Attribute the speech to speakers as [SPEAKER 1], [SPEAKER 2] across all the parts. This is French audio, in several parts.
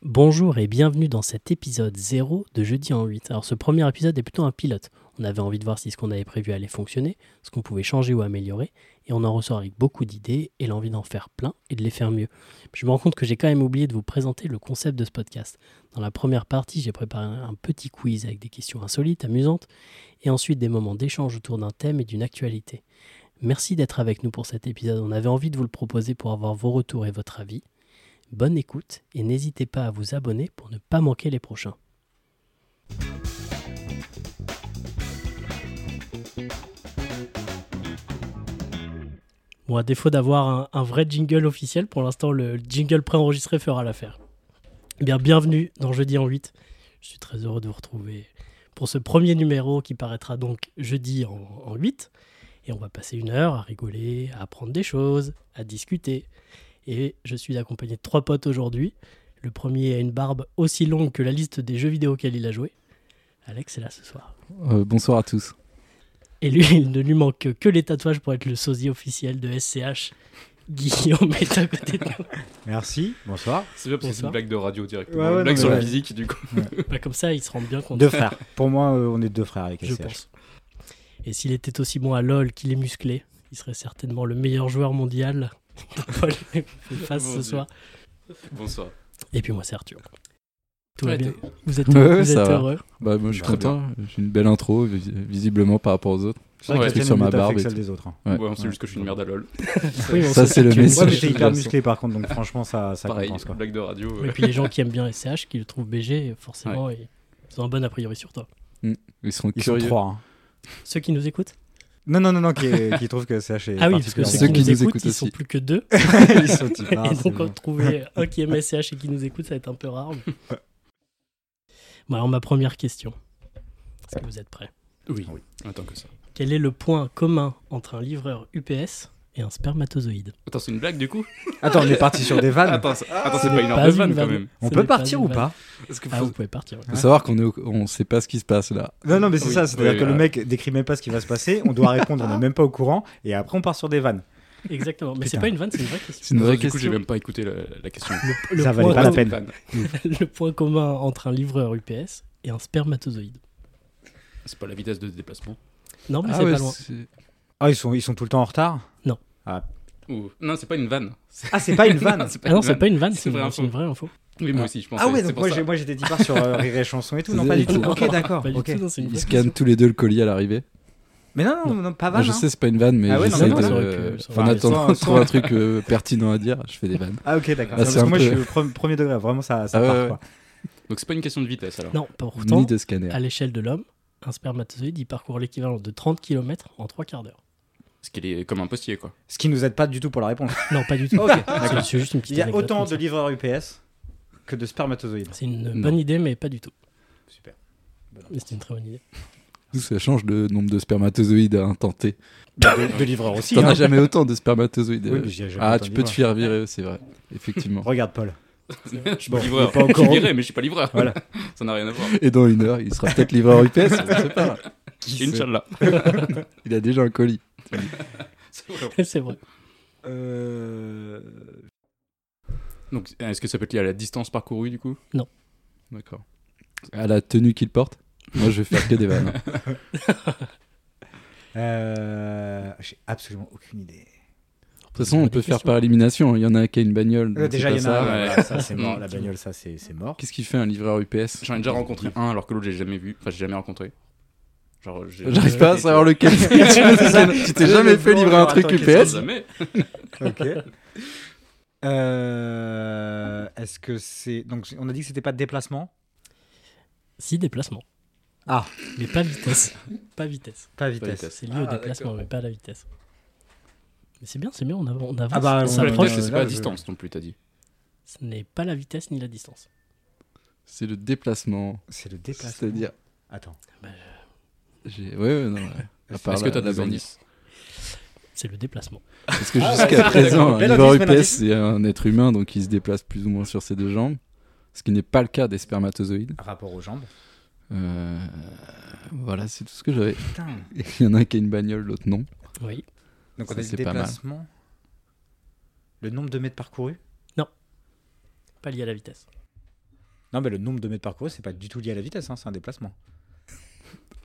[SPEAKER 1] Bonjour et bienvenue dans cet épisode 0 de Jeudi en 8. Alors ce premier épisode est plutôt un pilote. On avait envie de voir si ce qu'on avait prévu allait fonctionner, ce qu'on pouvait changer ou améliorer, et on en ressort avec beaucoup d'idées et l'envie d'en faire plein et de les faire mieux. Je me rends compte que j'ai quand même oublié de vous présenter le concept de ce podcast. Dans la première partie, j'ai préparé un petit quiz avec des questions insolites, amusantes, et ensuite des moments d'échange autour d'un thème et d'une actualité. Merci d'être avec nous pour cet épisode. On avait envie de vous le proposer pour avoir vos retours et votre avis. Bonne écoute et n'hésitez pas à vous abonner pour ne pas manquer les prochains. Bon, à défaut d'avoir un, un vrai jingle officiel, pour l'instant le jingle préenregistré fera l'affaire. Eh Bien, bienvenue dans Jeudi en 8. Je suis très heureux de vous retrouver pour ce premier numéro qui paraîtra donc jeudi en, en 8. Et on va passer une heure à rigoler, à apprendre des choses, à discuter. Et je suis accompagné de trois potes aujourd'hui. Le premier a une barbe aussi longue que la liste des jeux vidéo auxquels il a joué. Alex est là ce soir.
[SPEAKER 2] Euh, bonsoir à tous.
[SPEAKER 1] Et lui, il ne lui manque que les tatouages pour être le sosie officiel de SCH. Guillaume est à côté de nous.
[SPEAKER 3] Merci, bonsoir.
[SPEAKER 4] C'est bien parce que c'est
[SPEAKER 1] Bonsoir.
[SPEAKER 4] une blague de radio directement.
[SPEAKER 3] Ouais, ouais,
[SPEAKER 4] une blague
[SPEAKER 3] non,
[SPEAKER 4] sur
[SPEAKER 3] mais
[SPEAKER 4] la
[SPEAKER 3] ouais.
[SPEAKER 4] physique, du coup.
[SPEAKER 1] Bah, comme ça, il se rend bien compte.
[SPEAKER 3] Deux frères. Pour moi, euh, on est deux frères avec
[SPEAKER 1] je
[SPEAKER 3] SCH.
[SPEAKER 1] pense. Et s'il était aussi bon à LoL qu'il est musclé, il serait certainement le meilleur joueur mondial. Paul fait face
[SPEAKER 4] Mon
[SPEAKER 1] ce
[SPEAKER 4] Dieu.
[SPEAKER 1] soir.
[SPEAKER 4] Bonsoir.
[SPEAKER 1] Et puis moi, c'est Arthur. Tout va
[SPEAKER 4] Ouais,
[SPEAKER 1] bien.
[SPEAKER 4] t'es-
[SPEAKER 1] Vous êtes,
[SPEAKER 2] Ouais, ouais,
[SPEAKER 1] vous
[SPEAKER 2] ça
[SPEAKER 1] êtes
[SPEAKER 2] va.
[SPEAKER 1] heureux.
[SPEAKER 2] Bah, moi, je suis
[SPEAKER 3] Très
[SPEAKER 2] content. J'ai une belle intro, vis- visiblement par rapport aux autres.
[SPEAKER 3] C'est vrai
[SPEAKER 4] Ouais,
[SPEAKER 3] que
[SPEAKER 2] truc
[SPEAKER 3] c'est
[SPEAKER 2] sur ma
[SPEAKER 3] mieux taffé
[SPEAKER 2] barbe
[SPEAKER 3] que
[SPEAKER 2] et
[SPEAKER 3] celle
[SPEAKER 2] tout.
[SPEAKER 3] des autres. hein.
[SPEAKER 4] Ouais, on sait juste que je suis une merde à lol.
[SPEAKER 1] Oui, on
[SPEAKER 2] Ça,
[SPEAKER 1] sait
[SPEAKER 2] c'est le
[SPEAKER 1] que tu es-
[SPEAKER 2] message.
[SPEAKER 3] Ouais, mais
[SPEAKER 2] je suis
[SPEAKER 3] t'es
[SPEAKER 2] Bah,
[SPEAKER 3] hyper
[SPEAKER 2] bien,
[SPEAKER 3] musclé par contre, donc franchement, ça, ça
[SPEAKER 4] Pareil,
[SPEAKER 3] compense quoi.
[SPEAKER 4] blague de radio. euh,
[SPEAKER 1] Et puis les gens qui aiment bien SCH, qui le trouvent BG, forcément, ils ont un bon a priori sur toi.
[SPEAKER 2] Ils seront
[SPEAKER 3] Ils sont
[SPEAKER 2] curieux.
[SPEAKER 3] trois. hein.
[SPEAKER 1] Ceux qui nous écoutent
[SPEAKER 3] Non, non, non, non, qui, qui trouvent que SCH est
[SPEAKER 1] Ah oui, parce que ceux,
[SPEAKER 2] Ceux
[SPEAKER 1] qui
[SPEAKER 2] qui
[SPEAKER 1] nous
[SPEAKER 2] nous
[SPEAKER 1] écoutent,
[SPEAKER 2] écoutent
[SPEAKER 1] ils sont
[SPEAKER 2] aussi.
[SPEAKER 1] plus que deux.
[SPEAKER 3] particulièrement- Ils sont hyper,
[SPEAKER 1] et
[SPEAKER 3] Ah, c'est
[SPEAKER 1] donc,
[SPEAKER 3] bon.
[SPEAKER 1] en trouver un qui aime SCH et qui nous écoute, ça va être un peu rare. mais- Bon, alors, ma première question. Est-ce que vous êtes prêts
[SPEAKER 4] Ah Oui.
[SPEAKER 3] Oui.
[SPEAKER 4] Attends que ça.
[SPEAKER 1] Quel est le point commun entre un livreur UPS et un spermatozoïde
[SPEAKER 4] Attends, c'est une blague, du coup
[SPEAKER 3] Attends, on est parti sur des vannes.
[SPEAKER 4] Attends, c'est attends, c'est pas une heure de vanne, quand
[SPEAKER 1] vanne.
[SPEAKER 4] même.
[SPEAKER 3] on
[SPEAKER 1] Ce
[SPEAKER 3] peut
[SPEAKER 1] n'est pas
[SPEAKER 3] partir
[SPEAKER 1] une
[SPEAKER 3] ou
[SPEAKER 1] vanne.
[SPEAKER 3] pas
[SPEAKER 4] Parce que
[SPEAKER 1] Ah,
[SPEAKER 4] faut-
[SPEAKER 1] vous pouvez partir. ouais.
[SPEAKER 2] Faut savoir qu'on est au- on sait pas ce qui se passe là.
[SPEAKER 3] Non, non, mais c'est
[SPEAKER 4] Oui.
[SPEAKER 3] ça, c'est-à-dire
[SPEAKER 4] Oui,
[SPEAKER 3] que le
[SPEAKER 4] oui, oui.
[SPEAKER 3] mec décrit même pas ce qui va se passer, on doit répondre, on n'est même pas au courant, et après on part sur des vannes.
[SPEAKER 1] Exactement. Mais c'est
[SPEAKER 3] Putain.
[SPEAKER 1] pas une vanne, c'est une vraie question.
[SPEAKER 2] C'est une vraie
[SPEAKER 4] Du coup, j'ai
[SPEAKER 2] question.
[SPEAKER 4] même pas écouté la, la question.
[SPEAKER 1] Le, le
[SPEAKER 3] Ça valait
[SPEAKER 1] point
[SPEAKER 3] pas la
[SPEAKER 1] com-
[SPEAKER 3] peine.
[SPEAKER 4] Fan.
[SPEAKER 1] le point commun entre un livreur UPS et un spermatozoïde.
[SPEAKER 4] C'est pas la vitesse de déplacement.
[SPEAKER 3] Oh,
[SPEAKER 1] Non, mais
[SPEAKER 2] Ah
[SPEAKER 1] c'est
[SPEAKER 2] ouais,
[SPEAKER 1] pas loin.
[SPEAKER 2] c'est-
[SPEAKER 3] Ah, ils sont, ils sont tout le temps en retard
[SPEAKER 4] Ou- Non, c'est pas une vanne. C'est
[SPEAKER 3] Ah, c'est pas une vanne
[SPEAKER 4] c'est
[SPEAKER 1] Ah non, c'est
[SPEAKER 4] vanne.
[SPEAKER 1] pas une vanne,
[SPEAKER 4] C'est
[SPEAKER 1] c'est une,
[SPEAKER 4] vraie
[SPEAKER 1] c'est une
[SPEAKER 4] info.
[SPEAKER 1] vraie info.
[SPEAKER 4] Oui, moi aussi, je pensais.
[SPEAKER 3] Ah ouais,
[SPEAKER 4] c'est
[SPEAKER 3] donc
[SPEAKER 4] pour
[SPEAKER 3] moi
[SPEAKER 4] ça.
[SPEAKER 3] j'ai- moi j'étais dit par sur euh, Rire et Chanson et tout, non
[SPEAKER 2] C'est
[SPEAKER 3] pas du tout.
[SPEAKER 2] ça,
[SPEAKER 3] Ok, d'accord,
[SPEAKER 1] Pas du
[SPEAKER 3] Ah, ok.
[SPEAKER 1] tout, non, c'est une
[SPEAKER 2] Ils
[SPEAKER 1] vraie
[SPEAKER 2] scannent tous les deux le colis à l'arrivée.
[SPEAKER 3] Mais non, non, non,
[SPEAKER 2] Moi,
[SPEAKER 3] pas vanne.
[SPEAKER 2] Bah, je
[SPEAKER 3] hein.
[SPEAKER 2] sais, euh, c'est pas une vanne, mais
[SPEAKER 3] Ah ouais, non,
[SPEAKER 2] j'essaie
[SPEAKER 3] mais
[SPEAKER 2] de.
[SPEAKER 3] non,
[SPEAKER 1] ça aurait pu- ça
[SPEAKER 2] en
[SPEAKER 1] aurait-
[SPEAKER 2] attendant,
[SPEAKER 3] soit-
[SPEAKER 2] je trouve un truc euh, pertinent à dire. Je fais des vannes.
[SPEAKER 3] Ah ok d'accord.
[SPEAKER 2] Ah,
[SPEAKER 3] parce
[SPEAKER 2] c'est
[SPEAKER 3] que
[SPEAKER 2] un
[SPEAKER 3] moi
[SPEAKER 2] peu-
[SPEAKER 3] je suis le pre- premier degré, vraiment ça, ça
[SPEAKER 2] Ah,
[SPEAKER 3] part
[SPEAKER 2] ouais, ouais.
[SPEAKER 3] quoi.
[SPEAKER 4] Donc, c'est pas une question de vitesse alors.
[SPEAKER 1] Non,
[SPEAKER 2] Ni
[SPEAKER 1] pourtant,
[SPEAKER 2] de scanner.
[SPEAKER 1] à l'échelle de l'homme, un spermatozoïde, il parcourt l'équivalent de 30 km en 3 quarts d'heure.
[SPEAKER 4] Parce qu'elle est comme un postier, quoi.
[SPEAKER 3] Ce qui nous aide pas du tout pour la réponse.
[SPEAKER 1] Non, pas du tout.
[SPEAKER 3] Ok,
[SPEAKER 1] C'est- C'est juste une petite
[SPEAKER 3] Il y a
[SPEAKER 1] anecdote
[SPEAKER 3] autant
[SPEAKER 1] comme
[SPEAKER 3] de
[SPEAKER 1] ça.
[SPEAKER 3] livreurs UPS que de spermatozoïdes.
[SPEAKER 1] C'est une
[SPEAKER 2] Non.
[SPEAKER 1] bonne idée, mais pas du tout.
[SPEAKER 3] Super.
[SPEAKER 1] Mais c'est une très bonne idée.
[SPEAKER 2] Nous, ça change le nombre euh, de spermatozoïdes à intenter.
[SPEAKER 3] De, de livreurs aussi.
[SPEAKER 2] T'en
[SPEAKER 3] hein.
[SPEAKER 2] as jamais autant de spermatozoïdes.
[SPEAKER 3] Oui,
[SPEAKER 2] euh.
[SPEAKER 3] mais j'y ai jamais
[SPEAKER 2] Ah,
[SPEAKER 3] entendu,
[SPEAKER 2] tu peux te
[SPEAKER 3] moi.
[SPEAKER 2] faire virer, c'est vrai. Effectivement.
[SPEAKER 3] Regarde Paul.
[SPEAKER 4] Je suis
[SPEAKER 3] Bon,
[SPEAKER 4] pas livreur.
[SPEAKER 3] pas
[SPEAKER 4] Je
[SPEAKER 3] encore.
[SPEAKER 4] suis viré, mais je suis pas livreur.
[SPEAKER 3] Voilà.
[SPEAKER 4] Ça n'a rien à voir.
[SPEAKER 2] Et dans une heure, il sera peut-être livreur UPS, on sait pas.
[SPEAKER 4] Inch'Allah.
[SPEAKER 2] Il a déjà un colis.
[SPEAKER 4] C'est vrai.
[SPEAKER 1] c'est vrai.
[SPEAKER 3] Euh...
[SPEAKER 4] Donc, est-ce que ça peut être lié à la distance parcourue, du coup
[SPEAKER 2] D'accord. À la tenue qu'il porte Moi, je vais faire que des vannes.
[SPEAKER 3] euh, J'ai absolument aucune idée.
[SPEAKER 2] De toute façon, on peut faire par élimination. hein. Il y en a un qui a une bagnole. donc
[SPEAKER 3] Euh,
[SPEAKER 2] c'est
[SPEAKER 3] déjà
[SPEAKER 2] pas
[SPEAKER 3] il y en a
[SPEAKER 2] ça.
[SPEAKER 3] un,
[SPEAKER 4] ouais.
[SPEAKER 3] voilà, ça c'est mort, la bagnole ça c'est c'est mort.
[SPEAKER 2] Qu'est-ce qu'il fait un livreur UPS
[SPEAKER 4] J'en ai déjà rencontré un alors que l'autre j'ai jamais vu, enfin j'ai jamais rencontré. Genre j'ai-
[SPEAKER 2] J'arrive pas à savoir lequel. c'est. tu t'es jamais fait livrer un truc
[SPEAKER 3] Attends,
[SPEAKER 2] UPS
[SPEAKER 4] Ah, Jamais.
[SPEAKER 3] Ok. Euh, Est-ce que c'est donc on a dit que c'était pas de déplacement,
[SPEAKER 1] Si, déplacement.
[SPEAKER 3] Ah.
[SPEAKER 1] Mais pas vitesse. pas vitesse.
[SPEAKER 3] pas
[SPEAKER 4] Pas
[SPEAKER 3] vitesse.
[SPEAKER 4] vitesse.
[SPEAKER 1] C'est lié au
[SPEAKER 4] Ah,
[SPEAKER 1] déplacement,
[SPEAKER 4] d'accord.
[SPEAKER 1] mais pas à la vitesse. Mais c'est bien, c'est bien, on av- on avance.
[SPEAKER 3] Ah bah,
[SPEAKER 1] on
[SPEAKER 3] on
[SPEAKER 4] Ça, la
[SPEAKER 1] s'approche.
[SPEAKER 4] vitesse, c'est
[SPEAKER 3] Euh,
[SPEAKER 4] pas
[SPEAKER 3] là,
[SPEAKER 4] à
[SPEAKER 3] je-
[SPEAKER 4] distance non plus, t'as dit.
[SPEAKER 1] Ce n'est pas la vitesse ni la distance.
[SPEAKER 2] C'est le déplacement.
[SPEAKER 3] C'est le déplacement.
[SPEAKER 2] C'est-à-dire.
[SPEAKER 3] Attends.
[SPEAKER 2] j'ai- Ouais, ouais, non, ouais. À part
[SPEAKER 4] Est-ce que
[SPEAKER 2] la-
[SPEAKER 4] t'as des
[SPEAKER 2] la
[SPEAKER 4] indices
[SPEAKER 1] C'est le déplacement.
[SPEAKER 2] Parce que
[SPEAKER 3] Ah,
[SPEAKER 2] jusqu'à
[SPEAKER 3] ouais,
[SPEAKER 2] présent,
[SPEAKER 3] d'accord.
[SPEAKER 2] un
[SPEAKER 3] Bel
[SPEAKER 2] livreur
[SPEAKER 3] indice, bel
[SPEAKER 2] UPS, c'est un être humain, donc il se déplace plus ou moins sur ses deux jambes. Ce qui n'est pas le cas des spermatozoïdes.
[SPEAKER 3] Rapport aux jambes.
[SPEAKER 2] Euh, Voilà, c'est tout ce que j'avais.
[SPEAKER 3] Putain.
[SPEAKER 2] Il y en a un qui a une bagnole, l'autre non.
[SPEAKER 1] Oui.
[SPEAKER 3] Donc
[SPEAKER 2] Ça,
[SPEAKER 3] on a dit
[SPEAKER 2] c'est pas mal.
[SPEAKER 3] déplacement. Le nombre de mètres parcourus
[SPEAKER 1] Pas lié à la vitesse.
[SPEAKER 3] Non, mais le nombre de mètres parcourus, c'est pas du tout lié à la vitesse, hein, c'est un déplacement.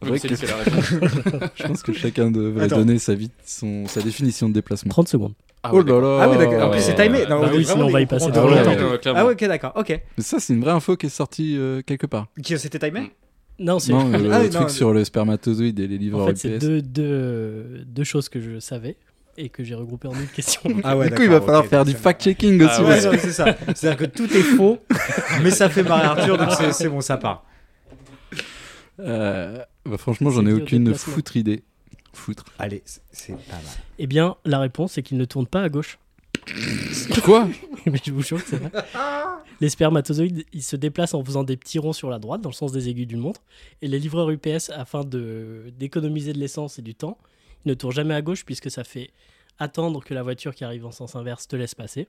[SPEAKER 4] Oui, mais
[SPEAKER 2] Vrai
[SPEAKER 4] c'est
[SPEAKER 2] que-
[SPEAKER 4] lui, c'est la réponse.
[SPEAKER 2] Je pense que chacun devrait
[SPEAKER 3] Attends.
[SPEAKER 2] donner sa, vite, son, sa définition de
[SPEAKER 3] Hmm.
[SPEAKER 2] déplacement. Euh,
[SPEAKER 1] 30 secondes.
[SPEAKER 4] Ah,
[SPEAKER 2] Oh
[SPEAKER 4] ouais,
[SPEAKER 2] là
[SPEAKER 4] d'accord.
[SPEAKER 2] là
[SPEAKER 3] Ah oui, d'accord. En
[SPEAKER 4] ouais.
[SPEAKER 3] plus, c'est timé.
[SPEAKER 4] Bah
[SPEAKER 3] Non,
[SPEAKER 1] oui,
[SPEAKER 3] vraiment,
[SPEAKER 1] sinon, on va y passer
[SPEAKER 3] comprend
[SPEAKER 4] Ah
[SPEAKER 1] trop
[SPEAKER 3] tout
[SPEAKER 4] ouais,
[SPEAKER 3] le
[SPEAKER 1] longtemps.
[SPEAKER 3] temps.
[SPEAKER 4] non, non, clairement.
[SPEAKER 3] Ah, ok, d'accord. Ok.
[SPEAKER 2] Mais ça, c'est une vraie info qui est sortie euh, quelque part.
[SPEAKER 3] Qui- C'était timé
[SPEAKER 1] Non, c'est
[SPEAKER 2] Non, le
[SPEAKER 3] Ah oui,
[SPEAKER 2] truc
[SPEAKER 3] non,
[SPEAKER 2] sur le spermatozoïde et les livres
[SPEAKER 1] en fait, c'est
[SPEAKER 2] UPS.
[SPEAKER 1] deux, deux, deux choses que je savais et que j'ai regroupées en une question.
[SPEAKER 3] Ah ouais,
[SPEAKER 2] du coup, il va
[SPEAKER 3] d'accord,
[SPEAKER 2] falloir
[SPEAKER 3] ok,
[SPEAKER 2] faire du
[SPEAKER 3] d'accord.
[SPEAKER 2] fact-checking aussi.
[SPEAKER 4] Ah
[SPEAKER 3] Ouais,
[SPEAKER 2] parce que-
[SPEAKER 3] non, mais c'est ça. C'est-à-dire que tout est faux, mais ça fait marrer Arthur, donc c'est- c'est bon, ça part.
[SPEAKER 2] Euh, bah, franchement, j'en
[SPEAKER 1] C'est
[SPEAKER 2] ai
[SPEAKER 1] lié au
[SPEAKER 2] aucune
[SPEAKER 1] déplacement.
[SPEAKER 2] foutre idée. Foutre.
[SPEAKER 3] Allez, c'est- c'est pas mal.
[SPEAKER 1] eh bien, la réponse, c'est qu'il ne tourne pas à gauche.
[SPEAKER 2] Quoi
[SPEAKER 1] Mais je vous jure que c'est vrai. Les spermatozoïdes, ils se déplacent en faisant des petits ronds sur la droite, dans le sens des aiguilles d'une montre. Et les livreurs UPS, afin de- d'économiser de, l'essence et du temps, ils ne tournent jamais à gauche puisque ça fait attendre que la voiture qui arrive en sens inverse te laisse passer.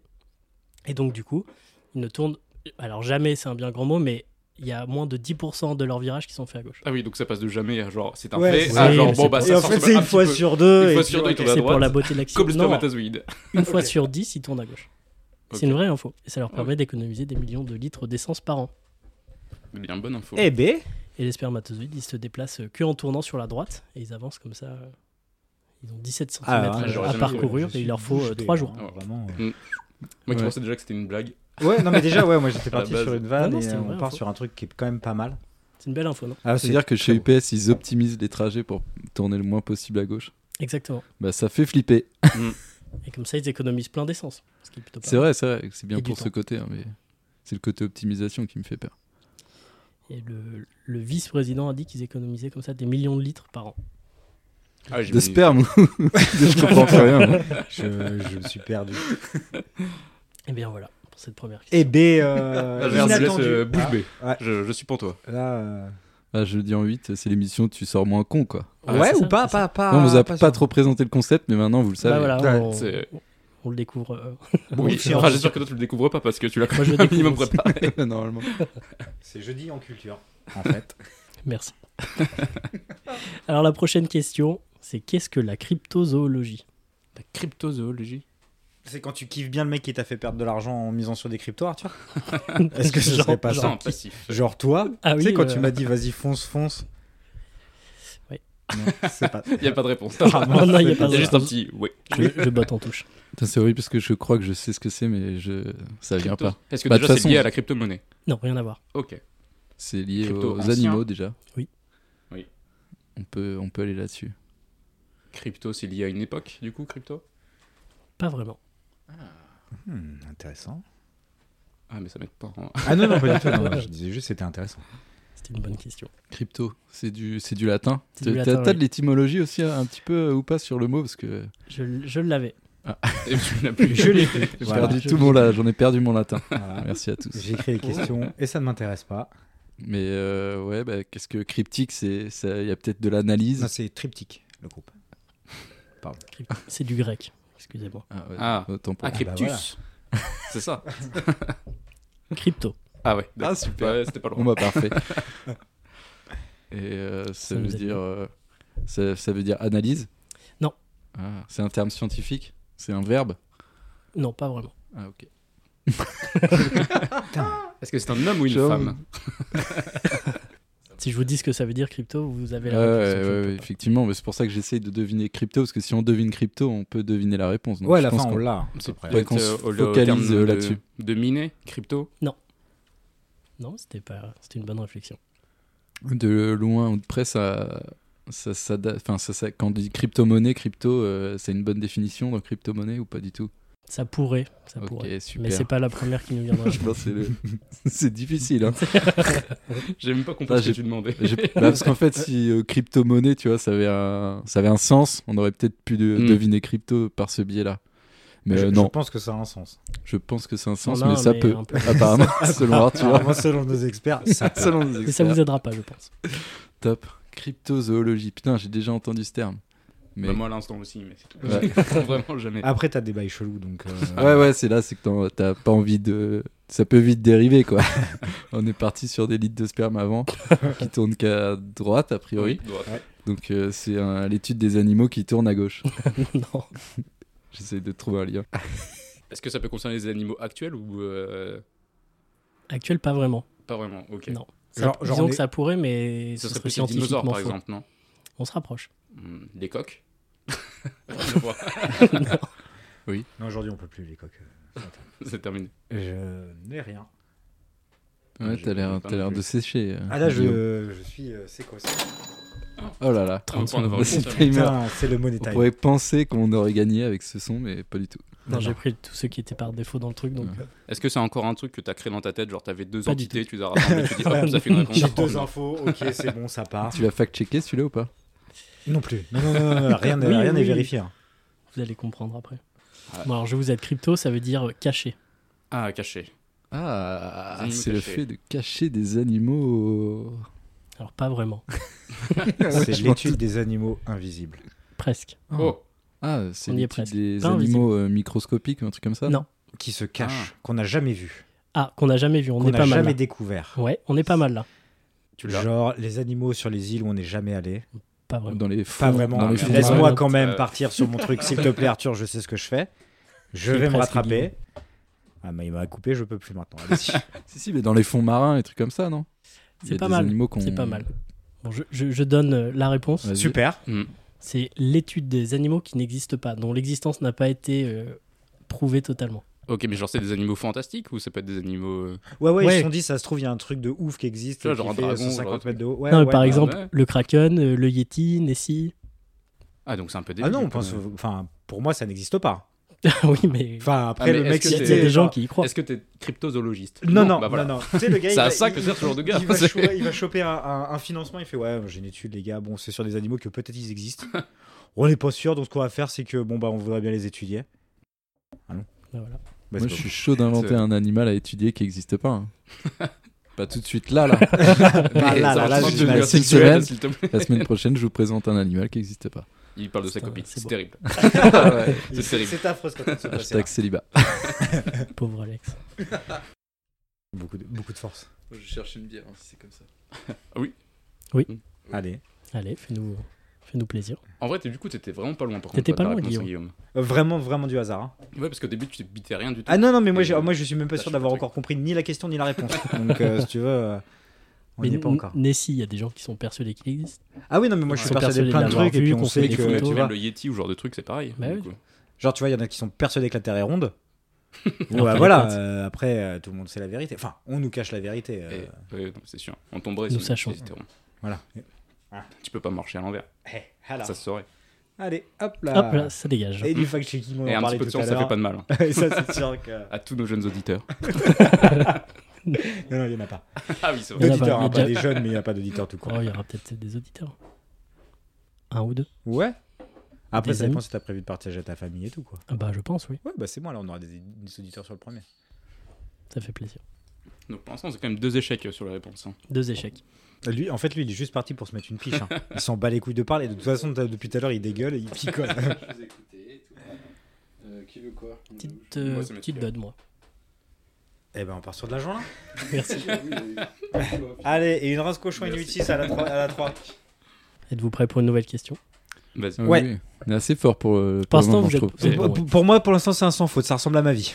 [SPEAKER 1] Et donc, du coup, ils ne tournent. Alors, jamais, c'est un bien grand mot, mais il y a moins de 10% de leurs virages qui sont faits à gauche.
[SPEAKER 4] Ah oui, donc ça passe de jamais à genre c'est un
[SPEAKER 3] Ouais,
[SPEAKER 4] fait
[SPEAKER 3] c'est
[SPEAKER 4] à
[SPEAKER 1] ça.
[SPEAKER 4] genre
[SPEAKER 1] Oui,
[SPEAKER 4] bon
[SPEAKER 1] mais
[SPEAKER 4] bah
[SPEAKER 1] c'est
[SPEAKER 4] ça
[SPEAKER 3] Et en
[SPEAKER 4] sort
[SPEAKER 3] fait,
[SPEAKER 4] un
[SPEAKER 3] c'est une
[SPEAKER 4] petit
[SPEAKER 3] fois
[SPEAKER 4] peu.
[SPEAKER 3] sur deux.
[SPEAKER 4] Une
[SPEAKER 3] et
[SPEAKER 4] fois
[SPEAKER 3] puis-
[SPEAKER 4] sur deux, il tourne à
[SPEAKER 1] C'est pour la beauté de
[SPEAKER 4] droite. Comme le
[SPEAKER 1] l'accident. Non,
[SPEAKER 4] spermatozoïde.
[SPEAKER 1] Une fois sur 10, ils tournent à gauche.
[SPEAKER 4] Ok.
[SPEAKER 1] C'est une vraie info. Et ça leur
[SPEAKER 4] Ah
[SPEAKER 1] permet d'économiser des millions de litres d'essence par an.
[SPEAKER 4] Eh Bien, bonne info.
[SPEAKER 3] Eh ben,
[SPEAKER 1] Et les spermatozoïdes, ils se déplacent euh, que en tournant sur la droite et ils avancent comme ça. euh, Ils ont 17 cm
[SPEAKER 3] Ah, ouais,
[SPEAKER 4] j'aurais
[SPEAKER 1] à
[SPEAKER 4] jamais
[SPEAKER 1] parcourir
[SPEAKER 3] je
[SPEAKER 1] et
[SPEAKER 3] suis
[SPEAKER 1] il leur faut
[SPEAKER 3] bouche
[SPEAKER 1] 3
[SPEAKER 3] bée,
[SPEAKER 1] jours.
[SPEAKER 3] hein,
[SPEAKER 4] Ouais.
[SPEAKER 3] vraiment, euh.
[SPEAKER 4] Moi, tu
[SPEAKER 2] Ouais.
[SPEAKER 4] pensais déjà que c'était une blague.
[SPEAKER 3] Ouais, non, mais déjà, ouais, moi j'étais
[SPEAKER 4] la
[SPEAKER 3] parti
[SPEAKER 4] base.
[SPEAKER 3] sur une vanne
[SPEAKER 1] Non, non,
[SPEAKER 3] et
[SPEAKER 1] c'était
[SPEAKER 3] euh,
[SPEAKER 1] une vraie
[SPEAKER 3] on part
[SPEAKER 1] info.
[SPEAKER 3] sur un truc qui est quand même pas mal.
[SPEAKER 1] C'est une belle info, non
[SPEAKER 3] Ah,
[SPEAKER 2] C'est-à-dire que chez
[SPEAKER 3] très
[SPEAKER 2] UPS, ils optimisent les trajets pour tourner le moins possible à gauche.
[SPEAKER 1] Exactement.
[SPEAKER 2] Bah, ça fait flipper.
[SPEAKER 1] Et comme ça, ils économisent plein d'essence. Ce qui est plutôt pas
[SPEAKER 2] C'est
[SPEAKER 1] mal.
[SPEAKER 2] vrai, c'est vrai. C'est bien
[SPEAKER 1] Et du
[SPEAKER 2] pour ce
[SPEAKER 1] temps.
[SPEAKER 2] côté, hein, mais c'est le côté optimisation qui me fait peur.
[SPEAKER 1] Et le, le vice-président a dit qu'ils économisaient comme ça des millions de litres par an.
[SPEAKER 4] Ah, j'ai
[SPEAKER 2] De
[SPEAKER 4] mis-
[SPEAKER 2] sperme ou- Je comprends plus rien. hein.
[SPEAKER 3] Je, je me suis perdu.
[SPEAKER 1] Et Eh bien voilà pour cette première question.
[SPEAKER 3] Eh ben, euh,
[SPEAKER 4] Ah, je vous laisse
[SPEAKER 3] inattendu.
[SPEAKER 4] euh, bouche bée.
[SPEAKER 3] Ah, ouais.
[SPEAKER 4] Je je suis pour toi.
[SPEAKER 3] Ah, là, euh,
[SPEAKER 2] Ah, je le dis en 8, c'est l'émission Tu sors moins con, quoi.
[SPEAKER 1] Ah,
[SPEAKER 3] ouais,
[SPEAKER 1] c'est
[SPEAKER 3] ou
[SPEAKER 1] ça,
[SPEAKER 3] pas,
[SPEAKER 1] c'est ça.
[SPEAKER 3] pas, pas.
[SPEAKER 2] Non, on vous a
[SPEAKER 3] pas
[SPEAKER 2] pas,
[SPEAKER 3] sûr.
[SPEAKER 2] trop présenté le concept, mais maintenant vous le savez.
[SPEAKER 1] Bah voilà, on,
[SPEAKER 4] c'est-
[SPEAKER 1] on- on le découvre. euh,
[SPEAKER 4] Oui,
[SPEAKER 1] c'est-
[SPEAKER 4] enfin, j'espère que toi tu le découvres pas parce que tu l'as quand
[SPEAKER 1] Moi, je
[SPEAKER 4] même
[SPEAKER 1] le
[SPEAKER 4] un minimum
[SPEAKER 1] découvre
[SPEAKER 4] préparé.
[SPEAKER 2] Normalement.
[SPEAKER 3] C'est jeudi en culture, en fait.
[SPEAKER 1] Merci. Alors la prochaine question, c'est qu'est-ce que la cryptozoologie
[SPEAKER 4] La cryptozoologie.
[SPEAKER 3] C'est quand tu kiffes bien le mec qui t'a fait perdre de l'argent en misant sur des cryptos, Arthur Est-ce que ce
[SPEAKER 1] Genre-
[SPEAKER 3] serait pas
[SPEAKER 1] genre-
[SPEAKER 4] Ah, C'est un
[SPEAKER 3] ça
[SPEAKER 4] passif.
[SPEAKER 3] Genre toi
[SPEAKER 1] Ah
[SPEAKER 3] Tu sais,
[SPEAKER 1] oui,
[SPEAKER 3] quand
[SPEAKER 1] euh,
[SPEAKER 3] tu m'as dit vas-y, fonce, fonce.
[SPEAKER 1] Ouais.
[SPEAKER 3] Non, c'est pas.
[SPEAKER 4] Il n'y a pas de réponse.
[SPEAKER 3] Ah,
[SPEAKER 1] Non,
[SPEAKER 3] mince,
[SPEAKER 1] non, il y a
[SPEAKER 3] c'est
[SPEAKER 1] pas
[SPEAKER 4] Il y
[SPEAKER 1] de
[SPEAKER 4] a juste un petit oui.
[SPEAKER 1] Je, je botte en touche.
[SPEAKER 2] Putain, C'est horrible parce que je crois que je sais ce que c'est, mais je... ça vient
[SPEAKER 4] Crypto-
[SPEAKER 2] pas.
[SPEAKER 4] Est-ce que
[SPEAKER 2] Bah, de
[SPEAKER 4] déjà
[SPEAKER 2] toute
[SPEAKER 4] c'est lié
[SPEAKER 2] façon-
[SPEAKER 4] à la crypto-monnaie
[SPEAKER 1] Non, rien à voir.
[SPEAKER 4] Ok.
[SPEAKER 2] C'est lié
[SPEAKER 4] Crypto
[SPEAKER 2] aux
[SPEAKER 4] ancien.
[SPEAKER 2] animaux déjà.
[SPEAKER 1] Oui.
[SPEAKER 4] Oui.
[SPEAKER 2] On peut, on peut aller là-dessus.
[SPEAKER 4] Crypto, c'est lié à une époque du coup, crypto
[SPEAKER 1] Pas vraiment.
[SPEAKER 3] Hmm, intéressant.
[SPEAKER 4] Ah, mais ça m'aide pas. hein.
[SPEAKER 3] Ah non, non, pas du tout. non, je disais juste c'était intéressant.
[SPEAKER 1] C'était une bonne question.
[SPEAKER 2] Crypto, c'est du, c'est du latin.
[SPEAKER 1] C'est du
[SPEAKER 2] T'as-
[SPEAKER 1] latin,
[SPEAKER 2] T'as
[SPEAKER 1] oui.
[SPEAKER 2] de l'étymologie aussi un un petit peu euh, ou pas sur le mot parce que
[SPEAKER 1] Je, l- je l'avais.
[SPEAKER 4] Et tu l'as plus.
[SPEAKER 3] Je l'ai fait.
[SPEAKER 2] j'ai
[SPEAKER 3] Voilà.
[SPEAKER 2] perdu tout mon la- j'en ai perdu mon latin.
[SPEAKER 3] Voilà.
[SPEAKER 2] Merci à tous.
[SPEAKER 3] J'écris les questions et ça ne m'intéresse pas.
[SPEAKER 2] Mais euh, ouais, bah, qu'est-ce que cryptique, c'est, ça- il y a peut-être de l'analyse.
[SPEAKER 3] Non, c'est triptyque, le groupe.
[SPEAKER 1] Crypto- C'est du grec. Excusez-moi.
[SPEAKER 2] Ah, ouais,
[SPEAKER 4] Ah.
[SPEAKER 2] autant pour
[SPEAKER 4] Ah,
[SPEAKER 2] moi.
[SPEAKER 4] cryptus.
[SPEAKER 3] voilà.
[SPEAKER 4] C'est ça.
[SPEAKER 1] Crypto.
[SPEAKER 4] Ah ouais.
[SPEAKER 2] Ah, super.
[SPEAKER 4] Ouais, c'était pas loin.
[SPEAKER 2] Bon bah parfait. Et euh, ça,
[SPEAKER 1] Ça nous
[SPEAKER 2] veut
[SPEAKER 1] aide.
[SPEAKER 2] dire, euh, ça, ça veut dire analyse.
[SPEAKER 1] Non.
[SPEAKER 2] Ah, c'est un terme scientifique. C'est un verbe.
[SPEAKER 1] Non, pas vraiment.
[SPEAKER 2] Ah ok.
[SPEAKER 4] Est-ce que c'est un homme ou une
[SPEAKER 2] Genre-
[SPEAKER 4] femme
[SPEAKER 1] Si je vous dis ce que ça veut dire crypto, vous avez la
[SPEAKER 2] Ouais,
[SPEAKER 1] réponse.
[SPEAKER 2] ouais, ouais, effectivement, mais c'est pour ça que j'essaye de deviner crypto, parce que si on devine crypto, on peut deviner la réponse. Donc
[SPEAKER 3] ouais,
[SPEAKER 2] je
[SPEAKER 3] la
[SPEAKER 2] pense
[SPEAKER 3] fin, on
[SPEAKER 2] qu'on-
[SPEAKER 3] l'a.
[SPEAKER 4] C'est
[SPEAKER 2] Ouais, qu'on se focalise, euh, là-dessus.
[SPEAKER 4] De, de miner, crypto
[SPEAKER 1] Non, c'était pas. C'était une bonne réflexion.
[SPEAKER 2] de loin ou de près, ça, ça, ça, da- enfin, ça, ça- quand on dit crypto-monnaie, crypto, euh, c'est une bonne définition dans crypto-monnaie ou pas du tout
[SPEAKER 1] Ça pourrait. Ça
[SPEAKER 2] Ok,
[SPEAKER 1] pourrait.
[SPEAKER 2] super.
[SPEAKER 1] Mais c'est pas la première qui nous viendra.
[SPEAKER 2] Je pense que c'est le- c'est difficile. Hein.
[SPEAKER 4] J'ai même pas compris
[SPEAKER 2] Ah,
[SPEAKER 4] ce
[SPEAKER 2] j'ai-
[SPEAKER 4] que tu demandais.
[SPEAKER 2] J'ai- bah, parce qu'en fait, si euh, crypto-monnaie, tu vois, ça avait un, ça avait un sens, on aurait peut-être pu de-
[SPEAKER 4] Mm.
[SPEAKER 2] deviner crypto par ce biais-là. Mais
[SPEAKER 3] je,
[SPEAKER 2] euh,
[SPEAKER 3] je
[SPEAKER 2] non,
[SPEAKER 3] pense que ça a un sens.
[SPEAKER 2] je pense que c'est un
[SPEAKER 1] On
[SPEAKER 2] sens,
[SPEAKER 1] a
[SPEAKER 2] mais
[SPEAKER 1] un,
[SPEAKER 2] ça peut,
[SPEAKER 1] un peu.
[SPEAKER 2] apparemment, selon Arthur.
[SPEAKER 3] Alors, moi, Ah, selon nos experts, ça peut.
[SPEAKER 2] Selon les
[SPEAKER 1] Mais ça vous
[SPEAKER 2] experts.
[SPEAKER 1] aidera pas, je pense.
[SPEAKER 2] Top. Cryptozoologie. Putain, j'ai déjà entendu ce terme. Mais...
[SPEAKER 4] Bah, moi à l'instant aussi, mais c'est tout.
[SPEAKER 2] Ouais. Ah,
[SPEAKER 4] Vraiment jamais.
[SPEAKER 3] Après, t'as des bails chelous, donc. euh,
[SPEAKER 2] Ouais, ouais, c'est là, c'est que t'en- t'as pas envie de. Ça peut vite dériver, quoi. On est parti sur des litres de sperme avant, qui tournent qu'à droite, a priori.
[SPEAKER 4] doit-
[SPEAKER 2] Donc, euh, c'est un- l'étude des animaux qui tournent à gauche.
[SPEAKER 1] non.
[SPEAKER 2] J'essaie de trouver un lien.
[SPEAKER 4] Est-ce que ça peut concerner les animaux actuels ou. euh,
[SPEAKER 1] Actuel, pas vraiment.
[SPEAKER 4] Pas vraiment, ok.
[SPEAKER 1] Non. Ça-
[SPEAKER 3] Genre- genre
[SPEAKER 1] disons
[SPEAKER 3] on
[SPEAKER 1] que
[SPEAKER 3] est-
[SPEAKER 1] ça pourrait, mais
[SPEAKER 4] Ce
[SPEAKER 1] ce
[SPEAKER 4] serait
[SPEAKER 1] serait
[SPEAKER 4] plus les dinosaures,
[SPEAKER 1] scientifiquement
[SPEAKER 4] par
[SPEAKER 1] faux.
[SPEAKER 4] exemple, non
[SPEAKER 1] On se rapproche.
[SPEAKER 4] Hmm, Les coques Je vois.
[SPEAKER 3] Non, aujourd'hui, on peut plus les coques.
[SPEAKER 4] C'est terminé.
[SPEAKER 3] Je n'ai rien.
[SPEAKER 2] Ouais, t'as l'air, t'as l'air de sécher. euh,
[SPEAKER 3] Ah là,
[SPEAKER 2] Guillaume.
[SPEAKER 3] je, je suis. euh, c'est quoi ça
[SPEAKER 2] Oh là là.
[SPEAKER 4] On va en avoir
[SPEAKER 2] C'est
[SPEAKER 4] une
[SPEAKER 2] le
[SPEAKER 4] seule.
[SPEAKER 2] timer.
[SPEAKER 3] Putain, C'est le money
[SPEAKER 2] On
[SPEAKER 3] time.
[SPEAKER 2] pourrait penser qu'on aurait gagné avec ce son, mais pas du tout.
[SPEAKER 1] Non,
[SPEAKER 3] Non,
[SPEAKER 1] j'ai
[SPEAKER 3] non.
[SPEAKER 1] pris tous ceux qui étaient par défaut dans le truc, donc
[SPEAKER 4] Est-ce que c'est encore un truc que t'as créé dans ta tête Genre, t'avais deux
[SPEAKER 1] Pas du
[SPEAKER 4] entités, tu les as rassemblées, tu dis hop, ça fait une réponse.
[SPEAKER 3] J'ai deux infos, ok, c'est bon, ça part.
[SPEAKER 2] Tu l'as fact-checké celui-là ou pas
[SPEAKER 3] Non plus. Non, non, non, non, non, rien n'est
[SPEAKER 1] Oui,
[SPEAKER 3] rien n'est
[SPEAKER 1] oui.
[SPEAKER 3] vérifié. hein.
[SPEAKER 1] vous allez comprendre après.
[SPEAKER 4] Ouais.
[SPEAKER 1] Bon, alors je vous aide crypto, ça veut dire euh, caché.
[SPEAKER 4] Ah, caché.
[SPEAKER 2] Ah,
[SPEAKER 4] Animaux
[SPEAKER 2] c'est le
[SPEAKER 4] cachés.
[SPEAKER 2] fait de cacher des animaux.
[SPEAKER 1] Alors pas vraiment,
[SPEAKER 2] Ouais,
[SPEAKER 3] C'est
[SPEAKER 2] je m'en
[SPEAKER 3] l'étude des animaux invisibles.
[SPEAKER 1] presque.
[SPEAKER 2] Ah.
[SPEAKER 4] Oh
[SPEAKER 2] Ah, c'est
[SPEAKER 1] On y est
[SPEAKER 2] l'étude
[SPEAKER 1] presque.
[SPEAKER 2] des
[SPEAKER 1] Pas
[SPEAKER 2] animaux euh, microscopiques ou un truc comme ça
[SPEAKER 1] Non.
[SPEAKER 3] Qui se cachent, qu'on n'a jamais vu,
[SPEAKER 1] Ah, qu'on n'a jamais vu, on
[SPEAKER 3] qu'on
[SPEAKER 1] est
[SPEAKER 3] n'a
[SPEAKER 1] pas mal
[SPEAKER 3] jamais
[SPEAKER 1] là.
[SPEAKER 3] découvert.
[SPEAKER 1] Ouais, on est pas mal là.
[SPEAKER 4] Tu l'as
[SPEAKER 3] Genre les animaux sur les îles où on n'est jamais allé.
[SPEAKER 1] Pas vraiment.
[SPEAKER 2] Dans les
[SPEAKER 3] Pas
[SPEAKER 2] fonds-
[SPEAKER 3] vraiment.
[SPEAKER 2] Dans les
[SPEAKER 4] merde.
[SPEAKER 2] fonds
[SPEAKER 3] Laisse-moi
[SPEAKER 1] marins.
[SPEAKER 3] quand même
[SPEAKER 4] Euh.
[SPEAKER 3] partir sur mon truc, s'il te plaît, Arthur. Je sais ce que je fais. Je
[SPEAKER 1] Il est
[SPEAKER 3] vais me
[SPEAKER 1] presque
[SPEAKER 3] rattraper.
[SPEAKER 1] Guillaume.
[SPEAKER 3] Ah, mais il m'a coupé, je peux plus maintenant. Allez-y.
[SPEAKER 2] marins. Si, si, mais dans les fonds marins et trucs comme ça, non Il y
[SPEAKER 1] C'est
[SPEAKER 2] a
[SPEAKER 1] pas
[SPEAKER 2] des
[SPEAKER 1] mal.
[SPEAKER 2] animaux qu'on-
[SPEAKER 1] C'est pas mal. Bon, je, je- je donne euh, la réponse.
[SPEAKER 2] Vas-y.
[SPEAKER 3] Super.
[SPEAKER 4] Hmm.
[SPEAKER 1] C'est l'étude des animaux qui n'existent pas, dont l'existence n'a pas été euh, prouvée totalement.
[SPEAKER 4] Ok, mais genre, c'est des animaux fantastiques ou ça peut être des animaux. euh,
[SPEAKER 3] Ouais, ouais,
[SPEAKER 1] Ouais.
[SPEAKER 3] ils se sont dit, ça se trouve, il y a un truc de ouf qui existe.
[SPEAKER 4] Tu vois,
[SPEAKER 3] qui
[SPEAKER 4] genre un
[SPEAKER 3] fait
[SPEAKER 4] dragon,
[SPEAKER 3] 150
[SPEAKER 4] genre un
[SPEAKER 3] mètres de haut. Ouais,
[SPEAKER 1] Non, mais
[SPEAKER 3] ouais, bah
[SPEAKER 1] par
[SPEAKER 3] ouais.
[SPEAKER 1] exemple,
[SPEAKER 4] ouais.
[SPEAKER 1] le kraken, euh, le yeti, Nessie.
[SPEAKER 4] Ah, donc c'est un peu
[SPEAKER 3] Ah
[SPEAKER 4] débile.
[SPEAKER 3] non, on
[SPEAKER 4] quand
[SPEAKER 3] pense-
[SPEAKER 4] même.
[SPEAKER 3] enfin, pour moi, ça n'existe pas.
[SPEAKER 1] oui, mais
[SPEAKER 3] Enfin,
[SPEAKER 4] Ah,
[SPEAKER 3] après,
[SPEAKER 4] mais
[SPEAKER 3] le mec,
[SPEAKER 4] est-ce
[SPEAKER 1] il y a-
[SPEAKER 4] que
[SPEAKER 1] il y a
[SPEAKER 4] c'est-
[SPEAKER 1] des gens
[SPEAKER 3] genre-
[SPEAKER 1] qui y croient.
[SPEAKER 4] Est-ce que t'es cryptozoologiste
[SPEAKER 3] Non, non,
[SPEAKER 4] Bah voilà.
[SPEAKER 3] non, non. Tu sais, le gars,
[SPEAKER 4] C'est
[SPEAKER 3] il
[SPEAKER 4] à
[SPEAKER 3] va-
[SPEAKER 4] ça que
[SPEAKER 3] il-
[SPEAKER 4] sert ce genre de gars.
[SPEAKER 3] Il va,
[SPEAKER 4] C'est-
[SPEAKER 3] choper, il va choper un, un- un financement, il fait Ouais, j'ai une étude, les gars, bon, c'est sur des animaux que peut-être ils existent. on n'est pas sûr, donc ce qu'on va faire, c'est que bon, bah, on voudrait bien les étudier.
[SPEAKER 1] Ben voilà.
[SPEAKER 3] Bah,
[SPEAKER 2] Moi,
[SPEAKER 3] c'est
[SPEAKER 2] je
[SPEAKER 3] pas
[SPEAKER 2] suis chaud d'inventer
[SPEAKER 4] C'est-
[SPEAKER 2] un animal à étudier qui n'existe pas. hein. pas tout de suite là, là.
[SPEAKER 3] bon. Ah,
[SPEAKER 4] Mais
[SPEAKER 3] là,
[SPEAKER 4] ça
[SPEAKER 3] là, là,
[SPEAKER 4] ressemble
[SPEAKER 2] je-
[SPEAKER 3] j'ai
[SPEAKER 4] de
[SPEAKER 2] la
[SPEAKER 3] mal.
[SPEAKER 2] semaine
[SPEAKER 4] devenir sexuel,
[SPEAKER 2] prochaine.
[SPEAKER 4] s'il te plaît.
[SPEAKER 2] La semaine prochaine, je vous présente un animal qui n'existe pas.
[SPEAKER 4] Il parle de sa
[SPEAKER 1] Putain,
[SPEAKER 4] copine.
[SPEAKER 1] c'est
[SPEAKER 4] C'est
[SPEAKER 1] bon.
[SPEAKER 4] terrible.
[SPEAKER 2] Ouais.
[SPEAKER 4] c'est terrible.
[SPEAKER 3] C'est affreux ce qu'on a passé.
[SPEAKER 2] Hashtag célibat.
[SPEAKER 1] Pauvre Alex.
[SPEAKER 3] Beaucoup de, beaucoup de force.
[SPEAKER 2] Je cherche une bière, hein, c'est comme ça.
[SPEAKER 3] Allez.
[SPEAKER 1] Allez, fais-nous fais -nous plaisir.
[SPEAKER 4] En vrai, t'es- du coup, t'étais vraiment pas loin pour
[SPEAKER 1] T'étais pas loin,
[SPEAKER 3] Euh, Vraiment, vraiment du hasard. hein.
[SPEAKER 4] Ouais, parce qu'au début, tu bitais rien du tout.
[SPEAKER 3] Ah non, non, mais moi,
[SPEAKER 4] Et,
[SPEAKER 3] j'ai-
[SPEAKER 4] euh,
[SPEAKER 3] moi je suis même pas
[SPEAKER 4] là,
[SPEAKER 3] sûr
[SPEAKER 4] je
[SPEAKER 3] d'avoir
[SPEAKER 4] suis pas
[SPEAKER 3] encore compris ni la question ni la réponse. Donc, euh, si tu veux, euh, on
[SPEAKER 1] Mais
[SPEAKER 3] n'y est pas
[SPEAKER 1] N-
[SPEAKER 3] encore.
[SPEAKER 1] Nessie, il y a des gens qui sont persuadés qu'il existe.
[SPEAKER 3] Ah oui, non, mais moi je suis
[SPEAKER 1] Sont
[SPEAKER 3] persuadé de
[SPEAKER 1] persuadés
[SPEAKER 3] plein de
[SPEAKER 1] de l'avoir
[SPEAKER 3] trucs et
[SPEAKER 1] vu,
[SPEAKER 3] puis
[SPEAKER 1] qu'on
[SPEAKER 3] on
[SPEAKER 1] fait
[SPEAKER 3] sait
[SPEAKER 1] des
[SPEAKER 3] que.
[SPEAKER 1] photos,
[SPEAKER 3] tu
[SPEAKER 1] ouais.
[SPEAKER 3] vois,
[SPEAKER 4] le Yeti ou genre de truc, c'est pareil.
[SPEAKER 1] Bah
[SPEAKER 4] du
[SPEAKER 1] oui.
[SPEAKER 4] coup.
[SPEAKER 3] Genre, tu vois, il y en a qui sont persuadés que la Terre est ronde. Bon,
[SPEAKER 1] Alors
[SPEAKER 3] bah
[SPEAKER 1] que
[SPEAKER 3] voilà,
[SPEAKER 1] les plantes,
[SPEAKER 3] euh, après, euh, tout le monde sait la vérité. Enfin, on nous cache la vérité. euh,
[SPEAKER 4] Et- ouais, non, c'est sûr. On tomberait
[SPEAKER 1] Nous
[SPEAKER 4] si-
[SPEAKER 1] sachons.
[SPEAKER 4] si c'était rond.
[SPEAKER 3] Voilà.
[SPEAKER 4] Tu peux pas marcher à l'envers.
[SPEAKER 3] Eh, alors.
[SPEAKER 4] Ça se saurait.
[SPEAKER 3] Allez, hop là.
[SPEAKER 1] Hop là, ça dégage.
[SPEAKER 3] Bah. Et du fact-checking, on
[SPEAKER 4] Et
[SPEAKER 3] en
[SPEAKER 4] un petit
[SPEAKER 3] parlait
[SPEAKER 4] peu de
[SPEAKER 3] tout
[SPEAKER 4] science,
[SPEAKER 3] à
[SPEAKER 4] ça fait
[SPEAKER 3] l'heure.
[SPEAKER 4] pas de mal. hein.
[SPEAKER 3] Et ça, c'est sûr que.
[SPEAKER 4] À tous nos jeunes auditeurs.
[SPEAKER 3] Non, non, il n'y en a pas.
[SPEAKER 4] Ah oui, c'est
[SPEAKER 1] Il y
[SPEAKER 4] vrai.
[SPEAKER 1] en a pas, il y
[SPEAKER 3] D'auditeurs, hein,
[SPEAKER 1] a
[SPEAKER 3] pas
[SPEAKER 1] déjà-
[SPEAKER 3] des jeunes, mais il n'y a pas d'auditeurs tout court.
[SPEAKER 1] Oh, il y aura peut-être des auditeurs. Un ou deux.
[SPEAKER 3] Ouais. Après,
[SPEAKER 1] Des
[SPEAKER 3] ça dépend
[SPEAKER 1] amis.
[SPEAKER 3] si t'as prévu de partager à ta famille et tout, quoi.
[SPEAKER 1] Ah bah je pense, oui.
[SPEAKER 3] Ouais, bah c'est moi, là, on aura des, des auditeurs sur le premier.
[SPEAKER 1] Ça fait plaisir.
[SPEAKER 4] Donc pour l'instant, c'est quand même deux échecs euh, sur la réponse. hein.
[SPEAKER 1] Deux échecs.
[SPEAKER 3] Lui, en fait, lui, il est juste parti pour se mettre une piche. hein. Il s'en bat les couilles de parler. De toute façon, t'as- depuis tout à l'heure, il dégueule et il picole.
[SPEAKER 2] Je vous écoutais. Euh, Qui veut quoi
[SPEAKER 1] Petite, euh,
[SPEAKER 4] Moi, ça m'étonne.
[SPEAKER 1] petite bud, moi.
[SPEAKER 3] eh ben, on part sur de la là.
[SPEAKER 1] Merci.
[SPEAKER 3] Allez, et une race cochon et une
[SPEAKER 4] Merci.
[SPEAKER 3] 8-6 à la 3. À la 3.
[SPEAKER 1] Êtes-vous prêts pour une nouvelle question
[SPEAKER 4] Vas-y.
[SPEAKER 3] Ouais.
[SPEAKER 2] Ah On est assez fort pour, euh,
[SPEAKER 1] Pour
[SPEAKER 2] le
[SPEAKER 1] l'instant,
[SPEAKER 2] moment,
[SPEAKER 1] vous
[SPEAKER 2] je
[SPEAKER 1] êtes-
[SPEAKER 2] trouve.
[SPEAKER 1] vous êtes
[SPEAKER 4] Et
[SPEAKER 1] bon,
[SPEAKER 3] Pour-
[SPEAKER 1] ouais.
[SPEAKER 3] Pour moi, pour l'instant, c'est un sans faute. Ça ressemble à ma vie.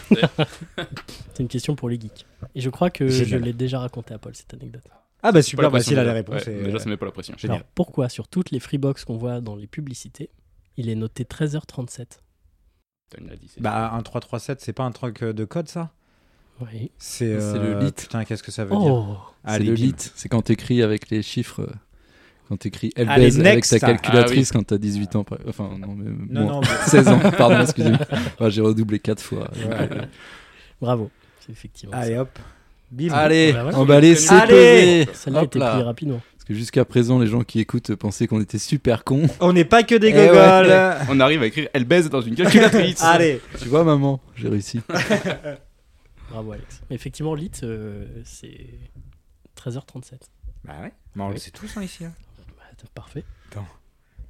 [SPEAKER 1] C'est une question pour les geeks. Et je crois que
[SPEAKER 3] Génial.
[SPEAKER 1] je l'ai déjà raconté à Paul, cette anecdote.
[SPEAKER 3] Ah bah
[SPEAKER 4] Pas la
[SPEAKER 3] super, bah
[SPEAKER 4] pression,
[SPEAKER 3] s'il a la
[SPEAKER 4] déjà.
[SPEAKER 3] réponse.
[SPEAKER 4] Ouais,
[SPEAKER 3] et- euh,
[SPEAKER 4] Déjà, ça met pas la pression.
[SPEAKER 3] Génial.
[SPEAKER 1] Alors pourquoi sur toutes les Freebox qu'on voit dans les publicités, il est noté 13h37
[SPEAKER 4] Putain, il l'a dit, c'est-
[SPEAKER 3] Bah, un 337, c'est pas un truc euh, de code, ça
[SPEAKER 1] Oui.
[SPEAKER 3] C'est
[SPEAKER 2] C'est le
[SPEAKER 3] euh,
[SPEAKER 2] lit.
[SPEAKER 3] Putain, qu'est-ce que ça veut dire
[SPEAKER 1] Oh
[SPEAKER 2] C'est
[SPEAKER 3] Allez,
[SPEAKER 2] le
[SPEAKER 3] bim.
[SPEAKER 2] lit. C'est quand t'écris avec les chiffres. euh, Quand t'écris
[SPEAKER 3] Allez,
[SPEAKER 2] LBS avec
[SPEAKER 3] next.
[SPEAKER 2] ta calculatrice
[SPEAKER 4] Ah
[SPEAKER 2] quand t'as 18 ans. par- Enfin, non, mais.
[SPEAKER 3] Non,
[SPEAKER 2] moins.
[SPEAKER 3] non,
[SPEAKER 2] 16 ans, pardon, excusez-moi. Ouais, J'ai redoublé 4 fois.
[SPEAKER 3] mais- Ouais.
[SPEAKER 1] Bravo. C'est effectivement
[SPEAKER 3] Allez, hop. Bim.
[SPEAKER 2] Allez,
[SPEAKER 1] Bah voilà.
[SPEAKER 2] emballé, c'est
[SPEAKER 3] Allez.
[SPEAKER 2] posé.
[SPEAKER 1] ça. Celle-là a
[SPEAKER 2] Hop
[SPEAKER 1] été
[SPEAKER 2] là.
[SPEAKER 1] pliée rapidement.
[SPEAKER 2] Parce que jusqu'à présent, les gens qui écoutent pensaient qu'on était super cons.
[SPEAKER 3] On n'est pas que des
[SPEAKER 2] Eh
[SPEAKER 3] gogoles.
[SPEAKER 2] ouais.
[SPEAKER 4] On arrive à écrire Elle baise dans une calculatrice.
[SPEAKER 3] Allez.
[SPEAKER 2] Tu vois, maman, j'ai réussi.
[SPEAKER 1] Bravo Alex. Mais effectivement, Lit, euh, c'est 13h37.
[SPEAKER 3] Bah ouais. Bah, on le sait tous, hein, ici. hein.
[SPEAKER 1] Bah, t'as- parfait.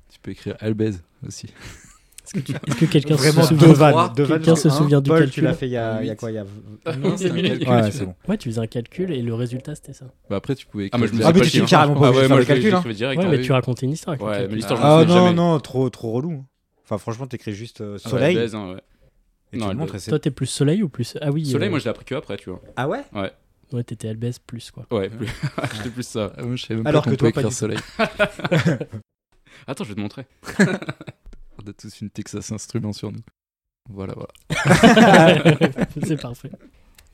[SPEAKER 2] Tu peux écrire Albez aussi.
[SPEAKER 1] Est-ce que, tu- est-ce que quelqu'un
[SPEAKER 3] Vraiment
[SPEAKER 1] se
[SPEAKER 3] deux
[SPEAKER 1] souvient
[SPEAKER 3] vannes. Deux vannes.
[SPEAKER 1] Quelqu'un
[SPEAKER 3] parce que,
[SPEAKER 1] se
[SPEAKER 3] hein,
[SPEAKER 1] souvient du
[SPEAKER 3] Paul, tu
[SPEAKER 1] calcul
[SPEAKER 3] l'as fait il y a il y a quoi Il y a.
[SPEAKER 4] Non, c'est un
[SPEAKER 1] Oui.
[SPEAKER 4] calcul,
[SPEAKER 3] Ouais,
[SPEAKER 4] tu
[SPEAKER 3] c'est bon.
[SPEAKER 1] Ouais, tu faisais un calcul et le résultat c'était ça.
[SPEAKER 2] Bah après, tu pouvais
[SPEAKER 4] Ah,
[SPEAKER 2] écrire.
[SPEAKER 4] mais je me
[SPEAKER 3] Ah,
[SPEAKER 4] sais
[SPEAKER 3] mais
[SPEAKER 4] pas
[SPEAKER 3] tu
[SPEAKER 4] chier,
[SPEAKER 3] t'es
[SPEAKER 4] hein.
[SPEAKER 3] carrément pas
[SPEAKER 4] Ah
[SPEAKER 3] obligé de
[SPEAKER 4] ouais,
[SPEAKER 3] faire
[SPEAKER 4] moi
[SPEAKER 3] le
[SPEAKER 4] je l'ai-
[SPEAKER 3] calcul,
[SPEAKER 4] je
[SPEAKER 3] hein.
[SPEAKER 4] l'ai fait direct.
[SPEAKER 1] Ouais,
[SPEAKER 4] hein.
[SPEAKER 1] mais tu racontais une histoire. avec le
[SPEAKER 4] Ouais,
[SPEAKER 1] calcul.
[SPEAKER 4] mais l'histoire, je me
[SPEAKER 3] Ah
[SPEAKER 4] souviens
[SPEAKER 3] non,
[SPEAKER 4] jamais.
[SPEAKER 3] non, trop, trop relou. hein. Enfin, franchement, t'écris juste euh,
[SPEAKER 4] Ah,
[SPEAKER 3] soleil.
[SPEAKER 4] Elle baise, hein, ouais.
[SPEAKER 3] et tu
[SPEAKER 4] Non,
[SPEAKER 3] le
[SPEAKER 4] elle
[SPEAKER 3] montres
[SPEAKER 4] baise.
[SPEAKER 3] et c'est.
[SPEAKER 1] Toi, t'es plus soleil ou plus. Ah oui.
[SPEAKER 4] Soleil,
[SPEAKER 1] euh,
[SPEAKER 4] moi je l'ai appris que après, tu vois.
[SPEAKER 3] Ah ouais
[SPEAKER 4] Ouais.
[SPEAKER 1] Ouais, t'étais Albès plus, quoi.
[SPEAKER 4] Ouais, plus... j'étais plus ça.
[SPEAKER 2] Ah, moi, je savais même
[SPEAKER 3] Alors
[SPEAKER 2] pas qu'on
[SPEAKER 3] que toi,
[SPEAKER 2] pouvait
[SPEAKER 3] pas
[SPEAKER 2] écrire
[SPEAKER 3] du tout.
[SPEAKER 2] soleil.
[SPEAKER 4] Attends, je vais te montrer.
[SPEAKER 2] On a tous une Texas Instruments sur nous. Voilà, voilà.
[SPEAKER 1] C'est parfait.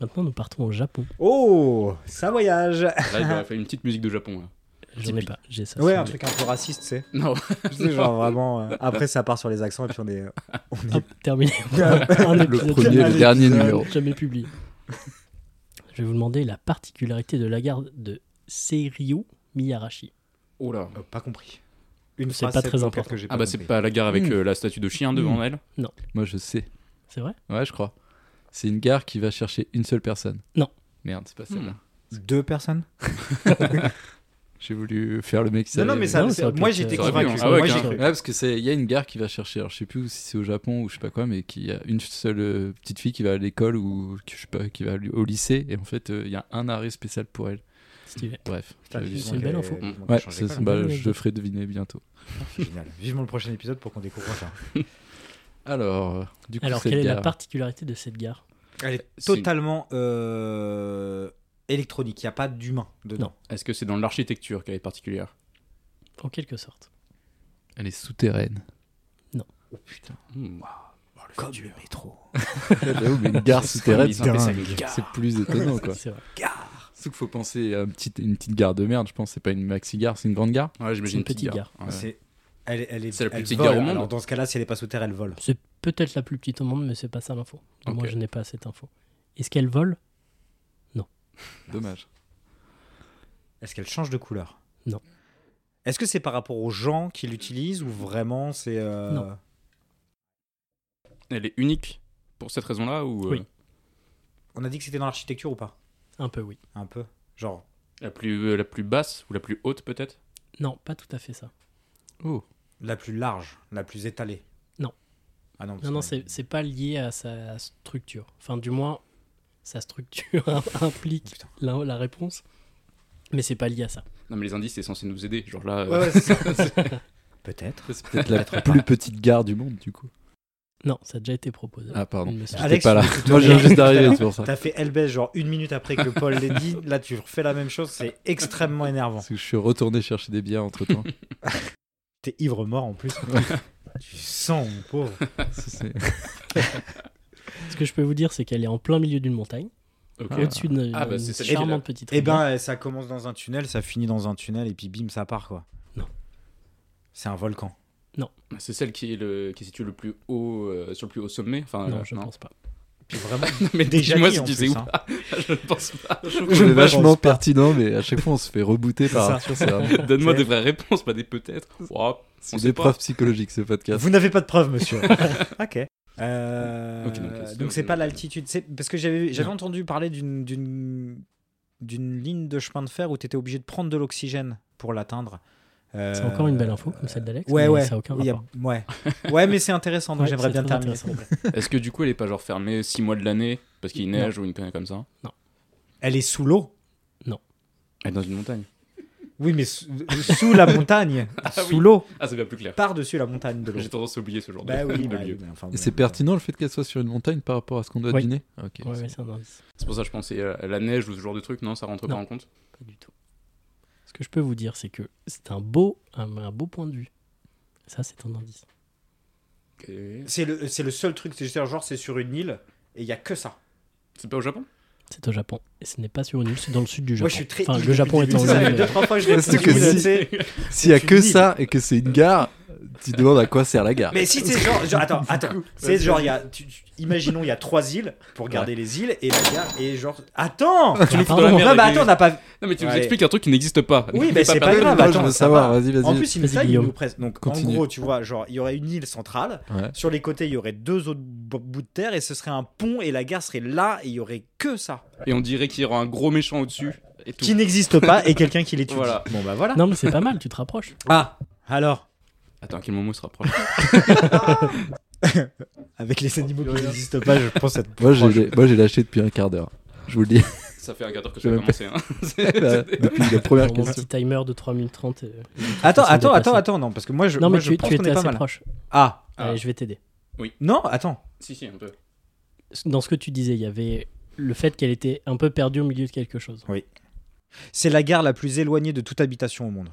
[SPEAKER 1] Maintenant, nous partons au Japon.
[SPEAKER 3] Oh, ça voyage.
[SPEAKER 4] Là, il aurait fallu une petite musique de Japon. là.
[SPEAKER 1] J'en ai pas, j'ai ça.
[SPEAKER 3] Ouais,
[SPEAKER 1] sur
[SPEAKER 3] un
[SPEAKER 1] les-
[SPEAKER 3] truc un peu raciste, tu sais.
[SPEAKER 4] Non,
[SPEAKER 3] Tu sais, genre vraiment. euh, Après, ça part sur les accents et puis on est.
[SPEAKER 1] Hop, terminé. Un
[SPEAKER 2] Le
[SPEAKER 1] épisode.
[SPEAKER 2] premier et
[SPEAKER 3] Allez,
[SPEAKER 2] le dernier
[SPEAKER 3] épisode.
[SPEAKER 2] numéro.
[SPEAKER 1] Jamais publié. Je vais vous demander la particularité de la gare de Seiryu Miyarashi.
[SPEAKER 4] oh
[SPEAKER 2] Ah,
[SPEAKER 4] là.
[SPEAKER 3] Euh, pas compris. Une
[SPEAKER 1] C'est
[SPEAKER 3] phrase,
[SPEAKER 1] pas très
[SPEAKER 3] sept,
[SPEAKER 1] important.
[SPEAKER 3] que j'ai
[SPEAKER 4] Ah bah c'est
[SPEAKER 3] compris.
[SPEAKER 4] pas la gare avec
[SPEAKER 2] Mm.
[SPEAKER 4] euh, la statue de chien devant elle
[SPEAKER 2] Moi, je sais.
[SPEAKER 1] C'est vrai
[SPEAKER 2] Ouais, je crois. C'est une gare qui va chercher une seule personne.
[SPEAKER 1] Non.
[SPEAKER 2] Merde, c'est pas celle-là.
[SPEAKER 4] Hmm.
[SPEAKER 3] Deux personnes
[SPEAKER 2] J'ai voulu faire le mec qui
[SPEAKER 3] Non, non,
[SPEAKER 2] savait,
[SPEAKER 3] mais ça.
[SPEAKER 1] Non,
[SPEAKER 3] c'est-
[SPEAKER 1] ça aurait pu
[SPEAKER 3] moi
[SPEAKER 1] être-
[SPEAKER 3] j'étais
[SPEAKER 1] ça aurait pu,
[SPEAKER 3] convaincu.
[SPEAKER 4] hein. Ah ouais,
[SPEAKER 3] Moi, j'ai
[SPEAKER 1] carrément.
[SPEAKER 3] cru.
[SPEAKER 2] Ouais, parce que c'est, il y a une gare qui va chercher, alors je sais plus où- si c'est au Japon ou je sais pas quoi, mais qui a une seule euh, petite fille qui va à l'école ou que je sais pas, qui va au lycée, et en fait euh, il y a un arrêt spécial pour elle.
[SPEAKER 1] Stylé.
[SPEAKER 2] Bref,
[SPEAKER 3] Putain,
[SPEAKER 2] j'avais vu
[SPEAKER 1] c'est
[SPEAKER 2] ça.
[SPEAKER 1] une belle info.
[SPEAKER 3] vivement qu'elle
[SPEAKER 2] Ouais,
[SPEAKER 3] change
[SPEAKER 2] c'est-
[SPEAKER 3] d'école.
[SPEAKER 1] une
[SPEAKER 2] bah,
[SPEAKER 1] bonne
[SPEAKER 2] je
[SPEAKER 1] idée.
[SPEAKER 2] le ferai deviner bientôt.
[SPEAKER 3] C'est génial. Vivement le prochain épisode pour qu'on découvre ça.
[SPEAKER 2] Alors, euh, du coup,
[SPEAKER 1] Alors,
[SPEAKER 2] cette
[SPEAKER 1] quelle est la
[SPEAKER 2] gare-
[SPEAKER 1] particularité de cette gare
[SPEAKER 3] Elle est
[SPEAKER 4] C'est une-
[SPEAKER 3] totalement euh, électronique. Il n'y a pas d'humain dedans.
[SPEAKER 4] Est-ce que c'est dans l'architecture qu'elle est particulière
[SPEAKER 1] En quelque sorte.
[SPEAKER 2] Elle est souterraine.
[SPEAKER 3] Oh putain.
[SPEAKER 4] Hmm.
[SPEAKER 3] Comme le métro.
[SPEAKER 2] J'avoue, mais une gare souterraine,
[SPEAKER 4] Ils
[SPEAKER 2] c'est-
[SPEAKER 4] ont appelé ça
[SPEAKER 3] dingue.
[SPEAKER 4] une gare.
[SPEAKER 2] c'est plus étonnant quoi.
[SPEAKER 1] C'est vrai.
[SPEAKER 2] Sauf qu'il faut penser à une petite, une petite gare de merde, je pense, c'est pas une maxi gare, c'est une grande gare.
[SPEAKER 4] Ouais, j'imagine
[SPEAKER 1] une petite gare.
[SPEAKER 4] Ouais.
[SPEAKER 3] C'est elle, est- elle est,
[SPEAKER 4] C'est la plus
[SPEAKER 3] elle
[SPEAKER 4] petite
[SPEAKER 3] vole.
[SPEAKER 4] gare au monde.
[SPEAKER 3] Alors, dans ce cas-là, si elle est pas sous terre, elle vole.
[SPEAKER 1] C'est peut-être la plus petite au monde, mais c'est pas ça l'info. Du
[SPEAKER 4] Ok.
[SPEAKER 1] moins, je n'ai pas cette info. Est-ce qu'elle vole
[SPEAKER 2] Dommage.
[SPEAKER 3] Est-ce qu'elle change de couleur
[SPEAKER 1] Non.
[SPEAKER 3] Est-ce que c'est par rapport aux gens qui l'utilisent ou vraiment c'est euh,
[SPEAKER 1] Non.
[SPEAKER 4] Elle est unique pour cette raison-là ou euh,
[SPEAKER 1] Oui.
[SPEAKER 3] On a dit que c'était dans l'architecture ou pas
[SPEAKER 1] Un peu, oui.
[SPEAKER 3] Un peu. Genre.
[SPEAKER 4] la plus euh, la plus basse ou la plus haute peut-être
[SPEAKER 1] Non, pas tout à fait ça.
[SPEAKER 2] Oh,
[SPEAKER 3] La plus large, la plus étalée.
[SPEAKER 1] Non.
[SPEAKER 3] Ah non.
[SPEAKER 1] Non, non, c'est c'est pas lié à sa structure. Enfin, du moins, sa structure implique
[SPEAKER 3] Putain.
[SPEAKER 1] la, la réponse, mais c'est pas lié à ça.
[SPEAKER 4] Non mais les indices c'est censé nous aider, genre là. euh,
[SPEAKER 3] Ouais, ouais, c'est ça. Peut-être.
[SPEAKER 2] c'est peut-être la plus petite gare du monde du coup.
[SPEAKER 1] Non, ça a déjà été proposé.
[SPEAKER 2] Ah pardon.
[SPEAKER 1] Il me semble.
[SPEAKER 3] Alex,
[SPEAKER 2] pas là.
[SPEAKER 3] tu me fais
[SPEAKER 2] Moi je viens
[SPEAKER 3] tout à
[SPEAKER 2] juste d'arriver,
[SPEAKER 3] l'heure.
[SPEAKER 2] c'est pour ça.
[SPEAKER 3] T'as fait Elbès genre une minute après que le Paul l'ait dit. Là, tu refais la même chose. C'est extrêmement énervant.
[SPEAKER 2] Parce que je suis retourné chercher des bières entre temps.
[SPEAKER 3] T'es ivre mort en plus. tu sens, mon pauvre.
[SPEAKER 1] Ce que je peux vous dire, c'est qu'elle est en plein milieu d'une montagne,
[SPEAKER 4] ok.
[SPEAKER 2] Ah.
[SPEAKER 1] au-dessus d'une
[SPEAKER 4] Ah, bah,
[SPEAKER 1] une
[SPEAKER 4] c'est celle-ci, là.
[SPEAKER 1] charmante petite
[SPEAKER 3] Eh
[SPEAKER 1] rivière.
[SPEAKER 3] ben, euh, ça commence dans un tunnel, ça finit dans un tunnel, et puis bim, ça part quoi.
[SPEAKER 1] Non.
[SPEAKER 3] C'est un volcan.
[SPEAKER 4] C'est celle qui est le qui est située le plus haut euh, sur le plus haut sommet. Enfin
[SPEAKER 1] non,
[SPEAKER 4] euh,
[SPEAKER 1] je pense pas.
[SPEAKER 3] Puis vraiment,
[SPEAKER 4] mais
[SPEAKER 3] déjà
[SPEAKER 4] dis-moi
[SPEAKER 3] mis,
[SPEAKER 4] si
[SPEAKER 3] en
[SPEAKER 4] tu
[SPEAKER 3] plus,
[SPEAKER 4] sais où.
[SPEAKER 3] hein.
[SPEAKER 4] je ne pense pas.
[SPEAKER 2] Je
[SPEAKER 3] Je
[SPEAKER 2] est vachement
[SPEAKER 3] pense pas.
[SPEAKER 2] pertinent, mais à chaque fois on se fait rebooter par Arthur.
[SPEAKER 3] C'est ça.
[SPEAKER 2] C'est vraiment-
[SPEAKER 4] Donne-moi
[SPEAKER 3] C'est-
[SPEAKER 4] des vraies réponses, pas des peut-être. Ouah,
[SPEAKER 2] c'est
[SPEAKER 4] On
[SPEAKER 2] des
[SPEAKER 4] sait pas.
[SPEAKER 2] preuves psychologiques ce podcast.
[SPEAKER 3] Vous n'avez pas de preuves, monsieur. ok. Euh,
[SPEAKER 4] Ok, donc, euh, c'est-
[SPEAKER 3] donc c'est pas l'altitude, c'est parce que j'avais j'avais entendu parler d'une d'une d'une ligne de chemin de fer où tu étais obligé de prendre de l'oxygène pour l'atteindre.
[SPEAKER 1] C'est
[SPEAKER 3] Euh,
[SPEAKER 1] encore une belle info, comme celle d'Alex.
[SPEAKER 3] Ouais
[SPEAKER 1] mais
[SPEAKER 3] ouais.
[SPEAKER 1] Ça a aucun
[SPEAKER 3] Il y a-
[SPEAKER 1] rapport.
[SPEAKER 3] ouais. Ouais, mais c'est intéressant donc
[SPEAKER 1] Ouais,
[SPEAKER 3] j'aimerais
[SPEAKER 1] c'est
[SPEAKER 3] bien
[SPEAKER 1] très
[SPEAKER 3] terminer.
[SPEAKER 1] intéressant.
[SPEAKER 4] Est-ce que du coup elle est pas genre fermée 6 mois de l'année parce qu'il
[SPEAKER 1] Non.
[SPEAKER 4] neige ou une connerie comme ça
[SPEAKER 3] Elle est sous l'eau.
[SPEAKER 4] Elle est dans une montagne.
[SPEAKER 3] Oui, mais sous, sous la montagne, sous l'eau,
[SPEAKER 4] Ah c'est bien plus clair.
[SPEAKER 3] par-dessus la montagne de l'eau.
[SPEAKER 4] J'ai tendance à oublier ce genre
[SPEAKER 3] Bah
[SPEAKER 4] de,
[SPEAKER 3] oui,
[SPEAKER 4] de
[SPEAKER 3] bah
[SPEAKER 4] lieu.
[SPEAKER 3] oui, mais enfin,
[SPEAKER 2] Et
[SPEAKER 3] bon,
[SPEAKER 2] c'est
[SPEAKER 3] euh,
[SPEAKER 2] pertinent le fait qu'elle soit sur une montagne par rapport à ce qu'on doit
[SPEAKER 1] Oui.
[SPEAKER 2] deviner Ok.
[SPEAKER 1] Ouais, ouais, c'est un indice.
[SPEAKER 4] C'est pour ça que je pensais euh, à la neige ou ce genre de truc, non, ça rentre
[SPEAKER 1] Non.
[SPEAKER 4] pas en compte.
[SPEAKER 1] Pas du tout. Ce que je peux vous dire, c'est que c'est un beau, un, un beau point de vue. Ça, c'est un indice.
[SPEAKER 4] Ok.
[SPEAKER 3] C'est le, c'est le seul truc, c'est juste genre c'est sur une île et il y a que ça.
[SPEAKER 4] C'est pas au Japon
[SPEAKER 1] C'est au Japon. Et ce n'est pas sur une île, c'est dans le sud du Japon.
[SPEAKER 3] Moi je suis très.
[SPEAKER 1] Enfin,
[SPEAKER 3] île
[SPEAKER 1] le Japon
[SPEAKER 3] depuis
[SPEAKER 1] étant
[SPEAKER 3] le
[SPEAKER 1] une
[SPEAKER 3] début. Ça fait
[SPEAKER 1] île,
[SPEAKER 3] deux, trois fois je l'ai
[SPEAKER 2] Surtout
[SPEAKER 3] pris,
[SPEAKER 2] que
[SPEAKER 3] là,
[SPEAKER 2] si-
[SPEAKER 3] tu sais.
[SPEAKER 2] S'il y a
[SPEAKER 3] C'est
[SPEAKER 2] que
[SPEAKER 3] une
[SPEAKER 2] ça et que c'est une gare, tu te demandes à quoi sert la gare.
[SPEAKER 3] Mais si c'est genre, genre- attends, attends, c'est genre il y a, tu- tu- imaginons il y a trois îles pour garder les îles et la gare et genre attends.
[SPEAKER 1] Ah,
[SPEAKER 4] fous dans
[SPEAKER 1] pardon.
[SPEAKER 3] Non
[SPEAKER 4] la merde.
[SPEAKER 3] mais
[SPEAKER 4] avec
[SPEAKER 3] attends, on
[SPEAKER 4] les-
[SPEAKER 3] n'a pas.
[SPEAKER 4] Non mais tu nous
[SPEAKER 3] Ouais.
[SPEAKER 4] expliques un truc qui n'existe pas.
[SPEAKER 3] Oui,
[SPEAKER 4] Ne
[SPEAKER 3] mais
[SPEAKER 4] fais
[SPEAKER 3] c'est pas
[SPEAKER 4] perdre
[SPEAKER 3] grave,
[SPEAKER 4] le temps.
[SPEAKER 2] Moi, je
[SPEAKER 3] attends,
[SPEAKER 2] veux
[SPEAKER 3] ça
[SPEAKER 2] savoir,
[SPEAKER 3] va.
[SPEAKER 2] vas-y, vas-y.
[SPEAKER 3] En plus il nous
[SPEAKER 1] Vas-y,
[SPEAKER 3] ça, il
[SPEAKER 1] Guillaume.
[SPEAKER 3] nous presse. Donc
[SPEAKER 2] Continue.
[SPEAKER 3] en gros tu vois genre il y aurait une île centrale.
[SPEAKER 2] Ouais.
[SPEAKER 3] Sur les côtés, il y aurait deux autres bo- bouts de terre et ce serait un pont et la gare serait là et il y aurait que ça
[SPEAKER 4] Et on dirait qu'il y aura un gros méchant au-dessus et tout.
[SPEAKER 3] qui n'existe pas et quelqu'un qui l'étudie.
[SPEAKER 4] Voilà.
[SPEAKER 3] Bon bah voilà.
[SPEAKER 1] Non, mais c'est pas mal, tu te rapproches.
[SPEAKER 3] Ah alors
[SPEAKER 4] Attends, à quel moment il se rapproche
[SPEAKER 3] avec les animaux qui n'existent pas, je pense être
[SPEAKER 2] Moi
[SPEAKER 3] proche.
[SPEAKER 2] j'ai moi, j'ai lâché depuis un quart d'heure. Je vous le dis,
[SPEAKER 4] Ça fait un quart d'heure que
[SPEAKER 2] Je
[SPEAKER 4] je vais
[SPEAKER 2] m'appelle-
[SPEAKER 4] commencer. Hein.
[SPEAKER 2] là, depuis la première
[SPEAKER 1] Pour mon
[SPEAKER 2] question.
[SPEAKER 1] petit timer de 3 minutes 30. euh,
[SPEAKER 3] Attends,
[SPEAKER 1] Ils sont
[SPEAKER 3] attends,
[SPEAKER 1] dépassés.
[SPEAKER 3] attends, attends, non, parce que moi je,
[SPEAKER 1] Non,
[SPEAKER 3] moi,
[SPEAKER 1] mais
[SPEAKER 3] je
[SPEAKER 1] tu,
[SPEAKER 3] pense
[SPEAKER 1] tu
[SPEAKER 3] qu'on
[SPEAKER 1] étais
[SPEAKER 3] est pas
[SPEAKER 1] assez
[SPEAKER 3] mal.
[SPEAKER 1] proche.
[SPEAKER 3] Ah,
[SPEAKER 4] Ah.
[SPEAKER 1] Allez, je vais t'aider.
[SPEAKER 3] non, attends.
[SPEAKER 4] si, si, un peu.
[SPEAKER 1] Dans ce que tu disais, il y avait le fait qu'elle était un peu perdue au milieu de quelque chose.
[SPEAKER 3] C'est la gare la plus éloignée de toute habitation au monde.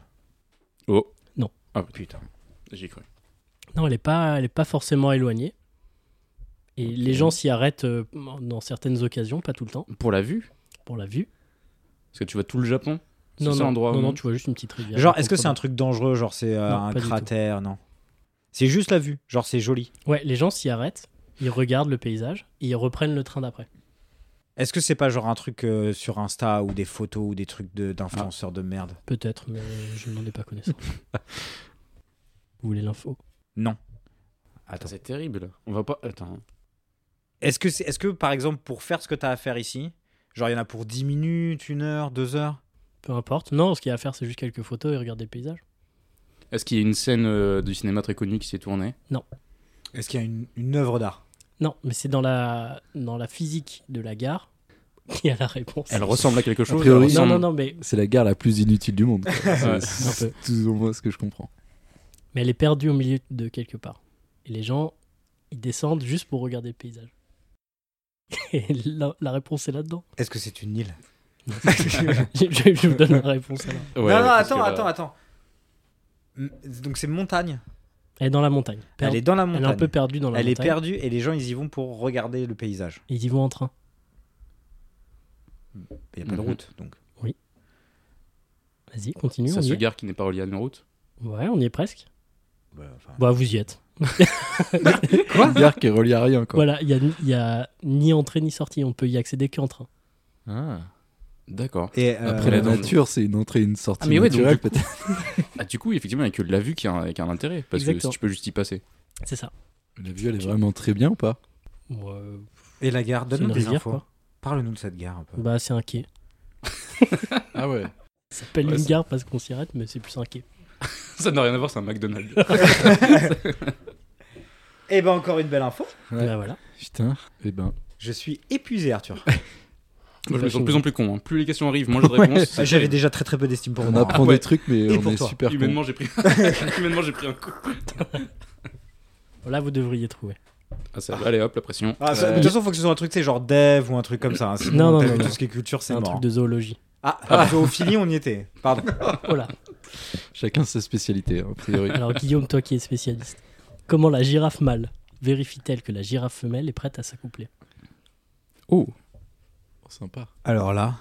[SPEAKER 4] Oh.
[SPEAKER 1] Non.
[SPEAKER 4] Ah putain. J'y ai cru.
[SPEAKER 1] Non, elle n'est pas, elle est pas forcément éloignée. Et les gens s'y arrêtent euh, dans certaines occasions, pas tout le temps,
[SPEAKER 4] Pour la vue
[SPEAKER 1] pour la vue.
[SPEAKER 4] Parce que tu vois tout le Japon C'est
[SPEAKER 1] Non,
[SPEAKER 4] ça
[SPEAKER 1] non,
[SPEAKER 4] l'endroit où-
[SPEAKER 1] non, non, tu vois juste une petite rivière.
[SPEAKER 3] Genre, est-ce que c'est un
[SPEAKER 1] contrebas.
[SPEAKER 3] truc dangereux Genre, c'est euh,
[SPEAKER 1] Non,
[SPEAKER 3] un
[SPEAKER 1] pas du tout.
[SPEAKER 3] cratère Non. C'est juste la vue. Genre, c'est joli.
[SPEAKER 1] Ouais, les gens s'y arrêtent, ils regardent le paysage et ils reprennent le train d'après.
[SPEAKER 3] Est-ce que c'est pas genre un truc euh, sur Insta ou des photos ou des trucs de- d'influenceurs de merde
[SPEAKER 1] Peut-être, mais je n'en ai pas connaissance. Vous voulez l'info
[SPEAKER 3] Non.
[SPEAKER 4] Putain,
[SPEAKER 3] Attends.
[SPEAKER 4] C'est terrible. On va pas. Attends.
[SPEAKER 3] Est-ce que, c'est- est-ce que, par exemple, pour faire ce que t'as à faire ici, genre, il y en a pour 10 minutes, 1 heure, 2 heures
[SPEAKER 1] Peu importe. Non, ce qu'il y a à faire, c'est juste quelques photos et regarder le paysage.
[SPEAKER 4] Est-ce qu'il y a une scène euh, du cinéma très connue qui s'est tournée
[SPEAKER 3] Est-ce qu'il y a une, une œuvre d'art
[SPEAKER 1] Non, mais c'est dans la, dans la physique de la gare qu'il y a la réponse.
[SPEAKER 4] Elle ressemble à quelque chose
[SPEAKER 2] priori,
[SPEAKER 4] elle
[SPEAKER 1] Non,
[SPEAKER 4] ressemble-
[SPEAKER 1] non, non, mais,
[SPEAKER 2] C'est la gare la plus inutile du monde.
[SPEAKER 4] Ouais.
[SPEAKER 2] C'est- C'est tout au moins ce que je comprends.
[SPEAKER 1] mais elle est perdue au milieu de quelque part. Et les gens, ils descendent juste pour regarder le paysage. Et la, la réponse est là-dedans.
[SPEAKER 3] Est-ce que c'est une île
[SPEAKER 1] je, je- je vous donne la réponse alors.
[SPEAKER 4] Ouais,
[SPEAKER 3] Non,
[SPEAKER 4] ouais,
[SPEAKER 3] non,
[SPEAKER 4] parce
[SPEAKER 3] attends,
[SPEAKER 4] que,
[SPEAKER 3] attends,
[SPEAKER 4] euh,
[SPEAKER 3] attends. M- Donc, c'est montagne.
[SPEAKER 1] Elle est dans la montagne. Per-
[SPEAKER 3] Elle est dans la
[SPEAKER 1] elle est
[SPEAKER 3] montagne.
[SPEAKER 1] un peu perdue dans la
[SPEAKER 3] Elle est
[SPEAKER 1] montagne.
[SPEAKER 3] perdue et les gens, ils y vont pour regarder le paysage.
[SPEAKER 1] Ils y vont en train.
[SPEAKER 3] Il n'y a pas de
[SPEAKER 4] Mhm.
[SPEAKER 3] route, donc.
[SPEAKER 1] Vas-y, continue.
[SPEAKER 4] Ça
[SPEAKER 1] on y
[SPEAKER 4] se
[SPEAKER 1] est.
[SPEAKER 4] gare qui n'est pas reliée à une route
[SPEAKER 1] Ouais, on y est presque.
[SPEAKER 3] Bah, enfin,
[SPEAKER 1] Bah, vous y êtes.
[SPEAKER 2] Quoi Une gare qui est reliée à rien, quoi.
[SPEAKER 1] Voilà, il y a, il y a ni entrée ni sortie. On peut y accéder qu'en train.
[SPEAKER 4] Ah. D'accord.
[SPEAKER 3] Et
[SPEAKER 2] Après, la
[SPEAKER 3] euh,
[SPEAKER 2] nature, c'est une entrée et une sortie.
[SPEAKER 4] Ah, mais ouais, donc,
[SPEAKER 2] naturelle,
[SPEAKER 4] du coup-
[SPEAKER 2] peut-être.
[SPEAKER 4] Ah, du coup, effectivement, il n'y a que de la vue qui a un, qui a un intérêt. Parce
[SPEAKER 1] Exactement.
[SPEAKER 4] que si tu peux juste y passer.
[SPEAKER 1] C'est ça.
[SPEAKER 2] La vue, elle est vraiment très bien ou pas
[SPEAKER 1] Bon, euh,
[SPEAKER 3] Et la gare,
[SPEAKER 1] c'est
[SPEAKER 3] donne-nous
[SPEAKER 1] une
[SPEAKER 3] des
[SPEAKER 1] rivière,
[SPEAKER 3] infos.
[SPEAKER 1] quoi.
[SPEAKER 3] Parle-nous de cette gare un peu.
[SPEAKER 1] Bah, c'est un quai.
[SPEAKER 2] Ah ouais.
[SPEAKER 1] Ça s'appelle
[SPEAKER 4] Ouais,
[SPEAKER 1] une
[SPEAKER 4] c'est-
[SPEAKER 1] gare parce qu'on s'y arrête, mais c'est plus un quai.
[SPEAKER 4] ça n'a rien à voir, c'est un McDonald's.
[SPEAKER 3] Eh ben encore une belle info.
[SPEAKER 2] Ouais.
[SPEAKER 1] Bah, voilà.
[SPEAKER 2] Putain. Eh ben.
[SPEAKER 3] Je suis épuisé, Arthur.
[SPEAKER 1] Ah,
[SPEAKER 4] Moi, je me sens de plus en plus con. hein. Plus les questions arrivent, moins j'ai de
[SPEAKER 2] Ouais.
[SPEAKER 4] réponses.
[SPEAKER 3] Ah, J'avais déjà très très peu d'estime pour
[SPEAKER 2] On
[SPEAKER 3] moi.
[SPEAKER 2] apprend
[SPEAKER 4] ouais.
[SPEAKER 2] des trucs, mais
[SPEAKER 3] Ah, Et
[SPEAKER 2] on
[SPEAKER 3] pour
[SPEAKER 2] est
[SPEAKER 3] toi.
[SPEAKER 2] super con.
[SPEAKER 4] Humainement, j'ai pris... Humainement, j'ai pris un coup.
[SPEAKER 1] Bon, Là, vous devriez trouver.
[SPEAKER 4] Ah, ça va, allez hop, la pression.
[SPEAKER 3] Ah, ça- de
[SPEAKER 4] Euh,
[SPEAKER 3] toute façon, faut que ce soit un truc, c'est genre dev ou un truc comme ça. hein. Sinon,
[SPEAKER 1] Non, non,
[SPEAKER 3] t'as
[SPEAKER 1] non,
[SPEAKER 3] vu
[SPEAKER 1] non.
[SPEAKER 3] tout ce qui est culture,
[SPEAKER 1] C'est
[SPEAKER 3] c'est
[SPEAKER 1] un
[SPEAKER 3] mort.
[SPEAKER 1] truc de zoologie.
[SPEAKER 3] Ah, ah, zoophilie, on y était. Pardon.
[SPEAKER 1] Voilà.
[SPEAKER 2] Chacun sa spécialité, hein, a priori.
[SPEAKER 1] Alors, Guillaume, toi qui es spécialiste, comment la girafe mâle vérifie-t-elle que la girafe femelle est prête à s'accoupler
[SPEAKER 4] Oh.
[SPEAKER 2] Sympa.
[SPEAKER 3] Alors là,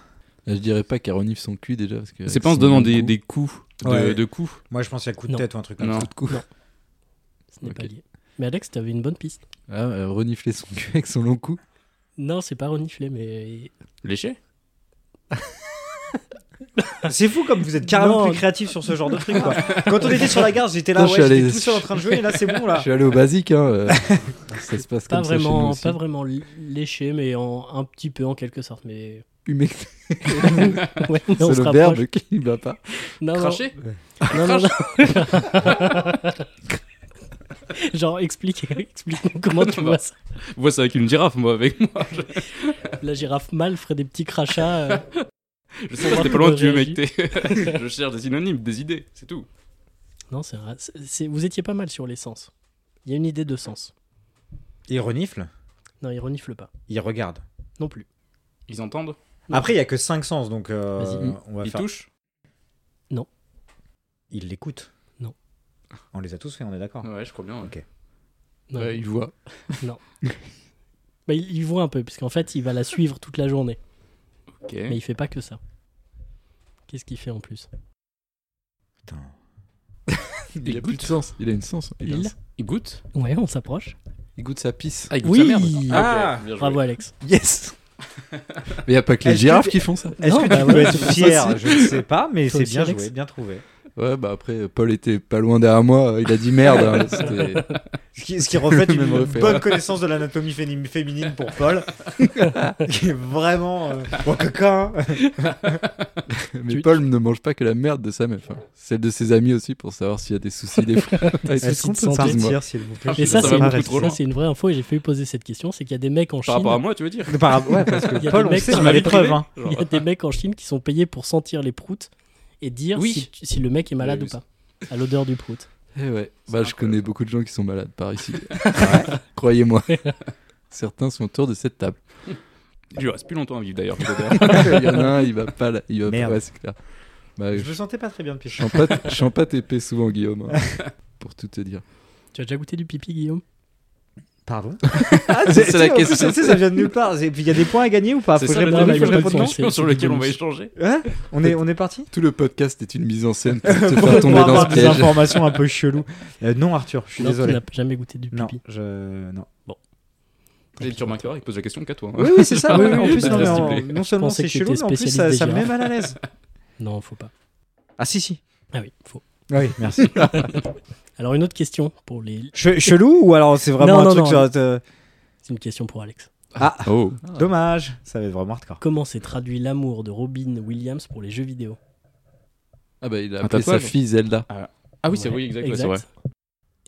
[SPEAKER 2] Je dirais pas qu'elle renifle son cul déjà. parce que
[SPEAKER 4] C'est pas en se donnant Euh, des, des coups. De,
[SPEAKER 3] Ouais.
[SPEAKER 4] de coups.
[SPEAKER 3] moi je pense qu'il y a coup de
[SPEAKER 1] Non.
[SPEAKER 3] tête ou un truc comme
[SPEAKER 4] Non.
[SPEAKER 3] ça.
[SPEAKER 2] coups.
[SPEAKER 1] Non. Ce n'est pas
[SPEAKER 2] Ok.
[SPEAKER 1] lié. Mais Alex, t'avais une bonne piste.
[SPEAKER 2] Ah, euh, renifler son cul avec son long cou.
[SPEAKER 1] Non, c'est pas renifler, mais.
[SPEAKER 4] Lécher
[SPEAKER 3] C'est fou comme vous êtes carrément
[SPEAKER 1] Non.
[SPEAKER 3] plus créatif sur ce genre de truc. Quoi. Quand on était sur la gare, j'étais là,
[SPEAKER 2] Putain,
[SPEAKER 3] ouais,
[SPEAKER 2] je suis
[SPEAKER 3] j'étais
[SPEAKER 2] allé-
[SPEAKER 3] tout seul en train de jouer, et là c'est bon
[SPEAKER 2] Je
[SPEAKER 3] là.
[SPEAKER 2] suis allé au basique. Hein. euh, ça se passe
[SPEAKER 1] Pas
[SPEAKER 2] comme ça chez nous
[SPEAKER 1] vraiment,
[SPEAKER 2] aussi.
[SPEAKER 1] pas vraiment lé- léché, mais en, un petit peu en quelque sorte. Mais.
[SPEAKER 2] Humecter,
[SPEAKER 1] Ouais, mais
[SPEAKER 2] c'est
[SPEAKER 1] on se
[SPEAKER 2] le
[SPEAKER 1] rapproche.
[SPEAKER 2] verbe qui ne va pas.
[SPEAKER 1] Non, non.
[SPEAKER 4] Cracher Ah,
[SPEAKER 1] Non, non, non. Genre, explique, explique comment tu
[SPEAKER 4] Non,
[SPEAKER 1] vois
[SPEAKER 4] bah.
[SPEAKER 1] ça.
[SPEAKER 4] Vois ça avec une girafe, moi, avec moi. Je,
[SPEAKER 1] La girafe mâle ferait des petits crachats. euh.
[SPEAKER 4] je sais que c'était pas loin du mec. t'es- je cherche des synonymes, des idées, c'est tout.
[SPEAKER 1] Non, c'est vrai. C'est- c'est- Vous étiez pas mal sur les sens. Il y a une idée de sens.
[SPEAKER 3] Il renifle,
[SPEAKER 1] Non, il renifle pas.
[SPEAKER 3] il regarde.
[SPEAKER 1] Non plus.
[SPEAKER 4] Ils entendent
[SPEAKER 1] Non.
[SPEAKER 3] Après, il y a que 5 sens, donc euh,
[SPEAKER 1] Vas-y.
[SPEAKER 3] on va
[SPEAKER 4] Ils
[SPEAKER 3] faire.
[SPEAKER 4] touchent
[SPEAKER 3] Ils l'écoutent.
[SPEAKER 1] Non.
[SPEAKER 3] On les a tous fait, on est d'accord.
[SPEAKER 4] Ouais, je crois bien. ouais.
[SPEAKER 1] Non.
[SPEAKER 2] Ouais, il voit.
[SPEAKER 1] Bah, il, il voit un peu, puisqu'en fait, il va la suivre toute la journée.
[SPEAKER 4] Ok.
[SPEAKER 1] Mais il fait pas que ça. Qu'est-ce qu'il fait en plus
[SPEAKER 3] Putain.
[SPEAKER 2] Il a plus de sens. Il a une sens. a
[SPEAKER 1] Il
[SPEAKER 2] un-
[SPEAKER 4] Ils goûtent
[SPEAKER 1] Ouais, on s'approche.
[SPEAKER 2] il goûte sa pisse.
[SPEAKER 4] Ah, ils
[SPEAKER 1] Oui.
[SPEAKER 4] goûtent sa merde.
[SPEAKER 3] Ah,
[SPEAKER 4] ok, bien joué.
[SPEAKER 1] Bravo, Alex.
[SPEAKER 2] Yes Mais il a pas que les
[SPEAKER 3] Est-ce que
[SPEAKER 2] girafes
[SPEAKER 3] t'es-
[SPEAKER 2] qui font ça.
[SPEAKER 3] Est-ce
[SPEAKER 1] Non,
[SPEAKER 3] que
[SPEAKER 1] bah
[SPEAKER 3] tu peux
[SPEAKER 1] voilà,
[SPEAKER 3] être
[SPEAKER 1] c'est
[SPEAKER 3] fier
[SPEAKER 1] facile.
[SPEAKER 3] Je ne sais pas, mais
[SPEAKER 1] Toi
[SPEAKER 3] c'est
[SPEAKER 1] aussi,
[SPEAKER 3] bien
[SPEAKER 1] Alex
[SPEAKER 3] joué, bien trouvé.
[SPEAKER 2] Ouais, bah après, Paul était pas loin derrière moi. Il a dit merde. hein, c'était-
[SPEAKER 3] Ce qui, ce qui reflète
[SPEAKER 2] Même
[SPEAKER 3] une
[SPEAKER 2] refait,
[SPEAKER 3] bonne
[SPEAKER 2] ouais.
[SPEAKER 3] connaissance de l'anatomie féni- féminine pour Paul. qui est vraiment. euh, bon, coquin, hein.
[SPEAKER 2] Mais
[SPEAKER 1] Tu-
[SPEAKER 2] Paul ne mange pas que la merde de sa meuf. hein. Celle de ses amis aussi pour savoir s'il y a des soucis, des fois. Eh
[SPEAKER 3] Est-ce qu'on peut
[SPEAKER 1] santé.
[SPEAKER 2] moi
[SPEAKER 3] sortir, s'il vous plaît
[SPEAKER 1] Et
[SPEAKER 4] Et
[SPEAKER 1] ça,
[SPEAKER 4] Ah, ça
[SPEAKER 1] c'est
[SPEAKER 4] va
[SPEAKER 1] une,
[SPEAKER 4] beaucoup trop
[SPEAKER 1] ça,
[SPEAKER 4] loin.
[SPEAKER 1] c'est une vraie info, et j'ai failli poser cette question c'est qu'il y a des mecs en
[SPEAKER 4] Par
[SPEAKER 1] Chine.
[SPEAKER 4] rapport à moi, tu veux dire
[SPEAKER 3] Par- ouais, parce
[SPEAKER 1] Il y
[SPEAKER 3] que
[SPEAKER 1] a
[SPEAKER 3] Paul,
[SPEAKER 1] des
[SPEAKER 3] on
[SPEAKER 1] mecs
[SPEAKER 3] sait,
[SPEAKER 1] qui
[SPEAKER 3] on a
[SPEAKER 1] m'avaient
[SPEAKER 3] les preuves. hein.
[SPEAKER 1] Il y a des mecs en Chine qui sont payés pour sentir les proutes et dire
[SPEAKER 4] Oui.
[SPEAKER 1] si, si le mec est malade
[SPEAKER 4] Oui,
[SPEAKER 1] ou
[SPEAKER 4] oui,
[SPEAKER 1] pas, à l'odeur du prout.
[SPEAKER 2] Eh ouais. Bah, je
[SPEAKER 4] incroyable.
[SPEAKER 2] connais beaucoup de gens qui sont malades par ici. Croyez-moi. Certains sont autour de cette table.
[SPEAKER 4] Il lui reste plus longtemps à vivre d'ailleurs. Peter.
[SPEAKER 3] hein.
[SPEAKER 2] il y en a un, il va pas là. Il va
[SPEAKER 3] Merde.
[SPEAKER 2] pas, ouais, c'est clair. Bah,
[SPEAKER 3] Je
[SPEAKER 2] je
[SPEAKER 3] me sentais pas très bien depuis.
[SPEAKER 2] chante pas, je chante pas tes paix souvent, Guillaume. hein, pour tout te dire.
[SPEAKER 1] Tu as déjà goûté du pipi, Guillaume
[SPEAKER 3] Pardon
[SPEAKER 2] C'est la
[SPEAKER 3] en plus,
[SPEAKER 2] question.
[SPEAKER 3] Ah, tu sais, ça vient de nulle part. Et puis il y a des points à gagner ou pas Ah, Faut
[SPEAKER 4] C'est
[SPEAKER 3] que je
[SPEAKER 4] ça la
[SPEAKER 3] réponde oui, faut que je
[SPEAKER 1] dernière
[SPEAKER 3] réponde non
[SPEAKER 1] question.
[SPEAKER 4] question sur
[SPEAKER 1] c'est
[SPEAKER 4] laquelle on va
[SPEAKER 1] dommage.
[SPEAKER 4] échanger.
[SPEAKER 3] Hein on, est, on est parti
[SPEAKER 2] Tout le podcast est une mise en scène pour te
[SPEAKER 3] Pour
[SPEAKER 2] faire tomber dans
[SPEAKER 3] avoir
[SPEAKER 2] ce
[SPEAKER 3] des
[SPEAKER 2] piège.
[SPEAKER 3] informations un peu chelou. Euh, non, Arthur, je suis
[SPEAKER 1] Non,
[SPEAKER 3] désolé.
[SPEAKER 1] Tu n'as jamais goûté du
[SPEAKER 3] Non,
[SPEAKER 1] pipi.
[SPEAKER 3] je. Non.
[SPEAKER 4] Et tu remarqueras, il pose la question qu'à toi. hein.
[SPEAKER 3] Oui, oui, c'est ça. oui, oui, en plus,
[SPEAKER 4] Bah,
[SPEAKER 3] non, mais
[SPEAKER 4] s'il
[SPEAKER 3] en-
[SPEAKER 4] te plaît.
[SPEAKER 3] non seulement
[SPEAKER 1] pensais
[SPEAKER 3] c'est
[SPEAKER 1] que
[SPEAKER 3] chelou, mais
[SPEAKER 1] t'étais
[SPEAKER 3] en plus, ça,
[SPEAKER 1] spécialiste
[SPEAKER 3] ça me
[SPEAKER 1] des
[SPEAKER 3] met mal à l'aise.
[SPEAKER 1] Non, faut pas.
[SPEAKER 3] Ah, si, si.
[SPEAKER 1] Ah oui, faut.
[SPEAKER 3] Ah Oui, merci.
[SPEAKER 1] Alors une autre question pour les.
[SPEAKER 3] Che- chelou ou alors c'est vraiment
[SPEAKER 1] Non,
[SPEAKER 3] un
[SPEAKER 1] non,
[SPEAKER 3] truc.
[SPEAKER 1] non.
[SPEAKER 3] sur- euh,
[SPEAKER 1] C'est une question pour Alex.
[SPEAKER 2] Oh.
[SPEAKER 1] Ah.
[SPEAKER 3] Dommage. Ça va être vraiment hardcore.
[SPEAKER 1] Comment s'est traduit l'amour de Robin Williams pour les jeux vidéo
[SPEAKER 2] Ah bah il a
[SPEAKER 4] Un
[SPEAKER 2] appelé sa
[SPEAKER 4] tatouage.
[SPEAKER 2] fille Zelda.
[SPEAKER 4] Ah oui, c'est
[SPEAKER 1] Ouais,
[SPEAKER 4] oui, exact, ouais, c'est vrai.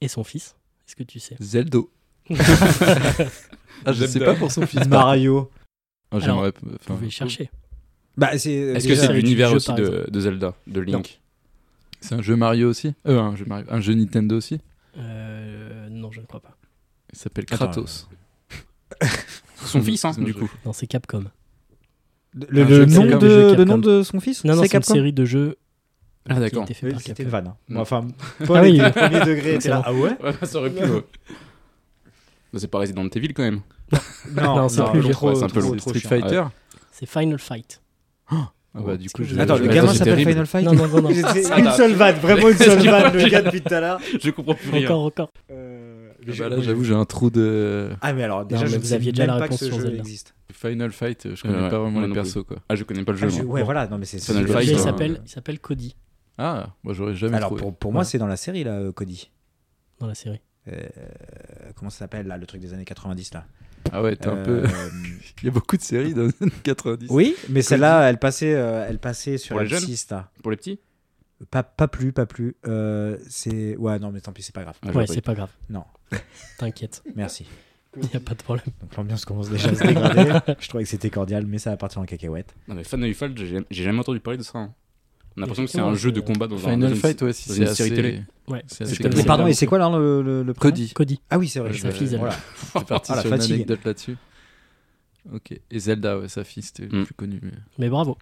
[SPEAKER 1] Et son fils Est-ce que tu sais
[SPEAKER 2] Zeldo. ah, je sais
[SPEAKER 4] Zelda.
[SPEAKER 2] pas pour son fils. par
[SPEAKER 3] Mario.
[SPEAKER 2] contre. Ah, J'aimerais. enfin,
[SPEAKER 1] Vous pouvez chercher.
[SPEAKER 3] Bah, c'est. euh,
[SPEAKER 4] Est-ce que
[SPEAKER 3] déjà-
[SPEAKER 4] c'est
[SPEAKER 1] du
[SPEAKER 4] l'univers
[SPEAKER 1] jeu,
[SPEAKER 4] aussi
[SPEAKER 1] par
[SPEAKER 4] de, de Zelda, de Link
[SPEAKER 2] C'est un jeu Mario aussi Euh, un jeu Mario. Un jeu Nintendo aussi.
[SPEAKER 1] Euh, non, je ne crois pas.
[SPEAKER 2] Il s'appelle
[SPEAKER 3] Attends,
[SPEAKER 2] Kratos.
[SPEAKER 4] Son fils, hein,
[SPEAKER 2] C'est un
[SPEAKER 4] du
[SPEAKER 2] jeu.
[SPEAKER 4] coup.
[SPEAKER 1] Non, c'est Capcom.
[SPEAKER 3] Le,
[SPEAKER 1] Ah,
[SPEAKER 2] Un
[SPEAKER 3] le
[SPEAKER 2] jeu
[SPEAKER 3] nom
[SPEAKER 2] Capcom.
[SPEAKER 1] Jeu
[SPEAKER 3] de,
[SPEAKER 1] Capcom.
[SPEAKER 3] le nom de son fils
[SPEAKER 1] Non, non,
[SPEAKER 3] C'est
[SPEAKER 1] c'est une
[SPEAKER 3] Capcom
[SPEAKER 1] série de jeux
[SPEAKER 4] Ah
[SPEAKER 1] qui a été fait
[SPEAKER 3] Oui,
[SPEAKER 1] par
[SPEAKER 3] C'était
[SPEAKER 1] Capcom.
[SPEAKER 3] une vanne. hein.
[SPEAKER 4] Mm.
[SPEAKER 3] Enfin,
[SPEAKER 1] Ah
[SPEAKER 3] toi,
[SPEAKER 1] oui.
[SPEAKER 3] les premier degré, t'es
[SPEAKER 1] C'est
[SPEAKER 3] là.
[SPEAKER 1] bon.
[SPEAKER 3] Ah ouais
[SPEAKER 4] Ouais, ça aurait pu. ouais. Bah, C'est pas Resident Evil quand même.
[SPEAKER 1] Non, c'est plus
[SPEAKER 2] Oh,
[SPEAKER 4] vieux. Ouais, c'est un peu
[SPEAKER 3] trop,
[SPEAKER 4] long.
[SPEAKER 3] trop
[SPEAKER 2] Street
[SPEAKER 3] chiant.
[SPEAKER 2] Fighter
[SPEAKER 1] C'est Final Fight.
[SPEAKER 2] Ah bah du
[SPEAKER 1] Est-ce
[SPEAKER 2] coup
[SPEAKER 1] que
[SPEAKER 2] je-
[SPEAKER 1] vous-
[SPEAKER 3] Attends, le
[SPEAKER 2] je-
[SPEAKER 4] Attends,
[SPEAKER 3] gamin
[SPEAKER 4] c'est
[SPEAKER 3] s'appelle
[SPEAKER 4] terrible.
[SPEAKER 3] Final Fight
[SPEAKER 1] Non, non, non, non.
[SPEAKER 3] C'est
[SPEAKER 4] Attends.
[SPEAKER 3] une seule vanne, vraiment une seule
[SPEAKER 4] Excuse-moi,
[SPEAKER 3] vanne, le
[SPEAKER 4] j'ai-
[SPEAKER 3] gars depuis tout à l'heure.
[SPEAKER 4] Je comprends plus rien.
[SPEAKER 1] encore, encore.
[SPEAKER 3] Euh, mais
[SPEAKER 2] Ah
[SPEAKER 3] je-
[SPEAKER 2] bah là j'avoue j'ai un trou de
[SPEAKER 3] Ah, mais alors, déjà,
[SPEAKER 1] mais
[SPEAKER 3] je
[SPEAKER 1] vous
[SPEAKER 3] savais
[SPEAKER 1] aviez déjà la
[SPEAKER 3] même pas que
[SPEAKER 1] réponse
[SPEAKER 3] ce
[SPEAKER 1] sur
[SPEAKER 3] jeu
[SPEAKER 1] Zelda.
[SPEAKER 3] existe.
[SPEAKER 2] Final Fight, euh, je
[SPEAKER 4] Ouais,
[SPEAKER 2] connais pas vraiment
[SPEAKER 4] moi
[SPEAKER 2] les
[SPEAKER 4] non plus.
[SPEAKER 2] persos quoi.
[SPEAKER 4] Ah, je connais pas le
[SPEAKER 3] Ah,
[SPEAKER 4] jeu.
[SPEAKER 3] je-
[SPEAKER 4] moi.
[SPEAKER 3] ouais, voilà, non, mais c'est.
[SPEAKER 4] Final
[SPEAKER 3] c'est-
[SPEAKER 1] Le
[SPEAKER 4] Fight,
[SPEAKER 1] gars, il
[SPEAKER 4] hein.
[SPEAKER 1] s'appelle- il s'appelle Cody
[SPEAKER 2] Ah, moi j'aurais jamais
[SPEAKER 3] Alors,
[SPEAKER 2] trouvé.
[SPEAKER 3] pour, pour moi,
[SPEAKER 1] Voilà.
[SPEAKER 3] c'est dans la série, là, euh, Cody.
[SPEAKER 1] dans la série.
[SPEAKER 3] Euh, comment ça s'appelle, là, le truc des années 90, là
[SPEAKER 2] Ah ouais, t'es un
[SPEAKER 3] Euh,
[SPEAKER 2] peu il y a beaucoup de séries dans les années 90.
[SPEAKER 3] Oui, mais celle-là, elle passait, euh, elle passait sur
[SPEAKER 4] Pour les
[SPEAKER 3] M6, là.
[SPEAKER 4] Pour les petits Ah,
[SPEAKER 3] Pas, pas plus, pas plus. Euh, c'est. Ouais, non, mais tant pis, c'est pas grave.
[SPEAKER 4] Ah, j'ai
[SPEAKER 1] ouais,
[SPEAKER 4] pas
[SPEAKER 1] c'est pas grave.
[SPEAKER 3] Non.
[SPEAKER 1] T'inquiète,
[SPEAKER 3] Merci.
[SPEAKER 1] il n'y a pas de problème.
[SPEAKER 3] Donc l'ambiance commence déjà à se dégrader. Je trouvais que c'était cordial, mais ça va partir en cacahuète.
[SPEAKER 4] Non mais Final Fight, j'ai jamais- j'ai jamais entendu parler de ça. hein. On a l'impression que c'est
[SPEAKER 1] Effectivement,
[SPEAKER 4] un jeu de
[SPEAKER 1] euh,
[SPEAKER 4] combat dans un dans
[SPEAKER 2] Final
[SPEAKER 4] une-
[SPEAKER 2] Fight ouais, si
[SPEAKER 4] dans
[SPEAKER 2] c'est
[SPEAKER 4] une série
[SPEAKER 2] assez-
[SPEAKER 4] télé.
[SPEAKER 1] Ouais.
[SPEAKER 2] C'est
[SPEAKER 4] Je
[SPEAKER 2] assez
[SPEAKER 4] connais
[SPEAKER 3] Mais
[SPEAKER 2] classique.
[SPEAKER 3] pardon, et c'est quoi là le, le, le prénom
[SPEAKER 2] Cody.
[SPEAKER 1] Cody,
[SPEAKER 3] Ah oui, c'est vrai.
[SPEAKER 1] Sa
[SPEAKER 3] je-
[SPEAKER 1] fille, Zelda.
[SPEAKER 3] voilà.
[SPEAKER 2] C'est parti
[SPEAKER 3] Ah, la
[SPEAKER 2] sur une
[SPEAKER 3] fatigue.
[SPEAKER 2] anecdote là-dessus. OK, et Zelda ouais, sa fille c'était le
[SPEAKER 4] Mm.
[SPEAKER 2] plus connu. mais-
[SPEAKER 1] mais bravo,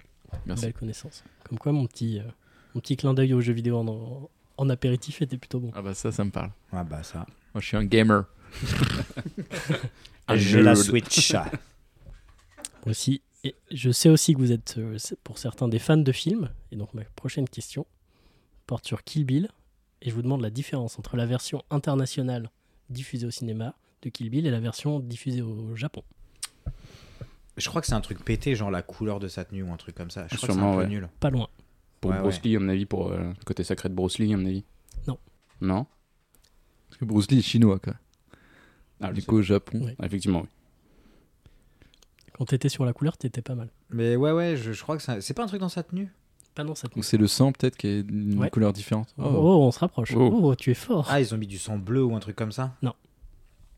[SPEAKER 2] Merci.
[SPEAKER 1] belle connaissance. Comme quoi, mon petit, euh, mon petit clin d'œil aux jeux vidéo en, en apéritif était plutôt bon.
[SPEAKER 2] Ah bah ça ça me parle.
[SPEAKER 3] Ah bah ça.
[SPEAKER 2] Moi je suis un gamer.
[SPEAKER 4] Un
[SPEAKER 3] J'ai la
[SPEAKER 4] jeu.
[SPEAKER 3] Switch.
[SPEAKER 1] Aussi, et je sais aussi que vous êtes, euh, c'est- pour certains, des fans de films. Et donc, ma prochaine question porte sur Kill Bill. Et je vous demande la différence entre la version internationale diffusée au cinéma de Kill Bill et la version diffusée au Japon.
[SPEAKER 3] Je crois que c'est un truc pété, genre la couleur de sa tenue ou un truc comme ça. Je crois que
[SPEAKER 4] Sûrement,
[SPEAKER 3] c'est un
[SPEAKER 4] ouais.
[SPEAKER 3] peu nul.
[SPEAKER 1] Pas loin.
[SPEAKER 4] Pour
[SPEAKER 3] Ouais,
[SPEAKER 4] Bruce
[SPEAKER 3] ouais.
[SPEAKER 4] Lee, à mon avis, pour euh, le côté sacré de Bruce Lee, à mon avis.
[SPEAKER 1] Non.
[SPEAKER 4] Non
[SPEAKER 2] Parce que Bruce Lee est chinois quoi.
[SPEAKER 4] Ah,
[SPEAKER 2] du coup au Japon.
[SPEAKER 1] Ouais.
[SPEAKER 4] Effectivement, oui.
[SPEAKER 1] Quand t'étais sur la couleur, t'étais pas mal.
[SPEAKER 3] Mais ouais, ouais, je, je crois que c'est un- c'est pas un truc dans sa tenue.
[SPEAKER 1] Pas dans cette
[SPEAKER 2] Donc c'est le sang peut-être qui est d'une
[SPEAKER 1] Ouais.
[SPEAKER 2] couleur différente.
[SPEAKER 1] Oh,
[SPEAKER 2] Oh.
[SPEAKER 1] on se rapproche. Oh,
[SPEAKER 2] Oh.
[SPEAKER 1] tu es fort.
[SPEAKER 3] Ah, ils ont mis du sang bleu ou un truc comme ça.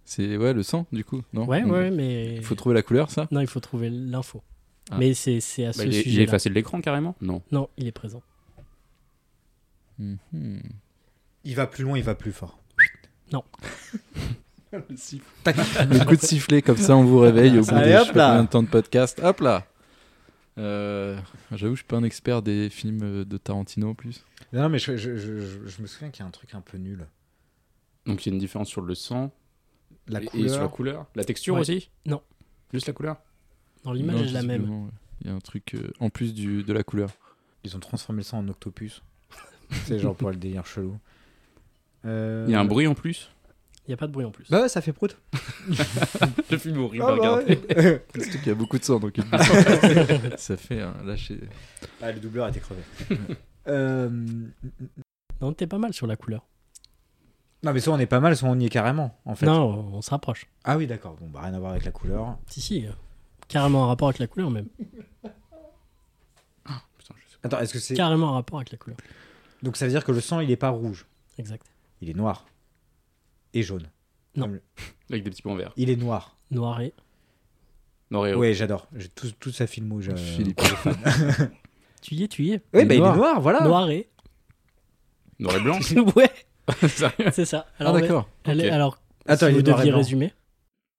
[SPEAKER 2] C'est ouais le sang du coup, non
[SPEAKER 1] ouais,
[SPEAKER 2] Mm.
[SPEAKER 1] ouais, mais.
[SPEAKER 2] Il faut trouver la couleur ça
[SPEAKER 1] Non, il faut trouver l'info.
[SPEAKER 2] Ah.
[SPEAKER 1] Mais c'est c'est à
[SPEAKER 4] Bah,
[SPEAKER 1] ce
[SPEAKER 4] il, est, il est
[SPEAKER 1] sujet.
[SPEAKER 4] effacé de l'écran carrément Non.
[SPEAKER 1] non, il est présent.
[SPEAKER 2] Mhm.
[SPEAKER 3] Il va plus loin, il va plus fort.
[SPEAKER 2] Le coup de sifflet, comme ça on vous réveille au bout
[SPEAKER 3] Allez,
[SPEAKER 2] de
[SPEAKER 3] hop
[SPEAKER 2] je sais pas
[SPEAKER 3] là.
[SPEAKER 2] combien de temps de podcast. Hop là Euh, J'avoue, je suis pas un expert des films euh, de Tarantino en plus.
[SPEAKER 3] Non, mais je, je- je- je- je me souviens qu'il y a un truc un peu nul.
[SPEAKER 4] Donc il y a une différence sur le sang
[SPEAKER 3] La
[SPEAKER 4] et, et
[SPEAKER 3] couleur.
[SPEAKER 4] sur la couleur. La texture
[SPEAKER 1] Ouais.
[SPEAKER 4] aussi
[SPEAKER 1] Non.
[SPEAKER 4] Juste la couleur
[SPEAKER 1] Dans l'image
[SPEAKER 2] Non,
[SPEAKER 1] est la même.
[SPEAKER 2] visiblement, ouais. Il y a un truc euh, en plus du, de la couleur.
[SPEAKER 3] Ils ont transformé le sang en octopus. c'est genre pour le délire chelou. Euh,
[SPEAKER 4] Il y a un bruit en plus
[SPEAKER 1] Il n'y a pas de bruit en plus.
[SPEAKER 3] Bah ouais, ça fait prout.
[SPEAKER 4] Le film horrible,
[SPEAKER 3] Ah bah
[SPEAKER 4] regarde.
[SPEAKER 3] ouais.
[SPEAKER 2] Surtout qu'il y a beaucoup de sang, donc il- ça fait un lâcher.
[SPEAKER 3] Ah, le doubleur a été crevé. Euh,
[SPEAKER 1] Non, t'es pas mal sur la couleur.
[SPEAKER 3] Non, mais soit on est pas mal, soit on y est carrément, en fait.
[SPEAKER 1] Non, on on se rapproche.
[SPEAKER 3] Ah oui, d'accord. Bon, bah rien à voir avec la couleur.
[SPEAKER 1] Si, si. euh, Carrément en rapport avec la couleur, même.
[SPEAKER 4] Putain, je sais
[SPEAKER 3] Attends, est-ce que c'est.
[SPEAKER 1] Carrément en rapport avec la couleur.
[SPEAKER 3] Donc ça veut dire que le sang, il est pas rouge.
[SPEAKER 1] Exact.
[SPEAKER 3] Il est noir. Et jaune.
[SPEAKER 4] pas. Avec des petits points verts.
[SPEAKER 3] Il est noir.
[SPEAKER 1] Noir et.
[SPEAKER 4] Noir et
[SPEAKER 3] Ouais, j'adore. J'ai tout, toute sa filmo. je-
[SPEAKER 2] Philippe.
[SPEAKER 1] Tu y es, tu y es.
[SPEAKER 3] Ouais,
[SPEAKER 2] Il
[SPEAKER 3] bah
[SPEAKER 2] est
[SPEAKER 3] il est noir, voilà.
[SPEAKER 1] Noir et.
[SPEAKER 4] Noir et blanc
[SPEAKER 1] ouais,
[SPEAKER 4] Sérieux
[SPEAKER 1] c'est ça.
[SPEAKER 2] Ah
[SPEAKER 1] Alors, ouais,
[SPEAKER 2] d'accord.
[SPEAKER 1] elle est-
[SPEAKER 4] Ok.
[SPEAKER 1] alors
[SPEAKER 3] Attends,
[SPEAKER 1] si
[SPEAKER 3] il
[SPEAKER 1] vous
[SPEAKER 3] est noir et
[SPEAKER 1] deviez
[SPEAKER 3] blanc.
[SPEAKER 1] résumer.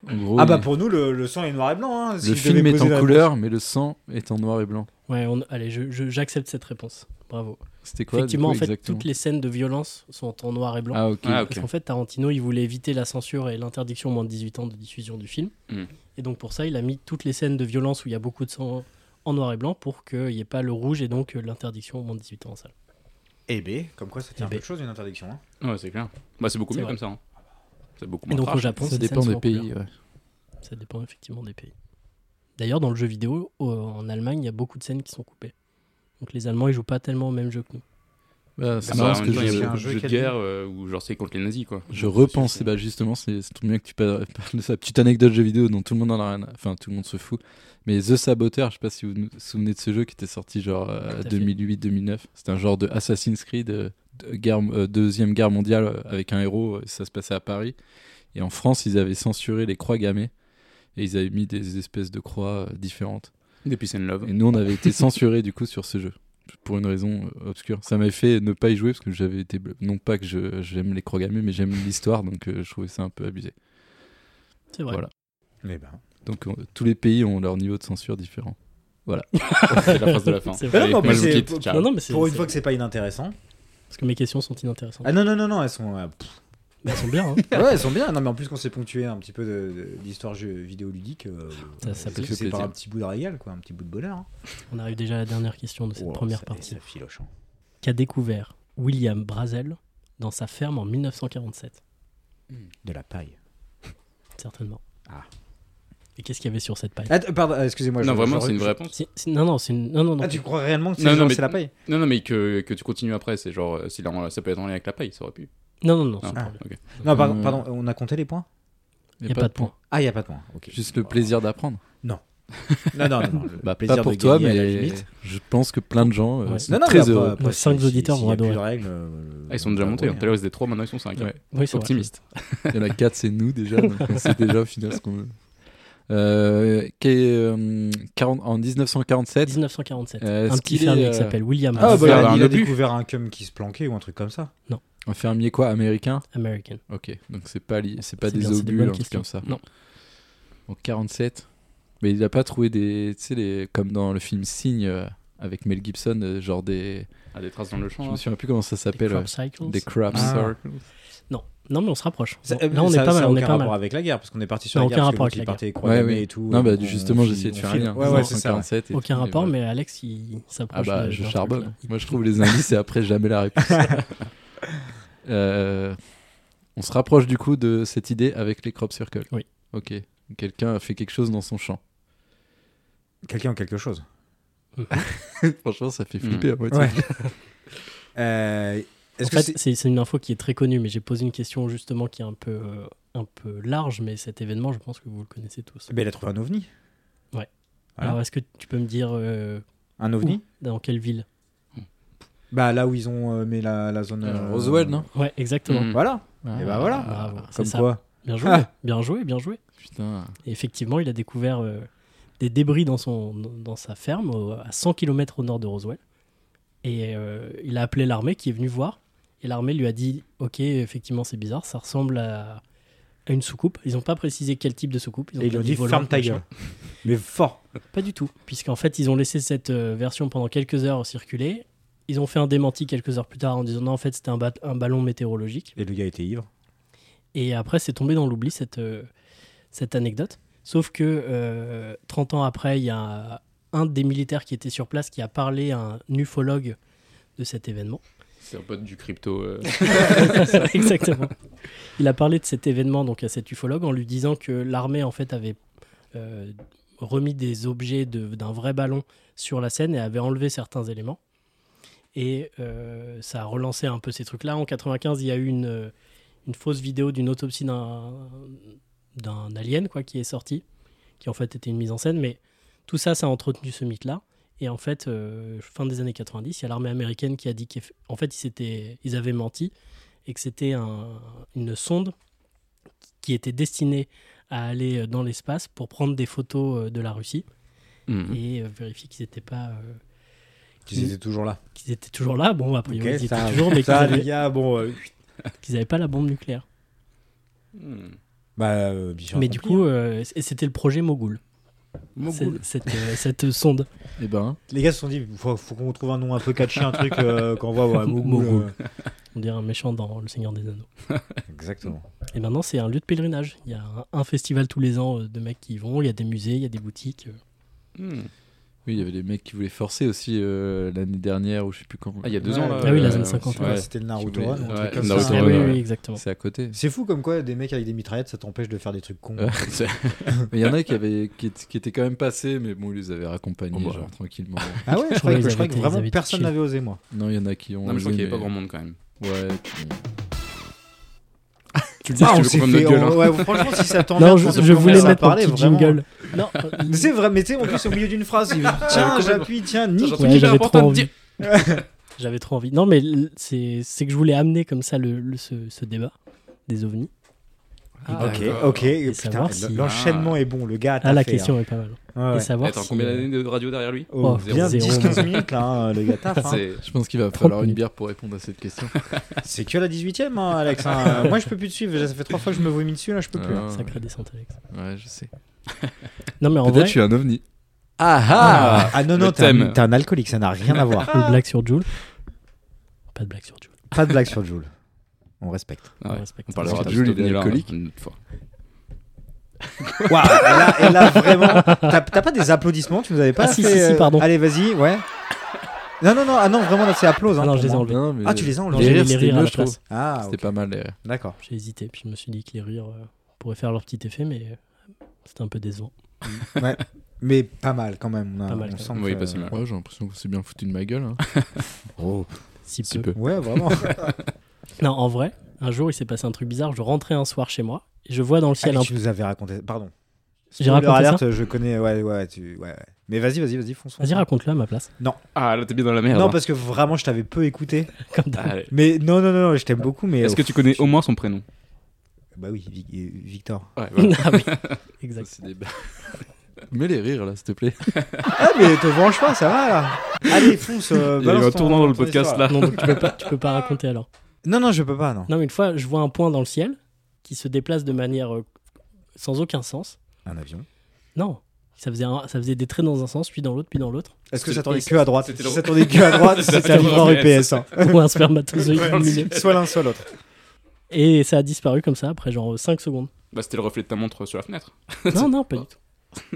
[SPEAKER 2] En gros,
[SPEAKER 3] ah bah
[SPEAKER 2] il-
[SPEAKER 3] pour nous, le, le sang est noir et blanc. hein, si
[SPEAKER 2] le
[SPEAKER 3] je
[SPEAKER 2] film
[SPEAKER 3] devais
[SPEAKER 2] est
[SPEAKER 3] poser la
[SPEAKER 2] en
[SPEAKER 3] réponse.
[SPEAKER 2] couleur, mais le sang est en noir et blanc.
[SPEAKER 1] Ouais, on- allez, je- je- j'accepte cette réponse. Bravo.
[SPEAKER 2] C'était quoi du
[SPEAKER 1] Effectivement,
[SPEAKER 2] coup,
[SPEAKER 1] en fait,
[SPEAKER 2] exactement
[SPEAKER 1] toutes les scènes de violence sont en noir et blanc.
[SPEAKER 2] Ah ok.
[SPEAKER 4] Ah, ok.
[SPEAKER 1] Parce qu'en fait, Tarantino, il voulait éviter la censure et l'interdiction aux moins de 18 ans de diffusion du film.
[SPEAKER 2] Hmm.
[SPEAKER 4] Mm.
[SPEAKER 1] Et donc, pour ça, il a mis toutes les scènes de violence où il y a beaucoup de sang en noir et blanc pour qu'il n'y ait pas le rouge et donc euh, l'interdiction aux moins de 18 ans en salle.
[SPEAKER 3] Eh ben, comme quoi ça
[SPEAKER 1] Eh
[SPEAKER 3] tient un
[SPEAKER 1] ben.
[SPEAKER 3] peu de chose une interdiction. hein.
[SPEAKER 4] Ouais, c'est clair. Bah, c'est beaucoup
[SPEAKER 1] C'est
[SPEAKER 4] mieux
[SPEAKER 1] vrai.
[SPEAKER 4] comme ça. hein. C'est beaucoup
[SPEAKER 1] Et
[SPEAKER 4] moins
[SPEAKER 1] donc, au
[SPEAKER 4] trash.
[SPEAKER 1] Japon,
[SPEAKER 2] Ça
[SPEAKER 1] ces
[SPEAKER 2] dépend
[SPEAKER 1] scènes sont
[SPEAKER 2] des
[SPEAKER 1] en
[SPEAKER 2] pays.
[SPEAKER 1] couleur.
[SPEAKER 2] ouais.
[SPEAKER 1] Ça dépend effectivement des pays. D'ailleurs, dans le jeu vidéo, au- en Allemagne, il y a beaucoup de scènes qui sont coupées. Donc, les Allemands, ils jouent pas tellement au même jeu que nous.
[SPEAKER 2] Bah,
[SPEAKER 4] C'est
[SPEAKER 2] c'est
[SPEAKER 3] Ah,
[SPEAKER 4] marrant
[SPEAKER 2] marrant
[SPEAKER 4] parce
[SPEAKER 2] parce
[SPEAKER 4] que
[SPEAKER 2] que
[SPEAKER 3] temps, il y a
[SPEAKER 4] j'ai
[SPEAKER 2] je,
[SPEAKER 3] bien-
[SPEAKER 4] un
[SPEAKER 3] un
[SPEAKER 4] jeu
[SPEAKER 3] jeu
[SPEAKER 4] de
[SPEAKER 3] qui a
[SPEAKER 4] guerre euh, où genre c'est contre les nazis quoi.
[SPEAKER 2] je repense. et Bah justement, c'est c'est tout bien que tu parles parles de ça. Petite anecdote jeu vidéo dont tout le monde en a rien. à- Enfin, tout le monde se fout. Mais The Saboteur, je sais pas si vous vous souvenez de ce jeu qui était sorti genre euh,
[SPEAKER 1] Tout à fait.
[SPEAKER 2] 2008-2009. C'était un genre de Assassin's Creed, euh, de guerre, euh, deuxième guerre mondiale euh, avec un héros. euh, Ça se passait à Paris. Et en France, ils avaient censuré les croix gammées. Et ils avaient mis des espèces de croix euh, différentes.
[SPEAKER 4] Des Peace and Love.
[SPEAKER 2] Et nous, on avait été censurés du coup sur ce jeu. Pour une raison euh, obscure. Ça m'avait fait ne pas y jouer parce que j'avais été. bl- Non pas que je- j'aime les crogamés, mais j'aime l'histoire, donc euh, je trouvais ça un peu abusé.
[SPEAKER 1] C'est vrai.
[SPEAKER 2] Voilà.
[SPEAKER 3] Eh ben.
[SPEAKER 2] Donc on- tous les pays ont leur niveau de censure différent.
[SPEAKER 4] c'est la phrase de la fin.
[SPEAKER 1] C'est vrai.
[SPEAKER 4] Allez,
[SPEAKER 3] Non, non,
[SPEAKER 4] moi
[SPEAKER 3] mais
[SPEAKER 4] je vous
[SPEAKER 3] c'est-
[SPEAKER 4] quitte. Ciao.
[SPEAKER 1] Non, non, mais c'est-
[SPEAKER 3] Pour une
[SPEAKER 1] c'est-
[SPEAKER 3] fois que c'est pas inintéressant.
[SPEAKER 1] Parce que mes questions sont inintéressantes.
[SPEAKER 3] Ah non, non, non, non, elles sont. euh, pff.
[SPEAKER 1] Mais Elles sont bien, hein.
[SPEAKER 3] Ah ouais, elles sont bien. Non, mais en plus, qu'on s'est ponctué un petit peu de- de- d'histoire jeu vidéo ludique, euh,
[SPEAKER 1] Ça- ça
[SPEAKER 3] euh,
[SPEAKER 1] fait
[SPEAKER 3] c'est par
[SPEAKER 2] plaisir.
[SPEAKER 3] un petit bout de régal, quoi, un petit bout de bonheur. hein.
[SPEAKER 1] On arrive déjà à la dernière question de cette
[SPEAKER 3] Oh,
[SPEAKER 1] première
[SPEAKER 3] ça-
[SPEAKER 1] partie.
[SPEAKER 3] Ça filoche. hein.
[SPEAKER 1] Qu'a découvert William Brazel dans sa ferme en 1947
[SPEAKER 3] De la paille.
[SPEAKER 1] Certainement.
[SPEAKER 3] Ah.
[SPEAKER 1] Et qu'est-ce qu'il y avait sur cette paille
[SPEAKER 3] Attends, pardon, euh, excusez-moi. je-
[SPEAKER 4] Non,
[SPEAKER 3] je-
[SPEAKER 4] vraiment,
[SPEAKER 3] je-
[SPEAKER 4] c'est une
[SPEAKER 3] je-
[SPEAKER 4] vraie réponse.
[SPEAKER 1] C'est- c'est- Non, non, c'est une... Non, non, non.
[SPEAKER 3] Ah, tu crois réellement que
[SPEAKER 4] Non,
[SPEAKER 3] c'est
[SPEAKER 4] non,
[SPEAKER 3] genre,
[SPEAKER 4] mais-
[SPEAKER 3] c'est la paille
[SPEAKER 4] Non, non, mais que, que tu continues après, c'est genre, euh, si là, on- ça peut être en lien avec la paille, ça aurait pu.
[SPEAKER 1] Non, non, non.
[SPEAKER 4] Ah.
[SPEAKER 1] c'est pas vrai.
[SPEAKER 4] Ok.
[SPEAKER 3] Non, par-
[SPEAKER 2] Euh,
[SPEAKER 3] pardon, on a compté les points
[SPEAKER 1] Il n'y a pas de point.
[SPEAKER 3] Ah, il n'y a pas de points. ok.
[SPEAKER 2] Juste le plaisir d'apprendre.
[SPEAKER 3] Non, non, non. non, le
[SPEAKER 2] Bah,
[SPEAKER 3] plaisir
[SPEAKER 2] pas pour
[SPEAKER 3] de
[SPEAKER 2] toi,
[SPEAKER 3] gagner, à la
[SPEAKER 2] mais
[SPEAKER 3] limite.
[SPEAKER 2] je pense que plein de gens euh,
[SPEAKER 1] Ouais.
[SPEAKER 2] sont
[SPEAKER 3] Non, non,
[SPEAKER 2] très
[SPEAKER 3] mais après-
[SPEAKER 2] heureux.
[SPEAKER 3] après,
[SPEAKER 1] Nos cinq
[SPEAKER 3] si- si-
[SPEAKER 1] auditeurs
[SPEAKER 3] s'il
[SPEAKER 1] vont
[SPEAKER 3] y a plus de
[SPEAKER 1] adorer.
[SPEAKER 3] règles, euh,
[SPEAKER 4] Ah, ils sont
[SPEAKER 3] on
[SPEAKER 4] déjà
[SPEAKER 3] va
[SPEAKER 4] montés. hein.
[SPEAKER 3] adorer,
[SPEAKER 4] Tout à l'heure, ils étaient 3, maintenant ils sont hein. 5.
[SPEAKER 2] Ouais.
[SPEAKER 1] Oui, c'est vrai.
[SPEAKER 4] Optimiste.
[SPEAKER 2] Il y en a 4, c'est nous déjà. Donc on sait déjà au final ce qu'on veut. Euh, qu'est, euh, 40 en 1947,
[SPEAKER 1] 1947.
[SPEAKER 2] Euh,
[SPEAKER 1] un
[SPEAKER 2] ce
[SPEAKER 1] petit
[SPEAKER 2] qu'il est,
[SPEAKER 1] fermier
[SPEAKER 2] euh,
[SPEAKER 1] qui s'appelle William
[SPEAKER 3] Ah,
[SPEAKER 1] Brazel,
[SPEAKER 4] bah,
[SPEAKER 3] bah,
[SPEAKER 4] un
[SPEAKER 3] il a
[SPEAKER 4] obus.
[SPEAKER 3] découvert un cum qui se planquait ou un truc comme ça.
[SPEAKER 2] un fermier quoi Américain
[SPEAKER 1] American.
[SPEAKER 2] Ok, donc c'est pas, li- c'est pas
[SPEAKER 1] C'est
[SPEAKER 2] des
[SPEAKER 1] bien, c'est des
[SPEAKER 2] obus,
[SPEAKER 1] bonnes
[SPEAKER 2] un truc
[SPEAKER 1] questions.
[SPEAKER 2] comme ça.
[SPEAKER 1] Non.
[SPEAKER 2] En 47. Mais il a pas trouvé des. Tu sais, les- comme dans le film Signe euh, avec Mel Gibson, euh, genre des.
[SPEAKER 4] Ah, des traces dans le
[SPEAKER 2] Je
[SPEAKER 4] champ.
[SPEAKER 2] me
[SPEAKER 4] là.
[SPEAKER 2] souviens plus comment ça s'appelle.
[SPEAKER 1] Crop
[SPEAKER 2] ouais.
[SPEAKER 1] Cycles.
[SPEAKER 2] Des crabs.
[SPEAKER 3] Ah.
[SPEAKER 1] Non. non, mais on se rapproche.
[SPEAKER 3] Ça-
[SPEAKER 1] Bon, là, on
[SPEAKER 3] ça-
[SPEAKER 1] est pas
[SPEAKER 3] ça
[SPEAKER 1] mal.
[SPEAKER 3] a
[SPEAKER 1] On est
[SPEAKER 3] aucun
[SPEAKER 1] pas
[SPEAKER 3] rapport
[SPEAKER 1] mal.
[SPEAKER 3] avec la guerre, parce qu'on est parti sur
[SPEAKER 1] Non,
[SPEAKER 3] la guerre.
[SPEAKER 1] aucun
[SPEAKER 3] parce que
[SPEAKER 1] rapport
[SPEAKER 3] donc,
[SPEAKER 1] avec la
[SPEAKER 3] il partait
[SPEAKER 2] Ouais,
[SPEAKER 3] croix-gammée
[SPEAKER 2] oui.
[SPEAKER 3] et tout.
[SPEAKER 2] Non, bah
[SPEAKER 3] donc on-
[SPEAKER 2] justement,
[SPEAKER 3] on
[SPEAKER 2] j'essayais de
[SPEAKER 3] file-
[SPEAKER 2] faire
[SPEAKER 3] on
[SPEAKER 2] un
[SPEAKER 3] file.
[SPEAKER 2] lien.
[SPEAKER 3] Ouais, ouais, c'est ça. ouais.
[SPEAKER 2] 1947 et-
[SPEAKER 1] Aucun
[SPEAKER 2] et
[SPEAKER 1] rapport,
[SPEAKER 2] voilà.
[SPEAKER 1] mais Alex, il
[SPEAKER 2] Ah
[SPEAKER 1] s'approche.
[SPEAKER 2] bah,
[SPEAKER 1] de- d'un
[SPEAKER 2] je
[SPEAKER 1] truc, là.
[SPEAKER 2] charbonne. Moi, je trouve les indices et après, jamais la réponse. Euh, on se rapproche du coup de cette idée avec les crop circles.
[SPEAKER 1] Oui.
[SPEAKER 2] Ok. Quelqu'un a fait quelque chose dans son champ.
[SPEAKER 3] Quelqu'un ou quelque chose.
[SPEAKER 2] Franchement, ça fait flipper à moitié.
[SPEAKER 3] Ouais. Euh,
[SPEAKER 1] En
[SPEAKER 3] Est-ce que
[SPEAKER 1] fait,
[SPEAKER 3] c'est-
[SPEAKER 1] c'est c'est une info qui est très connue, mais j'ai posé une question justement qui est un peu, euh, un peu large, mais cet événement, je pense que vous le connaissez tous.
[SPEAKER 3] Ben, il a trouvé un ovni. voilà.
[SPEAKER 1] Alors, est-ce que tu peux me dire euh,
[SPEAKER 3] Un
[SPEAKER 1] où
[SPEAKER 3] ovni
[SPEAKER 1] dans quelle ville
[SPEAKER 3] Bah là où ils ont euh, mis la, la zone.
[SPEAKER 2] Euh,
[SPEAKER 3] euh,
[SPEAKER 2] Roswell, non
[SPEAKER 1] Ouais, exactement.
[SPEAKER 4] Mm.
[SPEAKER 3] Voilà.
[SPEAKER 2] Ah,
[SPEAKER 3] Et bah voilà.
[SPEAKER 1] Bravo,
[SPEAKER 3] Comme
[SPEAKER 1] c'est ça.
[SPEAKER 3] quoi.
[SPEAKER 1] Bien joué,
[SPEAKER 3] Ah.
[SPEAKER 1] bien joué, bien joué.
[SPEAKER 2] Putain.
[SPEAKER 1] Et effectivement, il a découvert euh, des débris dans, son, dans sa ferme, au- à 100 km au nord de Roswell. Et euh, il a appelé l'armée qui est venue voir. Et l'armée lui a dit Ok, effectivement, c'est bizarre, ça ressemble à, à une soucoupe. Ils n'ont pas précisé quel type de soucoupe.
[SPEAKER 3] Et ils
[SPEAKER 1] pas
[SPEAKER 3] ont dit
[SPEAKER 1] volant,
[SPEAKER 3] ferme ta
[SPEAKER 1] machin.
[SPEAKER 3] gueule. Mais fort.
[SPEAKER 1] Pas du tout, puisqu'en fait, ils ont laissé cette euh, version pendant quelques heures circuler. Ils ont fait un démenti quelques heures plus tard en disant non, en fait, c'était un, ba- un ballon météorologique.
[SPEAKER 3] Et le gars était ivre.
[SPEAKER 1] Et après, c'est tombé dans l'oubli, cette, euh, cette anecdote. Sauf que euh, 30 ans après, il y a un des militaires qui était sur place qui a parlé à un ufologue de cet événement.
[SPEAKER 4] C'est un pote du crypto. euh,
[SPEAKER 1] Exactement. Il a parlé de cet événement donc à cet ufologue en lui disant que l'armée en fait avait euh, remis des objets de- d'un vrai ballon sur la scène et avait enlevé certains éléments. Et euh, ça a relancé un peu ces trucs-là. En 95, il y a eu une, euh, une fausse vidéo d'une autopsie d'un d'un alien quoi qui est sorti, qui en fait était une mise en scène. Mais tout ça, ça a entretenu ce mythe-là. Et en fait, euh, fin des années 90, il y a l'armée américaine qui a dit qu'en fait, ils, s'étaient- ils avaient menti et que c'était un- une sonde qui était destinée à aller euh, dans l'espace pour prendre des photos euh, de la Russie
[SPEAKER 3] Mmh.
[SPEAKER 4] Mhm.
[SPEAKER 1] et euh, vérifier qu'ils étaient pas euh,
[SPEAKER 3] Qu'ils étaient toujours là.
[SPEAKER 1] qu'ils étaient toujours là. Bon, a priori,
[SPEAKER 3] Ok,
[SPEAKER 1] ils y
[SPEAKER 3] ça,
[SPEAKER 1] étaient toujours, mais qu'ils
[SPEAKER 3] ça les
[SPEAKER 1] avaient,
[SPEAKER 3] gars, bon. euh,
[SPEAKER 1] qu'ils avaient pas la bombe nucléaire.
[SPEAKER 4] Mhm.
[SPEAKER 3] Bah, euh, Mission
[SPEAKER 1] Mais du
[SPEAKER 3] accomplie,
[SPEAKER 1] coup,
[SPEAKER 3] hein.
[SPEAKER 1] euh, c- c'était le projet Mogul. C'est-
[SPEAKER 2] Mogul.
[SPEAKER 1] Cette, euh, cette sonde.
[SPEAKER 2] Eh ben,
[SPEAKER 3] les gars se sont dit, faut, faut qu'on trouve un nom un peu catchy, un truc euh, qu'on voit ouais, Mogul,
[SPEAKER 1] Mogul.
[SPEAKER 3] euh.
[SPEAKER 1] On dirait un méchant dans Le Seigneur des Anneaux.
[SPEAKER 3] Exactement.
[SPEAKER 1] Et maintenant, c'est un lieu de pèlerinage. Il y a un, un festival tous les ans euh, de mecs qui y vont. Il y a des musées, il y a des boutiques. euh.
[SPEAKER 4] Hmm.
[SPEAKER 2] oui, il y avait des mecs qui voulaient forcer aussi euh, l'année dernière ou je sais plus quand.
[SPEAKER 4] Ah, il y a deux
[SPEAKER 3] Ouais.
[SPEAKER 4] ans là.
[SPEAKER 1] Ah oui, la zone
[SPEAKER 4] euh,
[SPEAKER 1] 50,
[SPEAKER 4] ouais.
[SPEAKER 1] ouais.
[SPEAKER 3] C'était le
[SPEAKER 2] Si
[SPEAKER 3] Naruto
[SPEAKER 2] vous voulez.
[SPEAKER 3] Run, un
[SPEAKER 4] Ouais,
[SPEAKER 3] truc comme
[SPEAKER 4] Naruto
[SPEAKER 3] ça.
[SPEAKER 1] Ah
[SPEAKER 4] Run,
[SPEAKER 1] oui,
[SPEAKER 4] ouais.
[SPEAKER 1] oui, exactement.
[SPEAKER 2] C'est à côté.
[SPEAKER 3] C'est fou comme quoi des mecs avec des mitraillettes, ça t'empêche de faire des trucs cons.
[SPEAKER 2] Ouais, c'est- Mais il y en a qui, avaient, qui, étaient- qui étaient quand même passés, mais bon, ils les avaient raccompagnés,
[SPEAKER 4] Oh, bah.
[SPEAKER 2] genre tranquillement.
[SPEAKER 3] Ah ouais, je croyais
[SPEAKER 1] Ouais,
[SPEAKER 3] que,
[SPEAKER 1] ils
[SPEAKER 3] je croyais
[SPEAKER 1] avaient-
[SPEAKER 3] que
[SPEAKER 1] ils
[SPEAKER 3] vraiment
[SPEAKER 1] avaient
[SPEAKER 3] personne
[SPEAKER 1] chill.
[SPEAKER 3] n'avait osé, moi.
[SPEAKER 2] Non, il y en a qui ont.
[SPEAKER 4] Non, mais je crois
[SPEAKER 2] osé,
[SPEAKER 4] qu'il n'y avait pas
[SPEAKER 2] mais-
[SPEAKER 4] grand monde quand même.
[SPEAKER 2] Ouais, puis-
[SPEAKER 4] Tu le dis, tu veux qu'on notre gueule. hein.
[SPEAKER 3] on- ouais, franchement, si ça t'emmerde,
[SPEAKER 1] Non, je,
[SPEAKER 3] si
[SPEAKER 1] je
[SPEAKER 3] on
[SPEAKER 1] voulais
[SPEAKER 3] commence à
[SPEAKER 1] mettre un
[SPEAKER 3] parler,
[SPEAKER 1] petit
[SPEAKER 3] vraiment.
[SPEAKER 1] jingle. Non, euh,
[SPEAKER 3] Mais C'est vrai, mais tu sais, en plus, au milieu d'une phrase, il tiens,
[SPEAKER 4] complètement.
[SPEAKER 3] j'appuie, tiens, nique.
[SPEAKER 4] J'entends
[SPEAKER 1] Ouais,
[SPEAKER 4] qu'il est
[SPEAKER 1] j'avais
[SPEAKER 4] important
[SPEAKER 1] trop
[SPEAKER 4] de
[SPEAKER 1] envie. J'avais trop envie. Non, mais l- c'est c'est que je voulais amener comme ça le, le- ce, ce débat des ovnis.
[SPEAKER 4] Ah,
[SPEAKER 3] ok,
[SPEAKER 4] d'accord.
[SPEAKER 3] ok. Putain,
[SPEAKER 1] savoir si-
[SPEAKER 3] l'enchaînement est bon, le gars a
[SPEAKER 1] Ah, la
[SPEAKER 3] taffé,
[SPEAKER 1] question est pas mal.
[SPEAKER 3] hein. Ouais,
[SPEAKER 1] Et
[SPEAKER 3] ouais.
[SPEAKER 1] savoir
[SPEAKER 4] Attends,
[SPEAKER 1] si,
[SPEAKER 4] combien
[SPEAKER 1] euh,
[SPEAKER 4] d'années de radio derrière lui
[SPEAKER 1] Oh,
[SPEAKER 3] Oh, bien
[SPEAKER 1] zéro.
[SPEAKER 3] 10-15 minutes là, hein, le gars taffe. hein.
[SPEAKER 4] C'est-
[SPEAKER 2] Je pense qu'il va
[SPEAKER 1] 30
[SPEAKER 2] falloir une
[SPEAKER 1] minutes.
[SPEAKER 2] bière pour répondre à cette question.
[SPEAKER 3] C'est que la 18 e hein, Alex. hein. Moi, je peux plus te suivre. Ça fait trois fois que je me vomis dessus, là, je peux plus. hein.
[SPEAKER 2] Ah,
[SPEAKER 1] Sacré descente, Alex.
[SPEAKER 2] Ouais, je sais.
[SPEAKER 1] Non, mais en
[SPEAKER 2] Peut-être
[SPEAKER 1] vrai,
[SPEAKER 2] je suis un ovni. Ah
[SPEAKER 3] Ah non,
[SPEAKER 4] le
[SPEAKER 3] non, t'es un,
[SPEAKER 4] thème.
[SPEAKER 3] t'es un alcoolique, ça n'a rien à voir.
[SPEAKER 1] une blague sur Jules. Pas de blague sur Jules.
[SPEAKER 3] Pas de blague sur Jules. On respecte.
[SPEAKER 4] Ah
[SPEAKER 1] On
[SPEAKER 4] ouais.
[SPEAKER 1] respecte.
[SPEAKER 4] On parlera
[SPEAKER 2] Parce
[SPEAKER 4] de
[SPEAKER 2] que Jules,
[SPEAKER 4] cet
[SPEAKER 2] il est
[SPEAKER 4] ovni-là,
[SPEAKER 2] alcoolique.
[SPEAKER 4] une autre fois.
[SPEAKER 3] Waouh, et là, et là, vraiment. T'as t'as pas des applaudissements Tu nous avais pas
[SPEAKER 1] Ah, si,
[SPEAKER 3] fait,
[SPEAKER 1] si, si,
[SPEAKER 3] euh,
[SPEAKER 1] pardon.
[SPEAKER 3] Allez, vas-y, ouais. Non, non, non, ah non, vraiment, là, c'est applause. hein,
[SPEAKER 1] Ah non, je
[SPEAKER 3] pour
[SPEAKER 1] les ai
[SPEAKER 3] moi.
[SPEAKER 1] enlevés.
[SPEAKER 2] Non, mais-
[SPEAKER 3] Ah, tu les as
[SPEAKER 1] Non,
[SPEAKER 3] enlevés
[SPEAKER 1] j'ai
[SPEAKER 2] Les rires,
[SPEAKER 1] mis les
[SPEAKER 2] c'était
[SPEAKER 1] rires à
[SPEAKER 2] mieux,
[SPEAKER 1] la
[SPEAKER 2] je trouve.
[SPEAKER 1] place.
[SPEAKER 3] Ah,
[SPEAKER 2] C'était
[SPEAKER 3] ok.
[SPEAKER 2] pas mal, les rires.
[SPEAKER 3] d'accord.
[SPEAKER 1] J'ai hésité, puis je me suis dit que les rires euh, pourraient faire leur petit effet, mais euh, c'était un peu décevant.
[SPEAKER 3] Mais pas mal quand même. On, a,
[SPEAKER 1] Pas mal,
[SPEAKER 3] on
[SPEAKER 1] quand
[SPEAKER 3] sent
[SPEAKER 4] même. Oui,
[SPEAKER 3] que-
[SPEAKER 4] pas si mal.
[SPEAKER 2] Ouais, j'ai l'impression que c'est bien foutu de ma gueule. hein.
[SPEAKER 3] Oh.
[SPEAKER 1] Si
[SPEAKER 2] Si
[SPEAKER 1] peu.
[SPEAKER 2] peu.
[SPEAKER 3] Ouais, vraiment.
[SPEAKER 1] Non, en vrai, un jour, il s'est passé un truc bizarre. Je rentrais un soir chez moi et je vois dans le
[SPEAKER 3] Ah,
[SPEAKER 1] ciel
[SPEAKER 3] mais
[SPEAKER 1] un
[SPEAKER 3] tu nous avais raconté. Pardon.
[SPEAKER 1] J'ai raconté
[SPEAKER 3] Spoiler alerte, je connais. Ouais, ouais, tu. Ouais, ouais. Mais vas-y, vas-y, vas-y, fonçons.
[SPEAKER 1] Vas-y, raconte-le à ma place.
[SPEAKER 4] Ah, là, t'es bien dans la merde.
[SPEAKER 3] Non,
[SPEAKER 4] hein.
[SPEAKER 3] parce que vraiment, je t'avais peu écouté.
[SPEAKER 1] Comme d'hab.
[SPEAKER 4] Allez.
[SPEAKER 3] Mais non, non, non, je t'aime beaucoup, mais.
[SPEAKER 4] Est-ce que tu connais au moins son prénom
[SPEAKER 3] Bah oui, Vi- euh, Victor.
[SPEAKER 4] Ouais,
[SPEAKER 1] Ah oui, exact.
[SPEAKER 2] C'est des- Mets les rires, là, s'il te plaît.
[SPEAKER 3] Ah, mais te venge pas, ça va là. Allez, fonce. euh,
[SPEAKER 4] Il y a eu
[SPEAKER 3] balance
[SPEAKER 4] un
[SPEAKER 3] ton-
[SPEAKER 4] tournant dans le
[SPEAKER 3] ton
[SPEAKER 4] podcast
[SPEAKER 3] histoire.
[SPEAKER 4] là.
[SPEAKER 1] Non, donc tu peux pas, tu peux pas raconter alors.
[SPEAKER 3] Non, non, je peux pas, non.
[SPEAKER 1] Non, mais une fois, je vois un point dans le ciel qui se déplace de manière euh, sans aucun sens.
[SPEAKER 3] Un avion.
[SPEAKER 1] Non, ça faisait, un- ça faisait des traits dans un sens, puis dans l'autre, puis dans l'autre.
[SPEAKER 3] Est-ce que
[SPEAKER 4] C'était-
[SPEAKER 3] ça tournait que à droite
[SPEAKER 4] c'était
[SPEAKER 3] Si
[SPEAKER 4] le-
[SPEAKER 3] ça tournait que à droite, c'était un
[SPEAKER 4] C'était
[SPEAKER 3] livreur
[SPEAKER 4] le-
[SPEAKER 3] UPS. hein.
[SPEAKER 1] Ou un spermatozoïde
[SPEAKER 4] Ouais,
[SPEAKER 1] lumineux.
[SPEAKER 3] Soit l'un, soit l'autre.
[SPEAKER 1] Et ça a disparu comme ça après genre 5 secondes.
[SPEAKER 4] Bah, c'était le reflet de ta montre sur la fenêtre.
[SPEAKER 1] Non, non, pas du tout.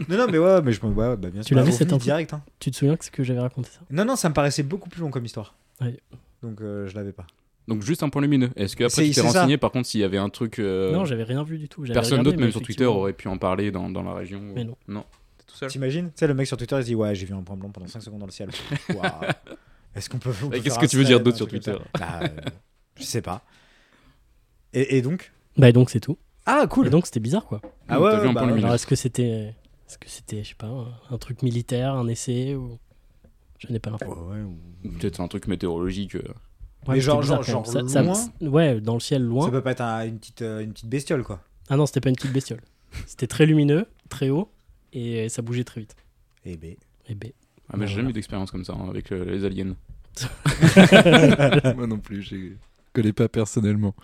[SPEAKER 3] Non, non, mais ouais, mais je me. Ouais, bah bien sûr.
[SPEAKER 1] Tu l'avais,
[SPEAKER 3] bah,
[SPEAKER 1] cette
[SPEAKER 3] ovni
[SPEAKER 1] info
[SPEAKER 3] direct, hein.
[SPEAKER 1] Tu te souviens que ce que j'avais raconté ça
[SPEAKER 3] Non, non, ça me paraissait beaucoup plus long comme histoire.
[SPEAKER 1] Ouais.
[SPEAKER 3] Donc euh, je l'avais pas.
[SPEAKER 4] Donc, juste un point lumineux. Est-ce que après
[SPEAKER 3] C'est-
[SPEAKER 4] tu t'es
[SPEAKER 3] c'est ça.
[SPEAKER 4] renseigné par contre s'il y avait un truc. euh,
[SPEAKER 1] Non, j'avais rien vu du tout. J'avais
[SPEAKER 4] Personne
[SPEAKER 1] regardé,
[SPEAKER 4] d'autre,
[SPEAKER 1] mais
[SPEAKER 4] même sur Twitter,
[SPEAKER 1] effectivement-
[SPEAKER 4] aurait pu en parler dans, dans la région.
[SPEAKER 1] Mais non.
[SPEAKER 4] T'es
[SPEAKER 3] Ah
[SPEAKER 4] tout seul.
[SPEAKER 3] T'imagines Tu sais, le mec sur Twitter, il dit Ouais, j'ai vu un point blanc pendant 5 secondes dans le ciel. Waouh. Est-ce qu'on peut. on peut
[SPEAKER 4] Et
[SPEAKER 3] faire
[SPEAKER 4] qu'est-ce
[SPEAKER 3] un
[SPEAKER 4] que tu veux dire
[SPEAKER 3] thread,
[SPEAKER 4] d'autre
[SPEAKER 3] un
[SPEAKER 4] sur
[SPEAKER 3] truc
[SPEAKER 4] Twitter
[SPEAKER 3] comme ça Bah, euh, je sais pas. Et, et donc
[SPEAKER 1] Bah et donc c'est tout.
[SPEAKER 3] Ah,
[SPEAKER 1] Et
[SPEAKER 3] cool
[SPEAKER 1] donc c'était bizarre quoi.
[SPEAKER 3] Ah ouais,
[SPEAKER 4] T'as vu
[SPEAKER 3] ouais,
[SPEAKER 4] un
[SPEAKER 3] bah
[SPEAKER 4] point
[SPEAKER 3] ouais.
[SPEAKER 4] lumineux.
[SPEAKER 1] Alors est-ce que c'était est-ce que c'était je sais pas un, un truc militaire, un essai ou je n'ai pas l'info.
[SPEAKER 3] Ouais, ouais, ou-
[SPEAKER 4] Ou Peut-être un truc météorologique. euh.
[SPEAKER 1] Ouais,
[SPEAKER 3] Mais genre-
[SPEAKER 1] c'était bizarre,
[SPEAKER 3] genre-
[SPEAKER 1] quand
[SPEAKER 3] genre
[SPEAKER 1] même. ça, ça-
[SPEAKER 3] loin
[SPEAKER 1] ça- Ouais, dans le ciel
[SPEAKER 3] Ça
[SPEAKER 1] loin.
[SPEAKER 3] peut pas être un- une, petite, euh, une petite bestiole, quoi.
[SPEAKER 1] Ah non, c'était pas une petite bestiole. c'était très lumineux, très haut et ça bougeait très vite.
[SPEAKER 3] Eh ben.
[SPEAKER 1] Et B.
[SPEAKER 4] Ah,
[SPEAKER 1] Voilà.
[SPEAKER 4] mais j'ai jamais eu d'expérience comme ça hein, avec euh, les aliens.
[SPEAKER 2] Moi non plus, je connais pas personnellement.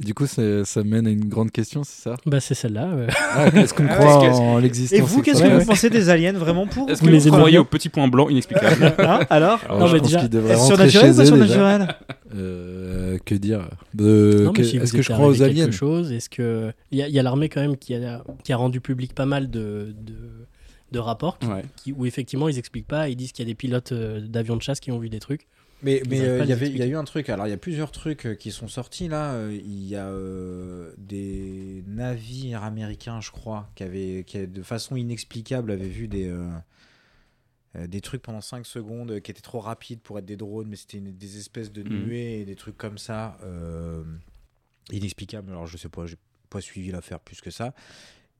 [SPEAKER 2] Du coup, ça, ça mène à une grande question, c'est ça
[SPEAKER 1] Bah c'est celle-là. euh.
[SPEAKER 2] ah, Est-ce qu'on
[SPEAKER 3] Ah,
[SPEAKER 2] croit
[SPEAKER 3] est-ce que-
[SPEAKER 2] en l'existence
[SPEAKER 3] Et vous, qu'est-ce que
[SPEAKER 1] ouais,
[SPEAKER 3] vous
[SPEAKER 1] ouais.
[SPEAKER 3] pensez des aliens vraiment pour
[SPEAKER 4] Est-ce
[SPEAKER 1] Vous
[SPEAKER 4] que
[SPEAKER 1] les
[SPEAKER 4] vous
[SPEAKER 1] aimez
[SPEAKER 4] croyez
[SPEAKER 1] bien
[SPEAKER 4] aux petits points blancs inexplicables
[SPEAKER 3] Hein Alors
[SPEAKER 2] Alors,
[SPEAKER 1] Non,
[SPEAKER 2] je
[SPEAKER 1] mais
[SPEAKER 2] pense
[SPEAKER 1] déjà,
[SPEAKER 2] qu'ils devraient
[SPEAKER 3] Est-ce
[SPEAKER 2] rentrer chez
[SPEAKER 3] surnaturel ou pas
[SPEAKER 2] eux, déjà.
[SPEAKER 3] surnaturel
[SPEAKER 2] Euh, que dire De-
[SPEAKER 1] Non, mais
[SPEAKER 2] que-
[SPEAKER 1] si vous
[SPEAKER 2] Est-ce que je
[SPEAKER 1] êtes
[SPEAKER 2] crois aux
[SPEAKER 1] arrivé
[SPEAKER 2] aliens
[SPEAKER 1] quelque chose Est-ce que il y a, il y a l'armée quand même qui a, qui a rendu public pas mal de, de, de rapports qui-
[SPEAKER 4] Ouais.
[SPEAKER 1] qui- où effectivement ils expliquent pas, ils disent qu'il y a des pilotes euh, d'avions de chasse qui ont vu des trucs.
[SPEAKER 5] Mais mais
[SPEAKER 1] arrivent
[SPEAKER 5] euh,
[SPEAKER 1] pas à
[SPEAKER 5] il
[SPEAKER 1] les
[SPEAKER 5] y avait il y a eu un truc. Alors il y a plusieurs trucs euh, qui sont sortis là. Euh, Il y a euh, des navires américains, je crois, qui avaient qui de façon inexplicable avaient vu des euh, euh, des trucs pendant 5 secondes euh, qui étaient trop rapides pour être des drones, mais c'était une- des espèces de
[SPEAKER 4] Mhm.
[SPEAKER 5] nuées et des trucs comme ça euh, inexplicables. Alors je sais pas, j'ai pas suivi l'affaire plus que ça.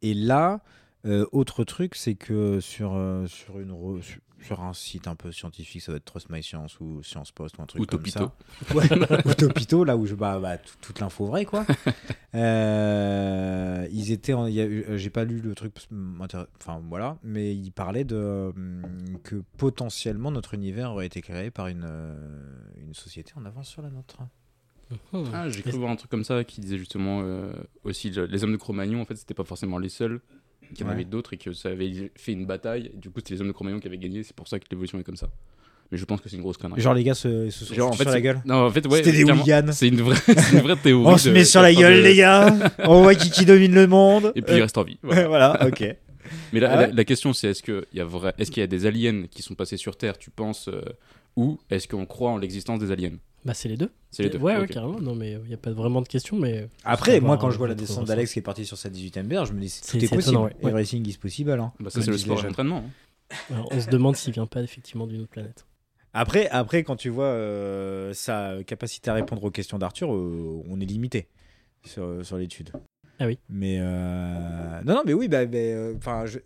[SPEAKER 5] Et là, euh, autre truc, c'est que sur, euh, sur, une re- sur- sur un site un peu scientifique, ça doit être Trust My Science ou Science Post ou un truc
[SPEAKER 4] Ou
[SPEAKER 5] comme
[SPEAKER 4] Topito.
[SPEAKER 5] ça. Ouais, ou Topito, là où je bah, bah, tout- toute l'info vraie, quoi. Euh, ils étaient, en- il y a eu- euh, j'ai pas lu le truc, parce que m'intér- enfin voilà, mais ils parlaient de euh, que potentiellement notre univers aurait été créé par une euh, une société en avance sur la nôtre.
[SPEAKER 1] Mhm.
[SPEAKER 4] Ah, j'ai cru voir un truc comme ça qui disait justement euh, aussi le- les hommes de Cro-Magnon, en fait, c'était pas forcément les seuls, qu'il y en
[SPEAKER 3] Ouais.
[SPEAKER 4] avait d'autres et que ça avait fait une bataille. Et du coup, c'était les hommes de Cro-Magnon qui avaient gagné, c'est pour ça que l'évolution est comme ça. Mais je pense que c'est une grosse connerie.
[SPEAKER 3] Genre, les gars se, se sont
[SPEAKER 4] Genre,
[SPEAKER 3] foutus sur
[SPEAKER 4] c'est-
[SPEAKER 3] la gueule.
[SPEAKER 4] Non, en fait, ouais.
[SPEAKER 3] C'était des
[SPEAKER 4] clairement,
[SPEAKER 3] hooligans.
[SPEAKER 4] C'est une vraie, c'est une vraie théorie.
[SPEAKER 3] On se
[SPEAKER 4] de-
[SPEAKER 3] met sur la
[SPEAKER 4] de-
[SPEAKER 3] gueule, les gars. On voit qui, qui domine le monde.
[SPEAKER 4] Et puis il reste en vie. voilà.
[SPEAKER 3] Euh, voilà, ok.
[SPEAKER 4] Mais la,
[SPEAKER 3] Ah ouais
[SPEAKER 4] la- la question, c'est est-ce qu'il y, a vrai... est-ce qu'il y a des aliens qui sont passés sur Terre, tu penses, euh, ou est-ce qu'on croit en l'existence des aliens
[SPEAKER 1] Bah, c'est les deux.
[SPEAKER 4] C'est les deux.
[SPEAKER 1] Ouais, ouais,
[SPEAKER 4] Ok.
[SPEAKER 1] carrément. Non, mais il n'y a pas vraiment de question, mais.
[SPEAKER 3] Après,
[SPEAKER 1] Savoir,
[SPEAKER 3] moi, quand je
[SPEAKER 1] euh,
[SPEAKER 3] vois la
[SPEAKER 1] votre
[SPEAKER 3] descente
[SPEAKER 1] ressenti.
[SPEAKER 3] d'Alex qui est parti sur sa 18ème berge, je me dis
[SPEAKER 1] C'est-
[SPEAKER 3] tout est,
[SPEAKER 1] c'est
[SPEAKER 3] possible.
[SPEAKER 1] étonnant, ouais.
[SPEAKER 3] Everything is possible. Hein,
[SPEAKER 4] Bah, ça,
[SPEAKER 3] comme
[SPEAKER 4] c'est le
[SPEAKER 3] disent les
[SPEAKER 4] sport et
[SPEAKER 3] jeunes.
[SPEAKER 4] l'entraînement. hein.
[SPEAKER 1] Alors, on se demande s'il vient pas effectivement d'une autre planète.
[SPEAKER 3] Après, après, quand tu vois euh, sa capacité à répondre aux questions d'Arthur, euh, on est limité sur, sur l'étude.
[SPEAKER 1] Ah oui.
[SPEAKER 3] Mais euh, non, non, mais oui, bah, bah, euh, 'fin, je-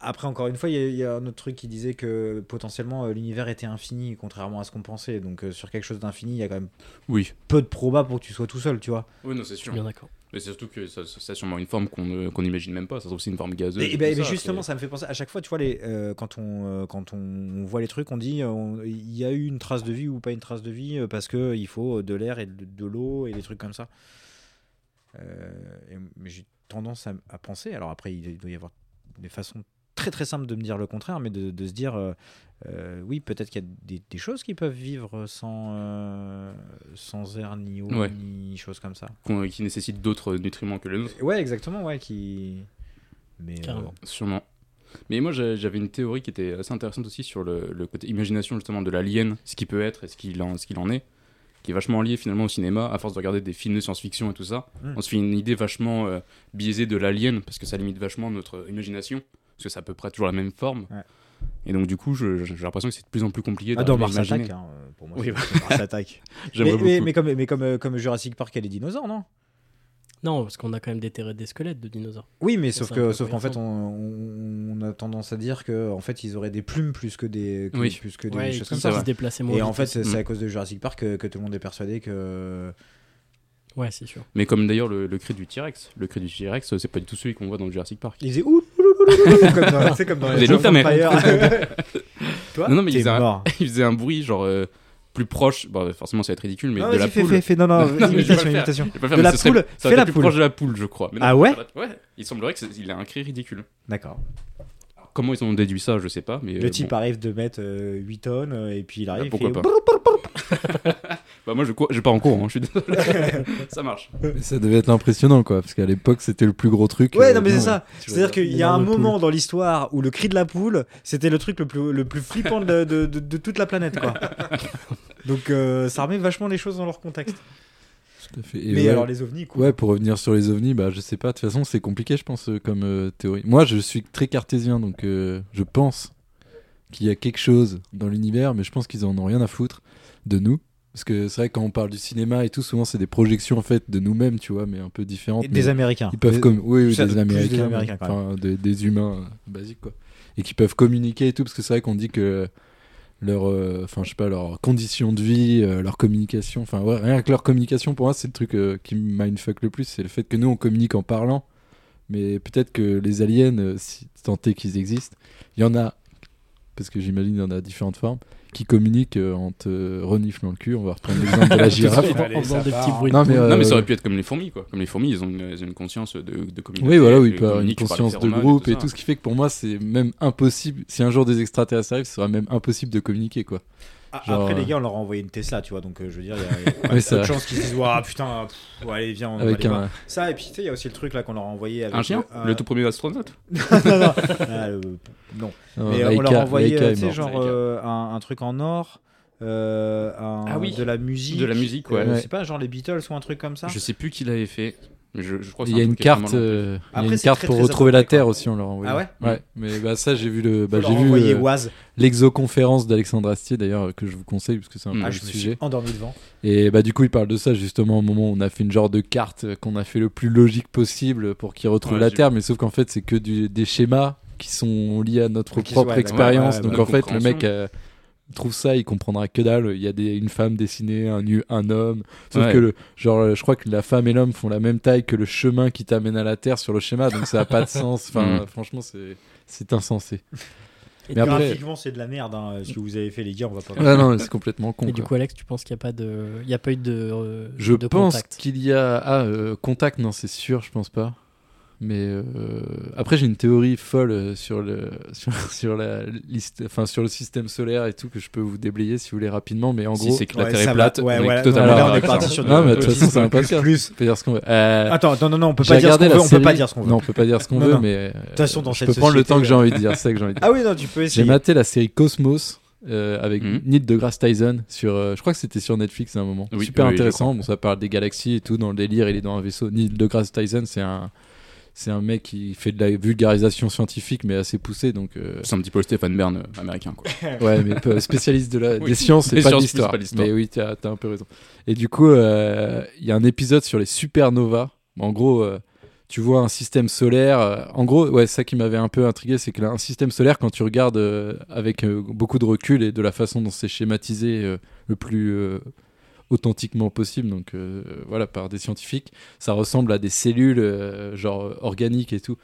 [SPEAKER 3] après encore une fois, il y a- il y, a un autre truc qui disait que potentiellement euh, l'univers était infini, contrairement à ce qu'on pensait. Donc euh, sur quelque chose d'infini, il y a quand même
[SPEAKER 4] Oui.
[SPEAKER 3] peu de probas pour que tu sois tout seul, tu vois.
[SPEAKER 4] Oui, non, c'est
[SPEAKER 1] Je suis
[SPEAKER 4] sûr.
[SPEAKER 1] bien d'accord.
[SPEAKER 4] Mais c'est surtout que ça, ça- ça a sûrement une forme qu'on euh, qu'on n'imagine même pas. Ça se trouve, c'est une forme gazeuse.
[SPEAKER 3] Mais,
[SPEAKER 4] et
[SPEAKER 3] bah,
[SPEAKER 4] tout
[SPEAKER 3] mais
[SPEAKER 4] ça,
[SPEAKER 3] justement,
[SPEAKER 4] c'est-
[SPEAKER 3] ça me fait penser. À chaque fois, tu vois, les, euh, quand, on, euh, quand on, on voit les trucs, on dit euh, on- il y a eu une trace de vie ou pas une trace de vie euh, parce que il faut euh, de l'air et de, de l'eau et des trucs comme ça. Euh, et- mais j'ai tendance à, à penser. Alors après, il doit y avoir des façons très très simples de me dire le contraire, mais de, de se dire euh, euh, oui, peut-être qu'il y a des, des choses qui peuvent vivre sans, euh, sans air ni eau
[SPEAKER 4] Ouais.
[SPEAKER 3] ni choses comme ça.
[SPEAKER 4] qu'on- euh, qui nécessite d'autres nutriments que le nôtre,
[SPEAKER 3] Ouais, exactement, ouais, qui. Mais, euh,
[SPEAKER 1] Carrément.
[SPEAKER 4] sûrement. Mais moi, j'ai- j'avais une théorie qui était assez intéressante aussi sur le, le côté imagination justement de l'alien, ce qu'il peut être et ce qu'il en, ce qu'il en est, qui est vachement lié finalement au cinéma. À force de regarder des films de science-fiction et tout ça,
[SPEAKER 3] Mm.
[SPEAKER 4] on se fait une idée vachement euh, biaisée de l'alien parce que ça limite vachement notre imagination, parce que c'est à peu près toujours la même forme.
[SPEAKER 3] Ouais.
[SPEAKER 4] Et donc du coup, je- j'ai l'impression que c'est de plus en plus compliqué.
[SPEAKER 3] Ah, dans
[SPEAKER 4] d'arriver à
[SPEAKER 3] Mars
[SPEAKER 4] l'imaginer.
[SPEAKER 3] Attack, hein, euh, pour moi,
[SPEAKER 4] Oui,
[SPEAKER 3] c'est-
[SPEAKER 4] bah.
[SPEAKER 3] c'est Mars Attack. mais,
[SPEAKER 4] J'aimerais beaucoup.
[SPEAKER 3] mais, mais comme, mais comme, euh, comme Jurassic Park, il y a les dinosaures, non
[SPEAKER 1] Non, parce qu'on a quand même déterré des squelettes de dinosaures.
[SPEAKER 3] Oui, mais
[SPEAKER 1] Ça,
[SPEAKER 3] sauf
[SPEAKER 1] c'est un peu
[SPEAKER 3] que, sauf qu'en fait, on,
[SPEAKER 1] cohérent.
[SPEAKER 3] on- on a tendance à dire que, en fait, ils auraient des plumes plus que des, que-
[SPEAKER 4] Oui.
[SPEAKER 3] plus que des
[SPEAKER 1] Ouais,
[SPEAKER 3] choses
[SPEAKER 1] qui-
[SPEAKER 3] comme
[SPEAKER 1] qui
[SPEAKER 3] ça.
[SPEAKER 1] se déplaçaient moins.
[SPEAKER 3] Et en
[SPEAKER 1] vite
[SPEAKER 3] fait,
[SPEAKER 1] aussi.
[SPEAKER 3] c'est c'est
[SPEAKER 4] Mm.
[SPEAKER 3] à cause de Jurassic Park que, que tout le monde est persuadé que.
[SPEAKER 1] ouais, c'est sûr.
[SPEAKER 4] Mais comme d'ailleurs le, le cri du T-Rex, le cri du T-Rex, euh, c'est pas du tout celui qu'on voit dans le Jurassic Park.
[SPEAKER 3] Ils disaient ouh, ouh, ouh, ouh, ouh, comme dans, c'est comme dans
[SPEAKER 4] Des loups, ta mère.
[SPEAKER 3] Toi,
[SPEAKER 4] Non, non, mais
[SPEAKER 3] t'es
[SPEAKER 4] ils a-
[SPEAKER 3] mort.
[SPEAKER 4] il faisait un bruit genre euh, plus proche. Bon, forcément, ça va être ridicule, mais
[SPEAKER 3] Non,
[SPEAKER 4] de la
[SPEAKER 3] vas-y, fais,
[SPEAKER 4] poule.
[SPEAKER 3] fais, fais, non, non,
[SPEAKER 4] Non, mais je vais
[SPEAKER 3] imitation,
[SPEAKER 4] pas le faire.
[SPEAKER 3] imitation.
[SPEAKER 4] Je vais pas le faire,
[SPEAKER 3] De
[SPEAKER 4] mais
[SPEAKER 3] la
[SPEAKER 4] ce serait-
[SPEAKER 3] poule,
[SPEAKER 4] ça
[SPEAKER 3] fais
[SPEAKER 4] aurait
[SPEAKER 3] la
[SPEAKER 4] été
[SPEAKER 3] poule.
[SPEAKER 4] plus proche de la poule, je crois. Mais non,
[SPEAKER 3] Ah ouais
[SPEAKER 4] Ouais. Il semblerait qu'il a un cri ridicule.
[SPEAKER 3] D'accord.
[SPEAKER 4] Comment ils ont déduit ça, je sais pas, mais euh,
[SPEAKER 3] Le type
[SPEAKER 4] bon.
[SPEAKER 3] arrive de mettre euh, 8 tonnes euh, et puis il arrive.
[SPEAKER 4] Bah,
[SPEAKER 3] il
[SPEAKER 4] pourquoi
[SPEAKER 3] fait
[SPEAKER 4] pas.
[SPEAKER 3] brrr, brrr, brrr.
[SPEAKER 4] Bah moi, je, cours- je pars en cours, hein, je suis désolé. ça marche.
[SPEAKER 2] Mais Ça devait être impressionnant, quoi, parce qu'à l'époque, c'était le plus gros truc.
[SPEAKER 3] Ouais,
[SPEAKER 2] euh,
[SPEAKER 3] non, mais
[SPEAKER 2] du
[SPEAKER 3] c'est
[SPEAKER 2] monde.
[SPEAKER 3] ça. C'est-à-dire qu'il y a un
[SPEAKER 2] Énorme
[SPEAKER 3] moment dans l'histoire où le cri de la poule, c'était le truc le plus, le plus flippant de, de- de- de toute la planète, quoi. Donc euh, ça remet vachement les choses dans leur contexte.
[SPEAKER 2] Tout à fait. Et
[SPEAKER 3] Mais
[SPEAKER 2] ouais,
[SPEAKER 3] alors les ovnis, quoi.
[SPEAKER 2] Ouais, pour revenir sur les ovnis, bah je sais pas. De toute façon, c'est compliqué, je pense, euh, comme euh, théorie. Moi, je suis très cartésien, donc euh, je pense qu'il y a quelque chose dans l'univers, mais je pense qu'ils en ont rien à foutre de nous. Parce que c'est vrai, quand on parle du cinéma et tout, souvent c'est des projections en fait de nous-mêmes, tu vois, mais un peu différentes.
[SPEAKER 3] Et des
[SPEAKER 2] mais
[SPEAKER 3] Américains.
[SPEAKER 2] ils peuvent
[SPEAKER 3] Des-
[SPEAKER 2] comme oui, oui,
[SPEAKER 3] ça,
[SPEAKER 2] des
[SPEAKER 3] plus des
[SPEAKER 2] Américains,
[SPEAKER 3] Américains, quand
[SPEAKER 2] enfin des, des humains euh, basiques quoi, et qui peuvent communiquer et tout, parce que c'est vrai qu'on dit que leur, euh, enfin je sais pas, leurs conditions de vie, euh, leur communication, enfin ouais, rien que leur communication pour moi c'est le truc euh, qui me mindfuck le plus, c'est le fait que nous on communique en parlant, mais peut-être que les aliens, euh, si tant est qu'ils existent, il y en a, parce que j'imagine il y en a différentes formes, qui communiquent euh, en te reniflant le cul, on va reprendre l'exemple de la girafe.
[SPEAKER 1] En-
[SPEAKER 3] Allez,
[SPEAKER 1] en faisant
[SPEAKER 3] ça
[SPEAKER 1] des
[SPEAKER 3] part,
[SPEAKER 1] petits
[SPEAKER 3] hein.
[SPEAKER 1] bruits.
[SPEAKER 2] Non, mais, euh,
[SPEAKER 4] Non, mais ça aurait pu être comme les fourmis, quoi. Comme les fourmis, ils ont une, ils ont une conscience de, de communauté.
[SPEAKER 2] Oui, voilà, oui,
[SPEAKER 4] ils
[SPEAKER 2] il peut avoir une
[SPEAKER 4] communiquent par les
[SPEAKER 2] conscience de
[SPEAKER 4] phéromones
[SPEAKER 2] groupe et
[SPEAKER 4] ça.
[SPEAKER 2] tout, ce qui fait que pour moi, c'est même impossible. Si un jour des extraterrestres arrivent, ce sera même impossible de communiquer, quoi.
[SPEAKER 3] Ah,
[SPEAKER 2] genre,
[SPEAKER 3] Après,
[SPEAKER 2] euh,
[SPEAKER 3] les gars, on leur a envoyé une Tesla, tu vois. Donc euh, je veux dire, il y a- il y
[SPEAKER 2] Oui,
[SPEAKER 3] a peu
[SPEAKER 2] ça,
[SPEAKER 3] de chances qu'ils se disent, Ouah, putain, pff, ouais, allez, viens, on va
[SPEAKER 2] avec
[SPEAKER 3] aller voir.
[SPEAKER 2] un.
[SPEAKER 3] Ça, et puis tu sais, il y a aussi le truc là qu'on leur a envoyé avec.
[SPEAKER 4] Un chien
[SPEAKER 3] euh,
[SPEAKER 4] Le tout premier astronaute
[SPEAKER 3] non, non, Ah, le- non.
[SPEAKER 2] un
[SPEAKER 3] Mais euh, on
[SPEAKER 2] Laika-
[SPEAKER 3] leur a envoyé,
[SPEAKER 2] Laika
[SPEAKER 3] euh,
[SPEAKER 2] est
[SPEAKER 3] tu sais,
[SPEAKER 2] mort.
[SPEAKER 3] genre
[SPEAKER 4] Laika.
[SPEAKER 3] euh, un, un truc en or, euh, un-
[SPEAKER 4] Ah oui.
[SPEAKER 3] de la musique.
[SPEAKER 4] De la musique, ouais.
[SPEAKER 3] Euh, C'est pas genre les Beatles ou un truc comme ça
[SPEAKER 4] Je sais plus qui l'avait fait. Mais je, je crois que
[SPEAKER 2] Il
[SPEAKER 4] c'est
[SPEAKER 2] y a
[SPEAKER 4] un
[SPEAKER 2] une
[SPEAKER 4] truc extrêmement
[SPEAKER 2] carte,
[SPEAKER 4] long.
[SPEAKER 2] euh, il y a
[SPEAKER 3] Après,
[SPEAKER 2] une
[SPEAKER 3] c'est
[SPEAKER 2] carte
[SPEAKER 3] très,
[SPEAKER 2] pour
[SPEAKER 3] très
[SPEAKER 2] retrouver la
[SPEAKER 3] abordé,
[SPEAKER 2] Terre
[SPEAKER 3] quoi.
[SPEAKER 2] aussi, on leur a envoyé.
[SPEAKER 3] Ah ouais
[SPEAKER 2] Ouais, mais bah, ça, j'ai vu le, bah,
[SPEAKER 3] Faut
[SPEAKER 2] j'ai
[SPEAKER 3] leur
[SPEAKER 2] vu
[SPEAKER 3] envoyer
[SPEAKER 2] euh,
[SPEAKER 3] Oise.
[SPEAKER 2] l'exoconférence d'alexandre Astier d'ailleurs euh, que je vous conseille parce que c'est un
[SPEAKER 4] Mm.
[SPEAKER 2] peu
[SPEAKER 3] Ah,
[SPEAKER 2] le
[SPEAKER 3] je me
[SPEAKER 2] sujet.
[SPEAKER 3] suis endormi devant.
[SPEAKER 2] Et bah du coup, il parle de ça justement au moment où on a fait une genre de carte euh, qu'on a fait le plus logique possible pour qu'ils retrouvent
[SPEAKER 4] Ouais,
[SPEAKER 2] la
[SPEAKER 4] j'ai
[SPEAKER 2] Terre, mais sauf qu'en fait, c'est que du- des schémas qui sont liés à notre
[SPEAKER 3] Qui sont-
[SPEAKER 2] propre
[SPEAKER 3] ouais,
[SPEAKER 2] expérience.
[SPEAKER 3] ouais, ouais,
[SPEAKER 2] Donc
[SPEAKER 4] ouais.
[SPEAKER 2] en fait, le
[SPEAKER 4] Compréhension.
[SPEAKER 2] mec euh, trouve ça, il comprendra que dalle. Il y a des, une femme dessinée, un, nu- un homme. Sauf
[SPEAKER 4] Ouais.
[SPEAKER 2] que le, genre, euh, je crois que la femme et l'homme font la même taille que le chemin qui t'amène à la Terre sur le schéma, donc ça n'a pas de sens. Enfin,
[SPEAKER 4] Mm.
[SPEAKER 2] franchement, c'est c'est insensé. Mais après,
[SPEAKER 3] Graphiquement, c'est de la merde. hein, Ce que vous avez fait, les gars, on va pas.
[SPEAKER 2] Ah non, mais c'est complètement con.
[SPEAKER 1] Mais du
[SPEAKER 2] quoi.
[SPEAKER 1] coup, Alex, tu penses qu'il n'y a pas de, il y a pas eu de, euh,
[SPEAKER 2] Je
[SPEAKER 1] de
[SPEAKER 2] pense
[SPEAKER 1] contact.
[SPEAKER 2] qu'il y a ah, euh, contact, non, c'est sûr, je pense pas. Mais euh, après, j'ai une théorie folle euh, sur le sur, sur la liste, enfin sur le système solaire et tout que je peux vous déblayer si vous voulez rapidement. Mais en
[SPEAKER 4] si
[SPEAKER 2] gros,
[SPEAKER 4] c'est que la
[SPEAKER 3] Ouais,
[SPEAKER 4] Terre
[SPEAKER 3] ça
[SPEAKER 4] est
[SPEAKER 3] va.
[SPEAKER 4] plate,
[SPEAKER 3] Ouais,
[SPEAKER 4] on est
[SPEAKER 3] voilà.
[SPEAKER 2] totalement
[SPEAKER 4] totalement
[SPEAKER 3] Non, mais là, on est
[SPEAKER 4] d'accord.
[SPEAKER 3] parti sur du-
[SPEAKER 2] Non, mais de toute
[SPEAKER 3] autisme
[SPEAKER 2] façon, c'est un
[SPEAKER 3] plus,
[SPEAKER 2] podcast.
[SPEAKER 3] plus.
[SPEAKER 2] on peut dire ce qu'on veut. Euh,
[SPEAKER 3] Attends, non, non, non, on peut
[SPEAKER 2] j'ai
[SPEAKER 3] pas dire ce
[SPEAKER 2] regardé
[SPEAKER 3] qu'on veut.
[SPEAKER 2] la
[SPEAKER 3] On peut pas
[SPEAKER 2] série-
[SPEAKER 3] dire ce qu'on veut.
[SPEAKER 2] Non, on peut pas dire ce qu'on
[SPEAKER 3] Non,
[SPEAKER 2] veut,
[SPEAKER 3] non.
[SPEAKER 2] mais euh,
[SPEAKER 3] toute façon, dans
[SPEAKER 2] je
[SPEAKER 3] cette
[SPEAKER 2] peux prendre le
[SPEAKER 3] société,
[SPEAKER 2] temps que j'ai
[SPEAKER 3] ouais.
[SPEAKER 2] envie de dire. C'est ça que j'ai envie de dire.
[SPEAKER 3] Ah oui, non, tu peux
[SPEAKER 2] J'ai
[SPEAKER 3] essayer.
[SPEAKER 2] maté la série Cosmos euh, avec
[SPEAKER 4] Mhm.
[SPEAKER 2] Neil deGrasse Tyson sur, euh, je crois que c'était sur Netflix à un moment.
[SPEAKER 4] Oui,
[SPEAKER 2] Super
[SPEAKER 4] oui, je
[SPEAKER 2] intéressant. Bon, ça parle des galaxies et tout dans le délire. Il est dans un vaisseau. Neil deGrasse Tyson, c'est un, c'est un mec qui fait de la vulgarisation scientifique mais assez poussée. Donc, euh,
[SPEAKER 4] C'est un petit peu le Stéphane Bern euh, américain, quoi.
[SPEAKER 2] ouais, mais peu- spécialiste de la,
[SPEAKER 4] Oui.
[SPEAKER 2] des sciences et
[SPEAKER 4] Des
[SPEAKER 2] pas de
[SPEAKER 4] sciences,
[SPEAKER 2] l'histoire.
[SPEAKER 4] c'est pas de l'histoire.
[SPEAKER 2] Mais oui, t'as, t'as un peu raison. Et du coup, euh, il y a un épisode sur les supernovas. En gros, euh, tu vois un système solaire. euh, en gros, ouais, ça qui m'avait un peu intrigué, c'est que là, un système solaire, quand tu regardes euh, avec euh, beaucoup de recul et de la façon dont c'est schématisé euh, le plus euh, authentiquement possible, donc euh, voilà, par des scientifiques, ça ressemble à des cellules euh, genre euh, organiques et tout.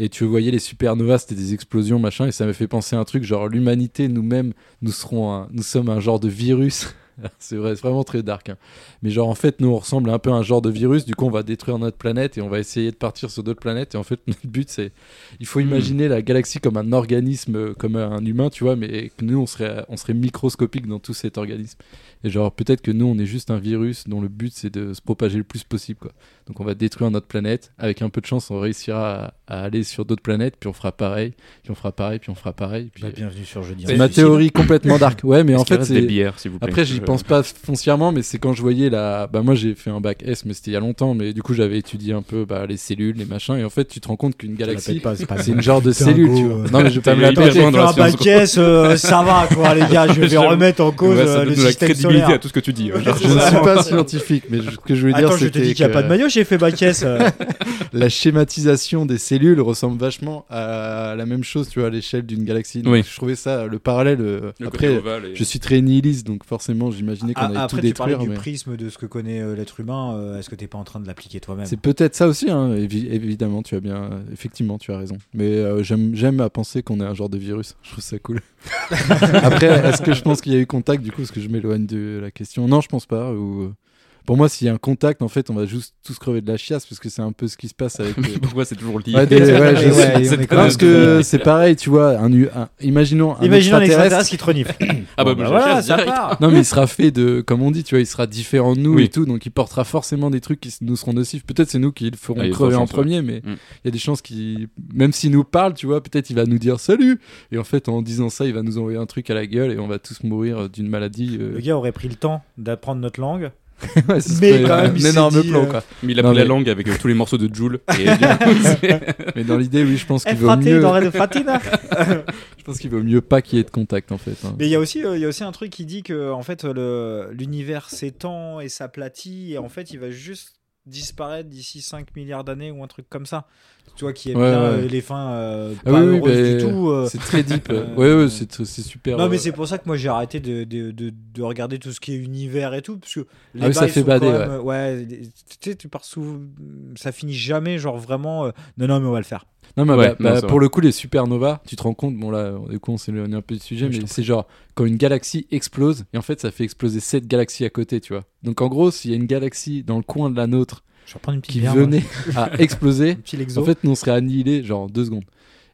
[SPEAKER 2] Et tu voyais les supernovas, c'était des explosions, machin, et ça m'a fait penser à un truc genre l'humanité, nous-mêmes, nous serons, un- nous sommes un genre de virus. c'est vrai, c'est vraiment très dark. hein. Mais genre en fait, nous on ressemble un peu à un genre de virus. Du coup, on va détruire notre planète et on va essayer de partir sur d'autres planètes. Et en fait, notre but c'est, il faut imaginer la galaxie comme un organisme, euh, comme un humain, tu vois, mais que nous on serait, on serait microscopique dans tout cet organisme. Et genre peut-être que nous on est juste un virus dont le but c'est de se propager le plus possible, quoi. Donc on va détruire notre planète. Avec un peu de chance, on réussira à, à aller sur d'autres planètes, puis on fera pareil, puis on fera pareil, puis on fera pareil. Puis... euh,
[SPEAKER 3] Bah, bienvenue sur Jeudi.
[SPEAKER 2] C'est
[SPEAKER 3] en
[SPEAKER 2] ma
[SPEAKER 3] Suicide.
[SPEAKER 2] théorie complètement dark. Ouais, mais en
[SPEAKER 4] Est-ce qu'il
[SPEAKER 2] fait,
[SPEAKER 4] reste des
[SPEAKER 2] c'est.
[SPEAKER 4] bières, s'il vous plaît. Euh,
[SPEAKER 2] Après, j'y
[SPEAKER 3] euh,
[SPEAKER 4] Je-
[SPEAKER 2] pense pas foncièrement, mais c'est quand je voyais la. Bah, moi, j'ai fait un bac S, mais c'était il y a longtemps, mais du coup, j'avais étudié un peu bah, les cellules, les machins, et en fait, tu te rends compte qu'une
[SPEAKER 3] Je la pète
[SPEAKER 2] galaxie,
[SPEAKER 3] pas, C'est pas
[SPEAKER 2] c'est
[SPEAKER 3] grave.
[SPEAKER 2] une genre de
[SPEAKER 3] Putain,
[SPEAKER 2] cellule,
[SPEAKER 3] go,
[SPEAKER 2] tu vois.
[SPEAKER 3] euh.
[SPEAKER 2] Non, mais je vais pas me la
[SPEAKER 4] Attends,
[SPEAKER 3] Attends,
[SPEAKER 2] péter.
[SPEAKER 3] j'ai fait
[SPEAKER 4] rejoindre la
[SPEAKER 3] un
[SPEAKER 4] science,
[SPEAKER 3] bac S, euh, ça va quoi les gars, je vais
[SPEAKER 4] J'avoue.
[SPEAKER 3] remettre en cause
[SPEAKER 4] Ouais,
[SPEAKER 3] euh,
[SPEAKER 4] ça
[SPEAKER 3] le
[SPEAKER 4] donne de la
[SPEAKER 3] système
[SPEAKER 4] crédibilité à
[SPEAKER 3] solaire.
[SPEAKER 4] tout ce que tu dis. euh,
[SPEAKER 3] Ouais,
[SPEAKER 4] genre.
[SPEAKER 2] Je ne suis pas scientifique, mais je- ce que je voulais dire,
[SPEAKER 3] Attends, je te
[SPEAKER 2] c'était
[SPEAKER 3] dis qu'il n'y a
[SPEAKER 2] que
[SPEAKER 3] pas de maillot, j'ai fait bac S. euh.
[SPEAKER 2] la schématisation des cellules ressemble vachement à la même chose, tu vois, à l'échelle d'une galaxie. Donc,
[SPEAKER 4] Oui.
[SPEAKER 2] Je trouvais ça le parallèle. euh,
[SPEAKER 4] Le côté
[SPEAKER 2] Après,
[SPEAKER 4] ovale et-
[SPEAKER 2] je suis très nihiliste, donc forcément, j'imaginais qu'on
[SPEAKER 3] Ah,
[SPEAKER 2] allait tout
[SPEAKER 3] Après, tu parlais
[SPEAKER 2] détruire.
[SPEAKER 3] du
[SPEAKER 2] mais-
[SPEAKER 3] prisme de ce que connaît euh, l'être humain. euh, Est-ce que t'es pas en train de l'appliquer toi-même
[SPEAKER 2] C'est peut-être ça aussi, hein, évi- évidemment, tu as bien, effectivement, tu as raison. Mais euh, j'aime j'aime à penser qu'on est un genre de virus, je trouve ça cool. Après, est-ce que je pense qu'il y a eu contact, du coup, est-ce que je m'éloigne de la question Non, je pense pas. Ou... euh, Pour moi, s'il y a un contact, en fait, on va juste tous crever de la chiasse, parce que c'est un peu ce qui se passe avec... euh,
[SPEAKER 4] Pourquoi c'est toujours lié
[SPEAKER 2] Ouais, des- ouais, je sais.
[SPEAKER 3] Ouais, ouais, on est
[SPEAKER 4] C'est
[SPEAKER 3] quand
[SPEAKER 4] pas-
[SPEAKER 3] même-
[SPEAKER 2] Ah parce que c'est pareil, tu vois, un, u- un- imaginons un
[SPEAKER 3] Imaginons un
[SPEAKER 2] extraterrestre.
[SPEAKER 3] extraterrestre qui te renifle.
[SPEAKER 4] Ah bah,
[SPEAKER 3] Bon,
[SPEAKER 4] bah,
[SPEAKER 3] voilà,
[SPEAKER 4] j'achète
[SPEAKER 3] ça
[SPEAKER 4] direct.
[SPEAKER 3] part.
[SPEAKER 2] Non mais il sera fait de, comme on dit, tu vois, il sera différent de nous
[SPEAKER 4] Oui.
[SPEAKER 2] et tout, donc il portera forcément des trucs qui s- nous seront nocifs. Peut-être c'est nous qui le ferons
[SPEAKER 4] Ah, il y a de
[SPEAKER 2] crever en
[SPEAKER 4] fortes chances,
[SPEAKER 2] premier, mais il
[SPEAKER 4] Mm.
[SPEAKER 2] y a des chances qu'il, même s'il nous parle, tu vois, peut-être il va nous dire salut, et en fait en disant ça, il va nous envoyer un truc à la gueule et on va tous mourir euh, d'une maladie. euh,
[SPEAKER 3] Le gars aurait pris le temps d'apprendre notre langue.
[SPEAKER 2] ouais, ce
[SPEAKER 3] mais
[SPEAKER 2] serait
[SPEAKER 3] quand même,
[SPEAKER 2] un
[SPEAKER 3] il s'est
[SPEAKER 2] énorme
[SPEAKER 3] dit,
[SPEAKER 2] plan
[SPEAKER 3] euh,
[SPEAKER 2] quoi.
[SPEAKER 4] Mais il a
[SPEAKER 2] Non,
[SPEAKER 4] pris la
[SPEAKER 2] mais-
[SPEAKER 4] langue avec euh, tous les morceaux de Joule. Et du coup, c'est-
[SPEAKER 2] Mais dans l'idée, oui, je pense
[SPEAKER 3] Eh,
[SPEAKER 2] qu'il vaut
[SPEAKER 3] fraté,
[SPEAKER 2] mieux,
[SPEAKER 3] dans de Fatina
[SPEAKER 2] je pense qu'il vaut mieux pas qu'il y ait de contact en fait. hein.
[SPEAKER 3] Mais il y a aussi, euh, il y a aussi un truc qui dit que en fait le- l'univers s'étend et s'aplatit et en fait il va juste disparaître d'ici 5 milliards d'années ou un truc comme ça. Toi qui aimes
[SPEAKER 2] Ouais,
[SPEAKER 3] bien
[SPEAKER 2] ouais.
[SPEAKER 3] euh, les fins euh,
[SPEAKER 2] Ah
[SPEAKER 3] pas
[SPEAKER 2] oui, oui,
[SPEAKER 3] heureuses
[SPEAKER 2] mais
[SPEAKER 3] du tout. euh,
[SPEAKER 2] C'est très deep. euh.
[SPEAKER 3] Euh,
[SPEAKER 2] ouais, ouais, c'est c'est super.
[SPEAKER 3] Non
[SPEAKER 2] euh,
[SPEAKER 3] mais c'est pour ça que moi j'ai arrêté de, de, de- de regarder tout ce qui est univers et tout parce que les
[SPEAKER 2] Ah oui, ça
[SPEAKER 3] bails
[SPEAKER 2] fait
[SPEAKER 3] sont
[SPEAKER 2] bader,
[SPEAKER 3] quand même, euh, ouais. tu sais tu pars sous ça finit jamais genre vraiment euh, non non mais on va le faire.
[SPEAKER 2] Non, mais
[SPEAKER 4] Ouais,
[SPEAKER 2] bah- bah,
[SPEAKER 4] non, ça
[SPEAKER 2] pour le coup, les supernovas, tu te rends compte, bon là, du coup, on s'éloigne un peu du sujet,
[SPEAKER 3] Ouais, je
[SPEAKER 2] mais
[SPEAKER 3] t'en
[SPEAKER 2] c'est genre quand une galaxie explose, et en fait, ça fait exploser sept galaxies à côté, tu vois. Donc en gros, s'il y a une galaxie dans le coin de la nôtre
[SPEAKER 3] Je vais reprendre une petite
[SPEAKER 2] qui
[SPEAKER 3] bière, moi.
[SPEAKER 2] venait à exploser,
[SPEAKER 3] un petit Lexo.
[SPEAKER 2] en fait, nous, on serait annihilés, genre en deux secondes.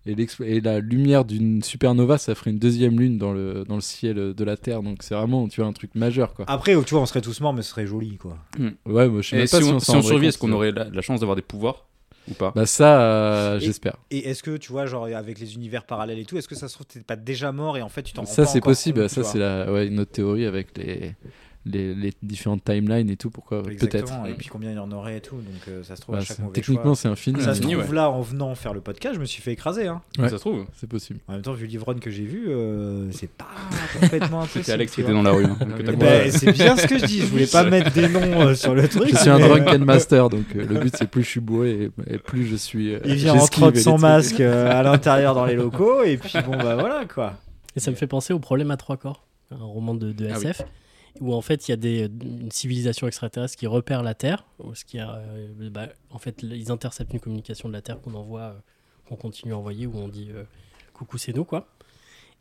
[SPEAKER 2] Et, l'expl- et la lumière d'une supernova, ça ferait une deuxième lune dans le, dans le ciel de la Terre, donc c'est vraiment, tu vois, un truc majeur, quoi.
[SPEAKER 3] Après tu vois on serait tous morts mais ce serait joli quoi.
[SPEAKER 2] Ouais, moi, je sais
[SPEAKER 4] Et
[SPEAKER 2] même
[SPEAKER 4] si
[SPEAKER 2] pas si
[SPEAKER 4] on
[SPEAKER 2] on
[SPEAKER 4] si
[SPEAKER 2] s'en
[SPEAKER 4] on
[SPEAKER 2] rendrait
[SPEAKER 4] survit,
[SPEAKER 2] compte,
[SPEAKER 4] est-ce qu'on
[SPEAKER 2] ça.
[SPEAKER 4] aurait la la chance d'avoir des pouvoirs ou pas
[SPEAKER 2] Bah ça, euh,
[SPEAKER 3] Et-
[SPEAKER 2] j'espère.
[SPEAKER 3] Et est-ce que tu vois genre avec les univers parallèles et tout est-ce que ça se trouve t'es pas déjà mort et en fait tu t'en rends
[SPEAKER 2] Ça,
[SPEAKER 3] pas
[SPEAKER 2] c'est
[SPEAKER 3] encore
[SPEAKER 2] possible.
[SPEAKER 3] compte, tu
[SPEAKER 2] ça,
[SPEAKER 3] vois.
[SPEAKER 2] c'est la, ouais, une autre théorie avec les, les, les différentes timelines et tout. Pourquoi Peut-être.
[SPEAKER 3] Exactement, et puis combien il y en aurait et tout donc euh, ça se trouve
[SPEAKER 2] Ouais,
[SPEAKER 3] à chaque
[SPEAKER 2] c'est-
[SPEAKER 3] mauvais
[SPEAKER 2] techniquement, c'est infini.
[SPEAKER 3] choix. Ça se
[SPEAKER 4] infini,
[SPEAKER 3] trouve
[SPEAKER 4] ouais.
[SPEAKER 3] là en venant faire le podcast je me suis fait écraser hein.
[SPEAKER 2] Ouais.
[SPEAKER 4] Ça se trouve.
[SPEAKER 2] C'est possible.
[SPEAKER 3] En même temps, vu l'ivrogne que j'ai vu, euh, c'est pas complètement impossible.
[SPEAKER 4] C'était Alex qui
[SPEAKER 3] tu
[SPEAKER 4] était
[SPEAKER 3] vois.
[SPEAKER 4] dans la rue. hein, que t'as
[SPEAKER 3] Eh
[SPEAKER 2] dans-
[SPEAKER 4] croisé.
[SPEAKER 3] ben, c'est bien ce que je dis, je voulais pas
[SPEAKER 4] C'est-
[SPEAKER 3] mettre des noms euh, sur le truc.
[SPEAKER 2] Je suis un
[SPEAKER 3] mais,
[SPEAKER 2] drunken
[SPEAKER 3] euh,
[SPEAKER 2] master, donc euh, le but c'est plus je suis bourré et, et plus je suis. euh,
[SPEAKER 3] Il vient en
[SPEAKER 2] j'esquive
[SPEAKER 3] trotte
[SPEAKER 2] les
[SPEAKER 3] sans
[SPEAKER 2] trucs.
[SPEAKER 3] masque euh, à l'intérieur dans les locaux, et puis bon, bah voilà quoi.
[SPEAKER 1] Et ça me fait penser au problème à trois corps, un roman de, de
[SPEAKER 4] Ah oui.
[SPEAKER 1] SF, où en fait il y a des, une civilisation extraterrestre qui repère la Terre, ce qui a, euh, bah, en fait ils interceptent une communication de la Terre qu'on envoie, euh, qu'on continue à envoyer, où on dit euh, coucou c'est nous quoi.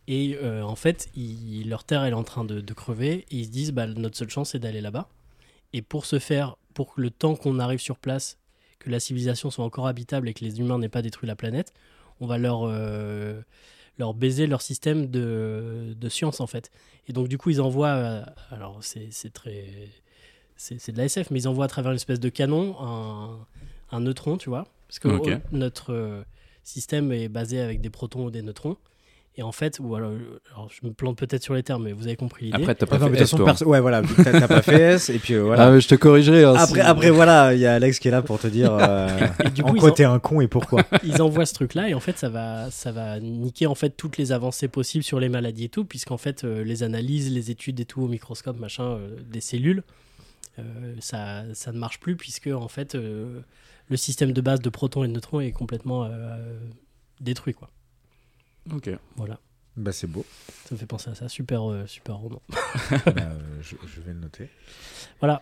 [SPEAKER 1] Et euh, en fait, ils- leur terre elle est en train de, de crever. Et ils se disent, bah, notre seule chance, c'est d'aller là-bas. Et pour ce faire, pour que le temps qu'on arrive sur place, que la civilisation soit encore habitable et que les humains n'aient pas détruit la planète, on va leur, euh, leur baiser leur système de, de science, en fait. Et donc, du coup, ils envoient. euh, alors, c'est c'est très. C'est c'est de la SF, mais ils envoient à travers une espèce de canon un, un neutron, tu vois. Parce que
[SPEAKER 4] Ok.
[SPEAKER 1] euh, notre euh, système est basé avec des protons ou des neutrons. Et en fait, ou alors, alors, je me plante peut-être sur les termes, mais vous avez compris l'idée.
[SPEAKER 4] Après, t'as pas
[SPEAKER 3] Attends, mais de
[SPEAKER 4] fait
[SPEAKER 3] toute
[SPEAKER 4] S,
[SPEAKER 3] façon,
[SPEAKER 4] toi, hein.
[SPEAKER 3] perso- ouais, voilà, t'as t'as pas fait S, et puis euh, voilà.
[SPEAKER 2] Ah, mais je te corrigerai. hein,
[SPEAKER 3] après,
[SPEAKER 2] si-
[SPEAKER 3] après, voilà, il y a Alex qui est là pour te dire euh,
[SPEAKER 1] Et du
[SPEAKER 3] en
[SPEAKER 1] coup,
[SPEAKER 3] quoi
[SPEAKER 1] ils en-
[SPEAKER 3] t'es un con et pourquoi.
[SPEAKER 1] ils envoient ce truc là et en fait ça va ça va niquer en fait toutes les avancées possibles sur les maladies et tout puisqu'en fait euh, les analyses les études et tout au microscope machin euh, des cellules euh, ça, ça ne marche plus puisque en fait euh, le système de base de protons et de neutrons est complètement euh, détruit quoi
[SPEAKER 4] Ok.
[SPEAKER 1] voilà
[SPEAKER 3] bah, c'est beau.
[SPEAKER 1] ça me fait penser à ça super euh, super roman
[SPEAKER 3] Bah, euh, je, je vais le noter.
[SPEAKER 1] voilà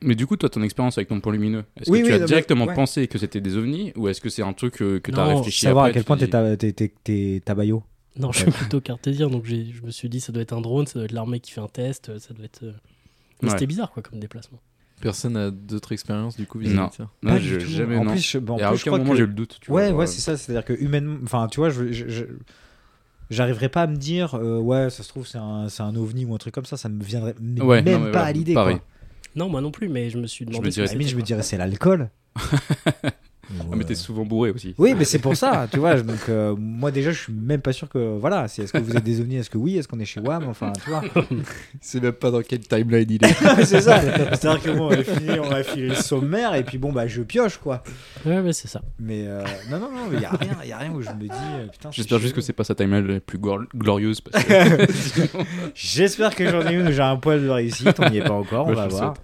[SPEAKER 4] Mais du coup, toi, ton expérience avec ton point lumineux, est-ce
[SPEAKER 3] Oui,
[SPEAKER 4] que
[SPEAKER 3] oui,
[SPEAKER 4] tu as
[SPEAKER 3] non, mais-
[SPEAKER 4] directement
[SPEAKER 3] ouais.
[SPEAKER 4] pensé que c'était des ovnis ou est-ce que c'est un truc euh, que tu as
[SPEAKER 1] Non,
[SPEAKER 4] réfléchi
[SPEAKER 3] Savoir
[SPEAKER 4] après,
[SPEAKER 3] à quel
[SPEAKER 4] tu
[SPEAKER 3] point
[SPEAKER 4] t'es
[SPEAKER 3] t'es ta-
[SPEAKER 4] dit-
[SPEAKER 3] t'es- t'es- t'es tabayo.
[SPEAKER 1] non je suis plutôt cartésien donc j'ai- je me suis dit ça doit être un drone ça doit être l'armée qui fait un test euh, ça doit être euh, mais
[SPEAKER 4] Ouais.
[SPEAKER 1] c'était bizarre quoi comme déplacement
[SPEAKER 2] Personne n'a d'autres expériences du coup
[SPEAKER 4] Non.
[SPEAKER 2] vis-à-vis de ça.
[SPEAKER 4] Non,
[SPEAKER 3] Pas
[SPEAKER 4] je-
[SPEAKER 3] du tout.
[SPEAKER 4] jamais,
[SPEAKER 3] en
[SPEAKER 4] non.
[SPEAKER 3] plus, je, bon, en
[SPEAKER 4] Et à
[SPEAKER 3] plus, je
[SPEAKER 4] aucun
[SPEAKER 3] crois
[SPEAKER 4] moment,
[SPEAKER 3] que-
[SPEAKER 4] j'ai eu le doute. tu vois,
[SPEAKER 3] ouais,
[SPEAKER 4] genre, euh,
[SPEAKER 3] ouais, c'est ça. C'est-à-dire que humainement, enfin, tu vois, je, je, je- j'arriverais pas à me dire, euh, ouais, ça se trouve, c'est un, c'est un ovni ou un truc comme ça. Ça me viendrait mais
[SPEAKER 4] Ouais,
[SPEAKER 3] même
[SPEAKER 4] non, mais
[SPEAKER 3] pas
[SPEAKER 4] voilà,
[SPEAKER 3] à l'idée.
[SPEAKER 4] pareil.
[SPEAKER 3] quoi.
[SPEAKER 1] non moi non plus mais je me suis demandé
[SPEAKER 4] me
[SPEAKER 1] ce
[SPEAKER 4] dirais-
[SPEAKER 1] que
[SPEAKER 3] À la limite,
[SPEAKER 1] c'était,
[SPEAKER 3] je me
[SPEAKER 1] quoi.
[SPEAKER 3] dirais, c'est l'alcool. Ou,
[SPEAKER 4] Ah, mais t'es
[SPEAKER 3] euh,
[SPEAKER 4] souvent bourré aussi.
[SPEAKER 3] Oui, mais c'est pour ça, tu vois. je- Donc, euh, moi, déjà, je suis même pas sûr que. Voilà, c'est est-ce que vous êtes des ovnis Est-ce que oui Est-ce qu'on est chez WAM Enfin, tu vois.
[SPEAKER 2] C'est même pas dans quelle timeline il est.
[SPEAKER 3] c'est ça. C'est-à-dire que bon, on a fini, on a filé le sommaire, et puis bon, bah, je pioche, quoi.
[SPEAKER 1] ouais mais c'est ça
[SPEAKER 3] Mais euh, non, non, non, il y a rien, y a rien où je me dis, euh, putain. c'est
[SPEAKER 4] J'espère juste
[SPEAKER 3] chelou.
[SPEAKER 4] que c'est pas sa timeline la plus glor- glorieuse parce que
[SPEAKER 3] J'espère que j'en ai une où j'ai un poil de réussite. On n'y est pas encore, on
[SPEAKER 4] Ouais,
[SPEAKER 3] va
[SPEAKER 4] je le
[SPEAKER 3] voir.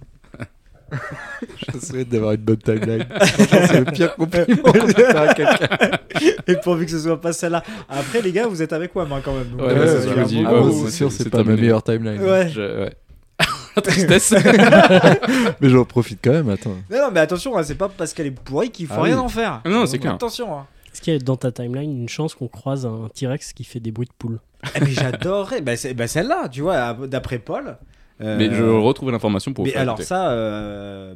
[SPEAKER 2] Je souhaite d'avoir une bonne timeline. Franchement, c'est le pire compliment qu'on peut faire à quelqu'un.
[SPEAKER 3] Et pourvu que ce soit pas celle-là. Après, les gars, vous êtes avec WAM hein, quand même. Donc,
[SPEAKER 4] Ouais, ouais,
[SPEAKER 3] euh,
[SPEAKER 4] c'est ce
[SPEAKER 3] il y
[SPEAKER 4] que
[SPEAKER 3] a
[SPEAKER 4] je
[SPEAKER 3] un
[SPEAKER 4] dis.
[SPEAKER 3] moment
[SPEAKER 4] Ouais,
[SPEAKER 3] où-
[SPEAKER 4] ouais,
[SPEAKER 2] c'est sûr,
[SPEAKER 4] c'est
[SPEAKER 2] c'est pas ma
[SPEAKER 4] terminé.
[SPEAKER 2] meilleure timeline.
[SPEAKER 3] Ouais.
[SPEAKER 4] je- ouais. La tristesse.
[SPEAKER 2] Mais j'en profite quand même, attends.
[SPEAKER 3] Non, non, mais attention, hein, c'est pas parce qu'elle est pourrie qu'il faut
[SPEAKER 2] Ah
[SPEAKER 3] rien
[SPEAKER 2] oui.
[SPEAKER 3] en faire.
[SPEAKER 4] Ah non, c'est
[SPEAKER 3] Donc,
[SPEAKER 4] clair.
[SPEAKER 3] Attention. hein.
[SPEAKER 1] Est-ce qu'il y a dans ta timeline une chance qu'on croise un T-Rex qui fait des bruits de poule
[SPEAKER 3] Ah, mais j'adorerais. Bah, c'est- bah, celle-là, tu vois, à- d'après Paul. euh,
[SPEAKER 4] Mais je retrouvais l'information pour. vous
[SPEAKER 3] Mais
[SPEAKER 4] faire
[SPEAKER 3] alors
[SPEAKER 4] écouter.
[SPEAKER 3] ça, euh,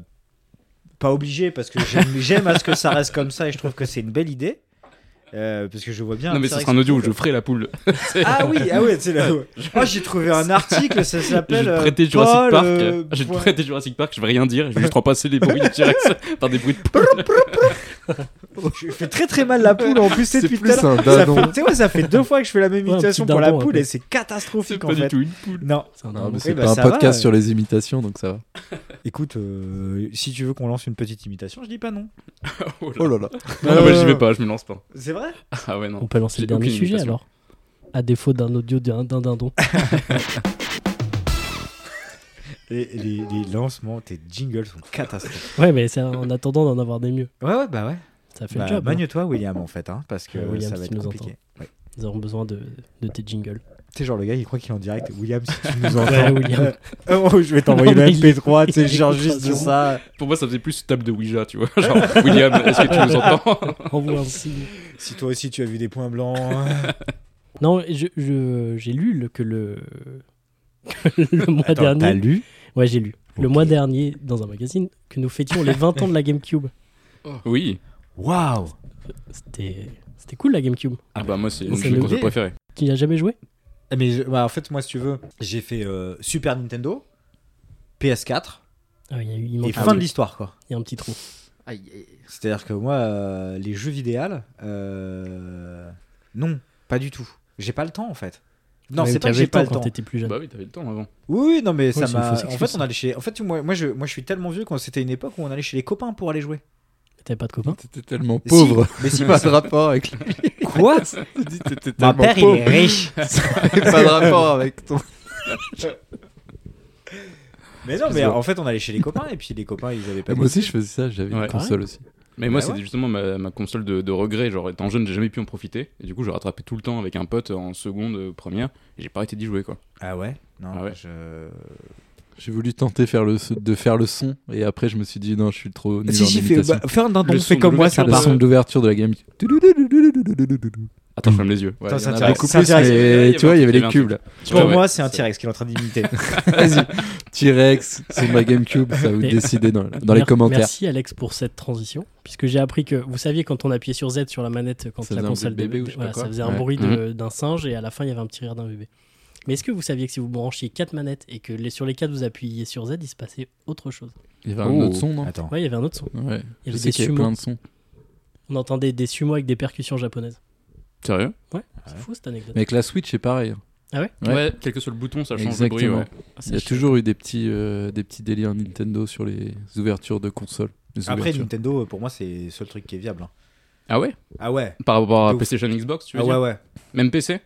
[SPEAKER 3] pas obligé parce que j'aime- j'aime à ce que ça reste comme ça et je trouve que c'est une belle idée. Euh, parce que je vois bien.
[SPEAKER 4] Non, mais
[SPEAKER 3] c'est
[SPEAKER 4] ce
[SPEAKER 3] vrai
[SPEAKER 4] sera
[SPEAKER 3] que-
[SPEAKER 4] un audio où je ferai la poule.
[SPEAKER 3] Ah oui, ah ouais, c'est là. Moi j'ai trouvé un article, ça
[SPEAKER 4] J'ai
[SPEAKER 3] s'appelle. euh,
[SPEAKER 4] prêté Jurassic
[SPEAKER 3] Paul,
[SPEAKER 4] Park.
[SPEAKER 3] euh,
[SPEAKER 4] J'ai
[SPEAKER 3] point-
[SPEAKER 4] prêté Jurassic Park, je vais rien dire. Je vais juste remplacer les bruits du T-Rex par des bruits de poule.
[SPEAKER 3] Je fais très très mal la poule en plus, c'est
[SPEAKER 2] C'est
[SPEAKER 3] depuis tout
[SPEAKER 2] plus
[SPEAKER 3] à l'heure.
[SPEAKER 2] un
[SPEAKER 3] Ça
[SPEAKER 2] dindon.
[SPEAKER 3] fait, tu vois, ça fait deux fois que je fais la même
[SPEAKER 1] Ouais, un
[SPEAKER 3] imitation
[SPEAKER 1] petit
[SPEAKER 3] pour la
[SPEAKER 1] dindon, un
[SPEAKER 3] poule
[SPEAKER 1] peu.
[SPEAKER 3] et c'est
[SPEAKER 4] C'est
[SPEAKER 3] catastrophique
[SPEAKER 4] pas
[SPEAKER 3] en
[SPEAKER 4] du
[SPEAKER 3] fait.
[SPEAKER 4] tout une poule.
[SPEAKER 3] Non,
[SPEAKER 1] C'est un
[SPEAKER 2] Non,
[SPEAKER 1] dindon.
[SPEAKER 2] mais c'est
[SPEAKER 3] bah,
[SPEAKER 2] pas un
[SPEAKER 3] ça va,
[SPEAKER 2] podcast
[SPEAKER 3] euh.
[SPEAKER 2] sur les imitations, donc ça va.
[SPEAKER 3] écoute, euh, si tu veux qu'on lance une petite imitation, je dis pas non.
[SPEAKER 4] Oh là.
[SPEAKER 2] Oh là là.
[SPEAKER 4] Non, non, mais j'y vais
[SPEAKER 3] Euh.
[SPEAKER 4] pas, je me lance pas.
[SPEAKER 3] C'est vrai
[SPEAKER 4] Ah ouais, non.
[SPEAKER 1] On peut lancer
[SPEAKER 4] J'ai
[SPEAKER 1] le dernier
[SPEAKER 4] aucune
[SPEAKER 1] sujet
[SPEAKER 4] imitation.
[SPEAKER 1] alors. À défaut d'un audio d'un d'un dindon.
[SPEAKER 3] Et les, les lancements, tes jingles sont catastrophiques.
[SPEAKER 1] ouais, mais c'est en attendant d'en avoir des mieux.
[SPEAKER 3] Ouais, ouais, bah ouais.
[SPEAKER 1] Ça fait
[SPEAKER 3] Bah,
[SPEAKER 1] le job. hein.
[SPEAKER 3] Magne-toi, William, en fait, hein, parce que
[SPEAKER 1] Euh, William,
[SPEAKER 3] ça
[SPEAKER 1] si
[SPEAKER 3] va être
[SPEAKER 1] tu nous
[SPEAKER 3] compliqué. Ouais.
[SPEAKER 1] Ils auront besoin de, de tes jingles.
[SPEAKER 3] Tu sais, genre, le gars, il croit qu'il est en direct. William, si tu nous entends.
[SPEAKER 1] Ouais, William.
[SPEAKER 3] euh, oh, je vais t'envoyer
[SPEAKER 1] Non,
[SPEAKER 3] le
[SPEAKER 1] mais il-
[SPEAKER 3] MP3, tu sais,
[SPEAKER 1] il
[SPEAKER 3] genre
[SPEAKER 1] écoute
[SPEAKER 3] juste
[SPEAKER 1] ça
[SPEAKER 3] de ça.
[SPEAKER 4] Pour moi, ça faisait plus table de Ouija, tu vois. Genre, William, est-ce que tu nous entends
[SPEAKER 1] Envoie un signe.
[SPEAKER 3] Si toi aussi, tu as vu des points blancs.
[SPEAKER 1] Non, je- je- j'ai lu le- que le. que le mois
[SPEAKER 3] Attends, t'as
[SPEAKER 1] dernier.
[SPEAKER 3] lu
[SPEAKER 1] Ouais, j'ai lu. Le
[SPEAKER 3] Ok.
[SPEAKER 1] mois dernier, dans un magazine, que nous fêtions les 20 ans de la GameCube.
[SPEAKER 4] Oui.
[SPEAKER 3] Waouh
[SPEAKER 1] C'était c'était cool la GameCube.
[SPEAKER 4] Ah bah, moi, c'est une
[SPEAKER 1] C'est
[SPEAKER 4] de mes
[SPEAKER 1] le
[SPEAKER 4] consoles
[SPEAKER 3] dé.
[SPEAKER 4] préférées.
[SPEAKER 1] Tu n'y as jamais joué
[SPEAKER 3] Eh, Mais je- bah, en fait, moi, si tu veux, j'ai fait euh, Super Nintendo, PS4,
[SPEAKER 1] Ah, il y a eu- il
[SPEAKER 3] et
[SPEAKER 1] manque un
[SPEAKER 3] fin de
[SPEAKER 1] truc.
[SPEAKER 3] l'histoire, quoi.
[SPEAKER 1] Il y a un petit trou.
[SPEAKER 3] C'est-à-dire que moi, euh, les jeux vidéo, euh, non, pas du tout. J'ai pas le temps, en fait. Non,
[SPEAKER 1] Ouais,
[SPEAKER 3] c'est
[SPEAKER 1] ou
[SPEAKER 3] pas que
[SPEAKER 1] t'avais
[SPEAKER 3] j'ai pas le
[SPEAKER 1] quand
[SPEAKER 3] temps.
[SPEAKER 1] t'étais plus jeune.
[SPEAKER 4] Bah oui, t'avais le temps avant.
[SPEAKER 3] Oui, oui, non, mais ça
[SPEAKER 1] c'est une
[SPEAKER 3] m'a.
[SPEAKER 1] fausse
[SPEAKER 3] En
[SPEAKER 1] excuse,
[SPEAKER 3] fait, on allait chez. En fait, moi, moi, je, moi, je suis tellement vieux quand c'était une époque où on allait chez les copains pour aller jouer.
[SPEAKER 1] T'avais pas de copain
[SPEAKER 2] T'étais tellement pauvre.
[SPEAKER 3] Mais si, mais
[SPEAKER 2] Pas de rapport avec lui.
[SPEAKER 3] si. Quoi
[SPEAKER 2] Dis, T'étais
[SPEAKER 3] Mon
[SPEAKER 2] tellement
[SPEAKER 3] père, il
[SPEAKER 2] pauvre.
[SPEAKER 3] est riche.
[SPEAKER 2] Pas de rapport avec ton.
[SPEAKER 3] Mais non, mais en fait, on allait chez les copains et puis les copains, ils avaient pas.
[SPEAKER 2] Et Bah, moi aussi, je faisais ça. J'avais
[SPEAKER 4] Ouais.
[SPEAKER 2] une console aussi.
[SPEAKER 4] Mais moi,
[SPEAKER 3] Bah
[SPEAKER 4] c'était
[SPEAKER 3] ouais.
[SPEAKER 4] justement ma, ma console de, de regret. Genre, étant jeune, j'ai jamais pu en profiter. Et du coup, j'ai rattrapé tout le temps avec un pote en seconde, euh, première. Et j'ai pas arrêté d'y jouer, quoi.
[SPEAKER 3] Ah ouais Non,
[SPEAKER 4] Ah ouais.
[SPEAKER 3] je.
[SPEAKER 2] J'ai voulu tenter faire le, de faire le son et après je me suis dit non, je suis trop nul en imitation.
[SPEAKER 3] fais bah, un
[SPEAKER 4] Le son de l'ouverture
[SPEAKER 2] le
[SPEAKER 4] bah,
[SPEAKER 2] son de l'ouverture de la game.
[SPEAKER 4] Ah, t'en fermes les yeux. Ouais,
[SPEAKER 6] Putain,
[SPEAKER 4] il y en
[SPEAKER 6] ça
[SPEAKER 4] a
[SPEAKER 6] t'intéresse-
[SPEAKER 4] beaucoup
[SPEAKER 6] ça
[SPEAKER 4] plus,
[SPEAKER 6] t'intéresse.
[SPEAKER 4] mais
[SPEAKER 2] Et tu vois, il y avait les
[SPEAKER 4] un
[SPEAKER 2] cubes
[SPEAKER 4] truc.
[SPEAKER 2] là.
[SPEAKER 6] Pour
[SPEAKER 4] Ouais, ouais.
[SPEAKER 6] moi, c'est un T-Rex qu'il est en train d'imiter.
[SPEAKER 2] Vas-y. T-Rex, c'est ma GameCube, ça vous
[SPEAKER 1] Mais-
[SPEAKER 2] décidez dans, dans les
[SPEAKER 1] Mer-
[SPEAKER 2] commentaires.
[SPEAKER 1] Merci Alex pour cette transition, puisque j'ai appris que vous saviez quand on appuyait sur Z sur la manette, quand
[SPEAKER 2] Ça
[SPEAKER 1] la
[SPEAKER 2] faisait un
[SPEAKER 1] console
[SPEAKER 2] bruit de bébé ou je sais
[SPEAKER 1] voilà,
[SPEAKER 2] pas quoi.
[SPEAKER 1] ça faisait un
[SPEAKER 2] Ouais. Mhm.
[SPEAKER 1] bruit de- d'un singe et à la fin il y avait un petit rire d'un bébé. Mais est-ce que vous saviez que si vous branchiez quatre manettes et que les, sur les quatre vous appuyiez sur Z, il se passait autre chose
[SPEAKER 2] Il y avait un
[SPEAKER 4] Oh.
[SPEAKER 2] autre son, non
[SPEAKER 3] Attends.
[SPEAKER 1] Ouais, il y avait un autre son.
[SPEAKER 2] Ouais.
[SPEAKER 1] Il y avait
[SPEAKER 2] Je sais
[SPEAKER 1] des
[SPEAKER 2] qu'il y avait
[SPEAKER 1] sumo.
[SPEAKER 2] plein de sons.
[SPEAKER 1] On entendait des sumo avec des percussions japonaises.
[SPEAKER 4] Sérieux
[SPEAKER 1] C'est fou cette anecdote.
[SPEAKER 2] Mais avec la Switch, c'est pareil. hein.
[SPEAKER 1] Ah ouais
[SPEAKER 4] ouais. quel que soit le bouton, ça change le
[SPEAKER 2] Exactement.
[SPEAKER 4] bruit. ouais.
[SPEAKER 2] Il y a toujours eu des petits, euh, des petits délires Nintendo sur les ouvertures de consoles. Les
[SPEAKER 3] Après,
[SPEAKER 2] ouvertures.
[SPEAKER 3] Nintendo, euh, pour moi, c'est le seul truc qui est viable. hein.
[SPEAKER 4] Ah ouais
[SPEAKER 3] Ah ouais
[SPEAKER 4] Par rapport
[SPEAKER 3] De
[SPEAKER 4] à
[SPEAKER 3] ouf.
[SPEAKER 4] PlayStation Xbox, tu
[SPEAKER 3] Ah
[SPEAKER 4] veux
[SPEAKER 3] ouais,
[SPEAKER 4] dire
[SPEAKER 3] ouais.
[SPEAKER 4] Même PC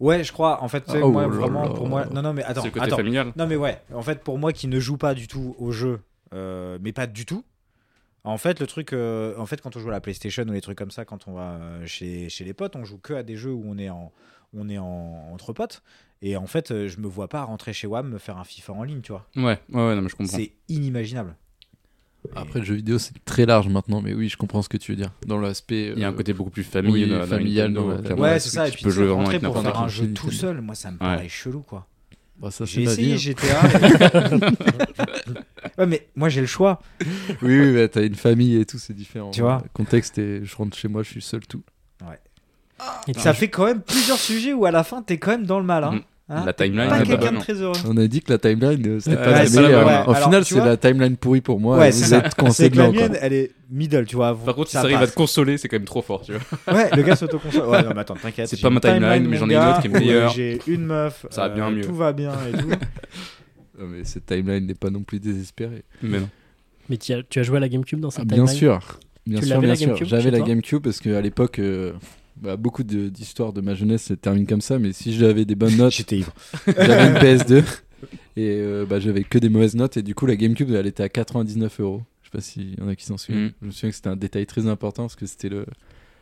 [SPEAKER 3] Ouais, je crois. En fait, tu sais,
[SPEAKER 2] Oh
[SPEAKER 3] moi,
[SPEAKER 2] là
[SPEAKER 3] vraiment,
[SPEAKER 2] là.
[SPEAKER 3] pour moi. Non, non, mais attends.
[SPEAKER 4] C'est le côté
[SPEAKER 3] attends.
[SPEAKER 4] familial.
[SPEAKER 3] Non, mais ouais. En fait, pour moi qui ne joue pas du tout au jeu, euh, mais pas du tout. En fait, le truc. euh, en fait, quand on joue à la PlayStation ou les trucs comme ça, quand on va euh, chez, chez les potes, on joue que à des jeux où on est, en, on est en, entre potes. Et en fait, euh, je me vois pas rentrer chez WAM me faire un FIFA en ligne, tu vois.
[SPEAKER 4] Ouais, ouais, ouais, non, mais je comprends.
[SPEAKER 3] C'est inimaginable.
[SPEAKER 2] Après, le jeu vidéo, c'est très large maintenant, mais oui, je comprends ce que tu veux dire. Dans l'aspect.
[SPEAKER 4] Il y a un
[SPEAKER 2] euh,
[SPEAKER 4] côté beaucoup plus
[SPEAKER 2] Oui,
[SPEAKER 4] familial, dans- dans
[SPEAKER 2] familial,
[SPEAKER 4] Nintendo,
[SPEAKER 2] dans la-
[SPEAKER 4] clairement.
[SPEAKER 3] Ouais,
[SPEAKER 4] La
[SPEAKER 3] c'est
[SPEAKER 4] Switch,
[SPEAKER 3] ça. Et
[SPEAKER 4] tu
[SPEAKER 3] puis,
[SPEAKER 4] peux
[SPEAKER 3] tu sais,
[SPEAKER 4] jouer vraiment
[SPEAKER 3] rentrer
[SPEAKER 4] avec
[SPEAKER 3] pour
[SPEAKER 4] n'importe
[SPEAKER 3] faire
[SPEAKER 4] qui.
[SPEAKER 3] un
[SPEAKER 2] qui.
[SPEAKER 3] jeu tout seul, moi, ça me paraît chelou, quoi.
[SPEAKER 2] bah, ça, c'est
[SPEAKER 3] J'ai
[SPEAKER 2] ma
[SPEAKER 3] essayé
[SPEAKER 2] vie,
[SPEAKER 3] GTA. et- ouais, mais moi, j'ai le choix.
[SPEAKER 2] hein. Oui, oui, bah, t'as une famille et tout, c'est différent.
[SPEAKER 3] Tu vois
[SPEAKER 2] Le contexte, et je rentre chez moi, je suis seul, tout.
[SPEAKER 1] Et tu-
[SPEAKER 3] Ça fait quand même plusieurs sujets où à la fin t'es quand même dans le mal. Hein.
[SPEAKER 4] Mm.
[SPEAKER 3] Hein
[SPEAKER 4] La
[SPEAKER 3] T'es
[SPEAKER 4] timeline
[SPEAKER 3] pas
[SPEAKER 4] n'est pas
[SPEAKER 3] quelqu'un
[SPEAKER 4] bonne.
[SPEAKER 3] de très heureux.
[SPEAKER 2] On a dit que la timeline, euh, c'était
[SPEAKER 4] Ouais,
[SPEAKER 2] pas la
[SPEAKER 3] c'est la
[SPEAKER 2] meilleure.
[SPEAKER 3] bonne.
[SPEAKER 2] Au
[SPEAKER 3] Ouais,
[SPEAKER 2] final,
[SPEAKER 3] alors, tu
[SPEAKER 2] c'est
[SPEAKER 3] vois-
[SPEAKER 2] la timeline pourrie pour moi.
[SPEAKER 3] Ouais,
[SPEAKER 2] et
[SPEAKER 3] c'est
[SPEAKER 2] vous
[SPEAKER 3] ça.
[SPEAKER 2] êtes
[SPEAKER 3] C'est que la
[SPEAKER 2] conseillants, quoi.
[SPEAKER 3] mienne, elle est middle, tu vois.
[SPEAKER 4] Par contre, si
[SPEAKER 3] ça
[SPEAKER 4] ça arrive à
[SPEAKER 3] passe.
[SPEAKER 4] te consoler, c'est quand même trop fort, tu vois.
[SPEAKER 3] Ouais, le gars s'autoconsole. Ouais, non, mais attends, t'inquiète.
[SPEAKER 4] C'est
[SPEAKER 3] j'ai
[SPEAKER 4] pas
[SPEAKER 3] une
[SPEAKER 4] ma timeline, mais
[SPEAKER 3] mon
[SPEAKER 4] j'en ai une
[SPEAKER 3] gars,
[SPEAKER 4] autre qui est
[SPEAKER 3] où, euh,
[SPEAKER 4] meilleure.
[SPEAKER 3] J'ai une meuf.
[SPEAKER 4] Ça va bien
[SPEAKER 3] euh,
[SPEAKER 4] mieux.
[SPEAKER 3] Tout va bien et tout.
[SPEAKER 2] Non, mais cette timeline n'est pas non plus désespérée.
[SPEAKER 4] Mais non.
[SPEAKER 1] Mais tu as, tu as joué à la GameCube dans cette
[SPEAKER 2] Ah, bien
[SPEAKER 1] timeline
[SPEAKER 2] sûr. Bien
[SPEAKER 1] Tu
[SPEAKER 2] sûr,
[SPEAKER 1] l'avais,
[SPEAKER 2] bien
[SPEAKER 1] la
[SPEAKER 2] sûr.
[SPEAKER 1] GameCube, chez
[SPEAKER 2] J'avais la
[SPEAKER 1] toi
[SPEAKER 2] GameCube parce qu'à l'époque, euh, bah, beaucoup de- d'histoires de ma jeunesse se terminent comme ça. Mais si j'avais des bonnes notes,
[SPEAKER 3] J'étais ivre.
[SPEAKER 2] j'avais une PS2 et euh, bah, j'avais que des mauvaises notes. Et du coup, la GameCube, elle était à 99 euros. Je sais pas s'il y en a qui s'en souviennent.
[SPEAKER 4] Mm.
[SPEAKER 2] Je me souviens que c'était un détail très important parce que c'était le.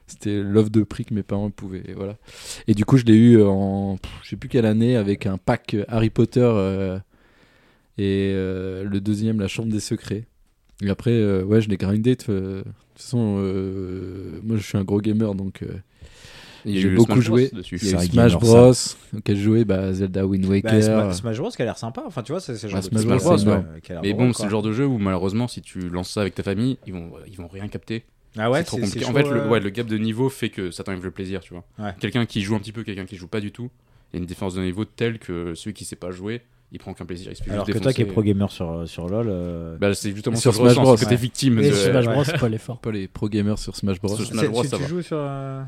[SPEAKER 2] C'était l'offre de prix que mes parents pouvaient. Et, voilà. et du coup, je l'ai eu euh, en. pff, Je sais plus quelle année, avec un pack Harry Potter euh, et euh, le deuxième, La Chambre des Secrets. Et après, euh, ouais, je l'ai grindé. De euh, de toute façon, euh, moi, je suis un gros gamer, donc euh,
[SPEAKER 4] Il y a
[SPEAKER 2] J'ai
[SPEAKER 4] eu
[SPEAKER 2] beaucoup
[SPEAKER 4] Smash Bros
[SPEAKER 2] joué.
[SPEAKER 4] dessus.
[SPEAKER 2] il y a eu
[SPEAKER 3] un
[SPEAKER 2] Smash
[SPEAKER 3] gamer,
[SPEAKER 2] Bros, auquel je jouais bah, Zelda Wind Waker.
[SPEAKER 3] Bah, Sma- Smash Bros qui a l'air sympa. Enfin, tu vois, c'est c'est le genre
[SPEAKER 2] Bah,
[SPEAKER 3] de
[SPEAKER 2] Smash
[SPEAKER 3] truc,
[SPEAKER 2] Bros,
[SPEAKER 3] euh,
[SPEAKER 2] ouais.
[SPEAKER 3] qui a l'air
[SPEAKER 4] Mais
[SPEAKER 3] drôle,
[SPEAKER 4] bon, c'est
[SPEAKER 3] quoi.
[SPEAKER 4] le genre de jeu où malheureusement, si tu lances ça avec ta famille, ils vont, ils vont rien capter.
[SPEAKER 3] Ah ouais,
[SPEAKER 4] c'est trop compliqué.
[SPEAKER 3] c'est
[SPEAKER 4] en fait,
[SPEAKER 3] chaud,
[SPEAKER 4] le,
[SPEAKER 3] euh.
[SPEAKER 4] ouais, le gap de niveau fait que ça t'enlève le plaisir, tu vois.
[SPEAKER 3] Ouais.
[SPEAKER 4] Quelqu'un qui joue un petit peu, quelqu'un qui joue pas du tout, il y a une différence de niveau telle que celui qui sait pas jouer, il prend qu'un plaisir. Il se fait
[SPEAKER 3] Alors que
[SPEAKER 4] juste
[SPEAKER 3] toi qui es
[SPEAKER 4] défoncer.
[SPEAKER 3] pro gamer sur, euh, sur LoL. euh,
[SPEAKER 4] Bah, c'est justement
[SPEAKER 2] Sur
[SPEAKER 4] sur Smash
[SPEAKER 2] Smash Bros,
[SPEAKER 4] Bros. que t'es
[SPEAKER 3] ouais.
[SPEAKER 4] victime.
[SPEAKER 3] Et
[SPEAKER 4] de-
[SPEAKER 3] sur
[SPEAKER 1] Smash
[SPEAKER 3] Ouais.
[SPEAKER 1] Bros, Paul est fort.
[SPEAKER 2] pas les pro gamers sur Smash Bros.
[SPEAKER 4] Sur
[SPEAKER 3] c'est-
[SPEAKER 4] Smash Bros,
[SPEAKER 3] tu,
[SPEAKER 4] ça
[SPEAKER 3] tu
[SPEAKER 4] va.
[SPEAKER 3] joues sur euh,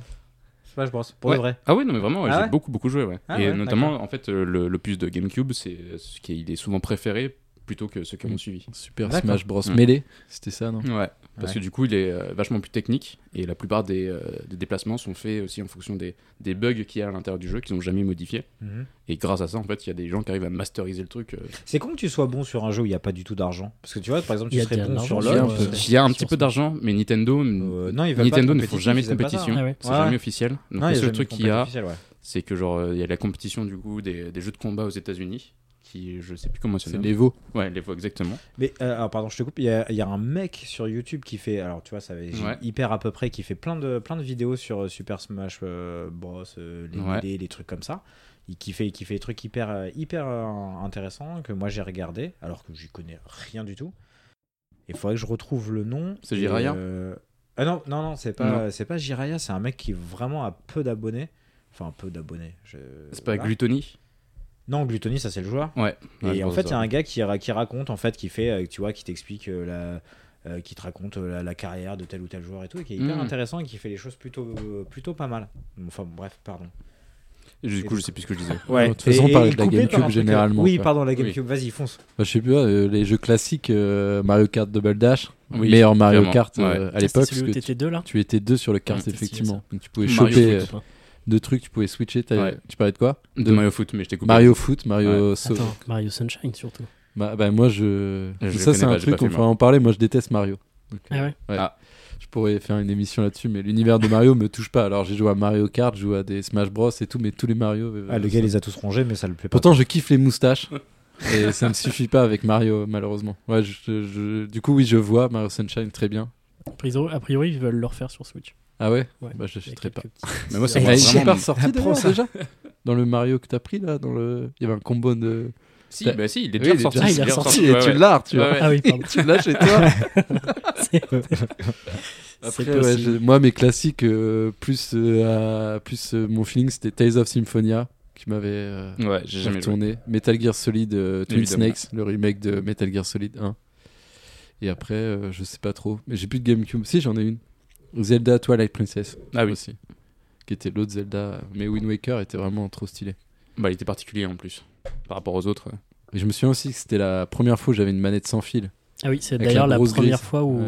[SPEAKER 3] Smash Bros. Pour
[SPEAKER 4] Ouais.
[SPEAKER 3] le vrai.
[SPEAKER 4] Ah oui, non, mais vraiment, ouais,
[SPEAKER 3] Ah
[SPEAKER 4] j'ai
[SPEAKER 3] ouais
[SPEAKER 4] beaucoup, beaucoup joué. Ouais.
[SPEAKER 3] Ah
[SPEAKER 4] et
[SPEAKER 3] ouais,
[SPEAKER 4] notamment, en fait, euh, le- l'opus de GameCube, c'est euh, ce qui est, il est souvent préféré plutôt que ceux qui
[SPEAKER 2] Mm.
[SPEAKER 4] l'ont suivi.
[SPEAKER 2] Super
[SPEAKER 3] D'accord.
[SPEAKER 2] Smash Bros
[SPEAKER 4] Mm.
[SPEAKER 2] Melee, c'était ça, non
[SPEAKER 4] Ouais, parce
[SPEAKER 3] Ouais.
[SPEAKER 4] que du coup, il est euh, vachement plus technique et la plupart des, euh, des déplacements sont faits aussi en fonction des, des bugs qu'il y a à l'intérieur du jeu qu'ils n'ont jamais modifiés.
[SPEAKER 3] Mhm.
[SPEAKER 4] Et grâce à ça, en fait, il y a des gens qui arrivent à masteriser le truc. euh.
[SPEAKER 3] C'est con que tu sois bon sur un jeu où il n'y a pas du tout d'argent. Parce que tu vois, par exemple,
[SPEAKER 1] Il y
[SPEAKER 3] tu
[SPEAKER 1] a
[SPEAKER 3] serais
[SPEAKER 1] de
[SPEAKER 3] bon sur
[SPEAKER 1] l'argent,
[SPEAKER 3] LoL.
[SPEAKER 2] il y a un peu.
[SPEAKER 3] euh,
[SPEAKER 4] Il y a un
[SPEAKER 1] sur
[SPEAKER 4] petit
[SPEAKER 1] ça.
[SPEAKER 4] peu d'argent, mais Nintendo, n-
[SPEAKER 3] euh, non, ils veulent pas
[SPEAKER 4] Nintendo ne
[SPEAKER 3] compétitif,
[SPEAKER 4] font jamais
[SPEAKER 3] ils
[SPEAKER 4] de
[SPEAKER 3] aiment pas ça,
[SPEAKER 4] compétition.
[SPEAKER 1] Ah ouais.
[SPEAKER 4] C'est
[SPEAKER 3] Ouais,
[SPEAKER 4] jamais
[SPEAKER 3] ouais.
[SPEAKER 4] officiel. Donc
[SPEAKER 3] Non, il
[SPEAKER 4] le
[SPEAKER 3] y a
[SPEAKER 4] seul
[SPEAKER 3] jamais
[SPEAKER 4] truc
[SPEAKER 3] de
[SPEAKER 4] qu'il y a,
[SPEAKER 3] compétitif, ouais.
[SPEAKER 4] c'est que genre euh, il y a la compétition du coup des, des jeux de combat aux États-Unis, qui je sais plus comment ça
[SPEAKER 2] C'est
[SPEAKER 4] s'appelle.
[SPEAKER 2] l'Evo.
[SPEAKER 4] Ouais, les voix exactement.
[SPEAKER 3] Mais euh, alors, pardon, je te coupe. Il y, a- il y a un mec sur YouTube qui fait. Alors, tu vois, ça va j'ai
[SPEAKER 4] Ouais.
[SPEAKER 3] hyper à peu près, qui fait plein de, plein de vidéos sur euh, Super Smash euh, Bros, euh, les
[SPEAKER 4] Ouais.
[SPEAKER 3] idées, les trucs comme ça. Il, qui, fait, qui fait des trucs hyper, euh, hyper euh, intéressants que moi j'ai regardé, alors que j'y connais rien du tout. Il faudrait que je retrouve le nom.
[SPEAKER 4] C'est
[SPEAKER 3] Et,
[SPEAKER 4] Jiraya
[SPEAKER 3] euh, Ah non, non, non, c'est pas, c'est pas Jiraya, c'est un mec qui vraiment a peu d'abonnés. Enfin, peu d'abonnés. je-
[SPEAKER 4] C'est pas
[SPEAKER 3] voilà.
[SPEAKER 4] Gluttony
[SPEAKER 3] Non, Gluttony, ça c'est le joueur.
[SPEAKER 4] Ouais. Ouais,
[SPEAKER 3] Et
[SPEAKER 4] je
[SPEAKER 3] en
[SPEAKER 4] pense
[SPEAKER 3] fait,
[SPEAKER 4] que
[SPEAKER 3] il y a un gars qui, ra- qui raconte, en fait, qui fait, euh, tu vois, qui t'explique euh, la. euh, qui te raconte euh, la, la carrière de tel ou tel joueur et tout, et qui est hyper
[SPEAKER 4] Mhm.
[SPEAKER 3] intéressant et qui fait les choses plutôt, euh, plutôt pas mal. Enfin, bref, pardon.
[SPEAKER 4] ça. Du coup, je sais plus ce que je disais.
[SPEAKER 2] Ouais. De toute façon, on
[SPEAKER 3] Et-
[SPEAKER 2] parlait
[SPEAKER 3] et
[SPEAKER 2] de la
[SPEAKER 3] coupé par un
[SPEAKER 2] GameCube
[SPEAKER 3] truc, euh,
[SPEAKER 2] généralement,
[SPEAKER 3] Oui,
[SPEAKER 2] quoi.
[SPEAKER 3] pardon, la
[SPEAKER 4] Oui.
[SPEAKER 3] GameCube, vas-y, fonce.
[SPEAKER 2] Bah, je sais plus, euh, les jeux classiques, euh, Mario Kart Double Dash,
[SPEAKER 4] Oui,
[SPEAKER 2] meilleur Mario
[SPEAKER 4] clairement,
[SPEAKER 2] Kart
[SPEAKER 4] ouais.
[SPEAKER 2] euh, à
[SPEAKER 1] Ah, C'est
[SPEAKER 2] l'époque,
[SPEAKER 1] celui
[SPEAKER 2] parce
[SPEAKER 1] où
[SPEAKER 2] que tu,
[SPEAKER 1] t'étais deux là
[SPEAKER 2] tu étais deux sur le kart,
[SPEAKER 1] Ouais, c'était stylé,
[SPEAKER 2] effectivement. Donc tu pouvais
[SPEAKER 4] Mario
[SPEAKER 2] choper euh,
[SPEAKER 4] Foot.
[SPEAKER 2] deux trucs, tu pouvais switcher. t'as-
[SPEAKER 4] Ouais.
[SPEAKER 2] Tu parlais de quoi
[SPEAKER 4] De Mario Foot, mais je t'ai coupé.
[SPEAKER 2] Mario Foot, Mario So-
[SPEAKER 1] Attends, Mario Sunshine surtout.
[SPEAKER 2] Bah, bah, moi, je.
[SPEAKER 4] Je
[SPEAKER 2] ça,
[SPEAKER 4] connais
[SPEAKER 2] c'est
[SPEAKER 4] pas,
[SPEAKER 2] un
[SPEAKER 4] j'ai
[SPEAKER 2] truc
[SPEAKER 4] pas fait,
[SPEAKER 2] qu'on pourrait en parler. Moi, je déteste Mario. Donc, euh,
[SPEAKER 1] Ah ouais
[SPEAKER 2] Je pourrais faire une émission là-dessus, mais l'univers de Mario me touche pas. Alors, j'ai joué à Mario Kart, je joue à des Smash Bros et tout, mais tous les Mario. euh,
[SPEAKER 3] Ah, le
[SPEAKER 2] ça-
[SPEAKER 3] gars les a tous rongés, mais ça le plaît pas.
[SPEAKER 2] Pourtant, je kiffe les moustaches. Et ça me suffit pas avec Mario, malheureusement. Ouais, je- je- du coup, oui, je vois Mario Sunshine très bien.
[SPEAKER 1] A priori, a priori, ils veulent le refaire sur Switch.
[SPEAKER 2] Ah ouais,
[SPEAKER 1] Ouais.
[SPEAKER 2] Bah,
[SPEAKER 1] Il y a
[SPEAKER 2] j'achèterai pas.
[SPEAKER 1] quelques petits-
[SPEAKER 4] Mais moi,
[SPEAKER 2] Ah,
[SPEAKER 4] Ouais,
[SPEAKER 2] il
[SPEAKER 4] vraiment-
[SPEAKER 2] est pas ressorti
[SPEAKER 3] Prends
[SPEAKER 2] d'ailleurs, déjà Dans le Mario que t'as pris là, dans le... il y avait un combo de.
[SPEAKER 4] Si,
[SPEAKER 2] T'as-
[SPEAKER 4] bah si, il est
[SPEAKER 2] Oui,
[SPEAKER 4] déjà sorti.
[SPEAKER 1] déjà- Ah, il est ressorti,
[SPEAKER 2] et tu l'as, tu vois.
[SPEAKER 4] Ouais, ouais.
[SPEAKER 1] Ah oui, pardon.
[SPEAKER 2] tu l'as chez toi.
[SPEAKER 1] C'est-
[SPEAKER 2] Après,
[SPEAKER 1] c'est
[SPEAKER 2] ouais,
[SPEAKER 1] possible.
[SPEAKER 2] je- moi, mes classiques, euh, plus, euh, à- plus euh, mon feeling, c'était Tales of Symphonia qui m'avait euh,
[SPEAKER 4] Ouais, j'ai jamais joué.
[SPEAKER 2] retourné. Metal Gear Solid euh, Twin
[SPEAKER 4] Évidemment.
[SPEAKER 2] Snakes, le remake de Metal Gear Solid 1. Et après, euh, je sais pas trop. Mais j'ai plus de Gamecube. Si, j'en ai une. Zelda Twilight Princess.
[SPEAKER 4] Ah oui.
[SPEAKER 2] Aussi. Qui était l'autre Zelda. Mais Wind Waker était vraiment trop stylé.
[SPEAKER 4] Bah, il était particulier en plus par rapport aux autres.
[SPEAKER 2] Et je me souviens aussi que c'était la première fois où j'avais une manette sans fil.
[SPEAKER 1] Ah oui, c'est
[SPEAKER 2] Avec
[SPEAKER 1] d'ailleurs la,
[SPEAKER 2] la grosse
[SPEAKER 1] première
[SPEAKER 2] grise.
[SPEAKER 1] fois où,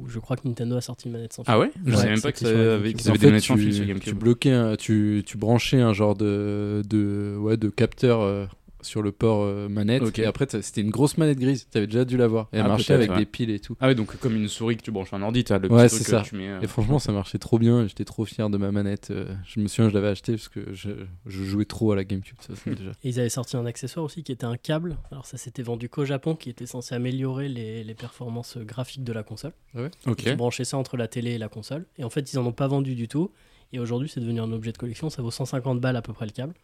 [SPEAKER 1] où je crois que Nintendo a sorti une manette sans fil.
[SPEAKER 4] Ah ouais Je
[SPEAKER 1] Ouais,
[SPEAKER 4] savais même pas que
[SPEAKER 1] c'était
[SPEAKER 4] ça
[SPEAKER 1] sur la
[SPEAKER 4] avait-
[SPEAKER 1] GameCube.
[SPEAKER 4] qu'ils
[SPEAKER 2] En
[SPEAKER 4] avaient
[SPEAKER 2] fait,
[SPEAKER 4] des manettes sans
[SPEAKER 2] tu-
[SPEAKER 4] fil sur
[SPEAKER 2] Tu
[SPEAKER 4] GameCube.
[SPEAKER 2] bloquais, un- tu, tu branchais un genre de, de, ouais, de capteur euh, sur le port euh, manette.
[SPEAKER 4] Ok.
[SPEAKER 2] Et après, t'as- c'était une grosse manette grise. T'avais déjà dû l'avoir. Et elle
[SPEAKER 4] Ah,
[SPEAKER 2] marchait
[SPEAKER 4] peut-être,
[SPEAKER 2] avec
[SPEAKER 4] ouais.
[SPEAKER 2] des piles et tout.
[SPEAKER 4] Ah ouais, donc comme une souris que tu branches à un ordi, t'as le
[SPEAKER 2] Ouais,
[SPEAKER 4] petit truc
[SPEAKER 2] c'est ça.
[SPEAKER 4] que tu mets. euh,
[SPEAKER 2] Et franchement, ça marchait trop bien. J'étais trop fier de ma manette. euh, Je me souviens, je l'avais acheté parce que je, je jouais trop à la GameCube. Ça, c'est déjà.
[SPEAKER 1] Et ils avaient sorti un accessoire aussi qui était un câble. Alors ça s'était vendu qu'au Japon, qui était censé améliorer les, les performances graphiques de la console.
[SPEAKER 4] Ok.
[SPEAKER 1] Ils branchaient ça entre la télé et la console. Et en fait, ils en ont pas vendu du tout. Et aujourd'hui, c'est devenu un objet de collection. Ça vaut 150 balles à peu près le câble.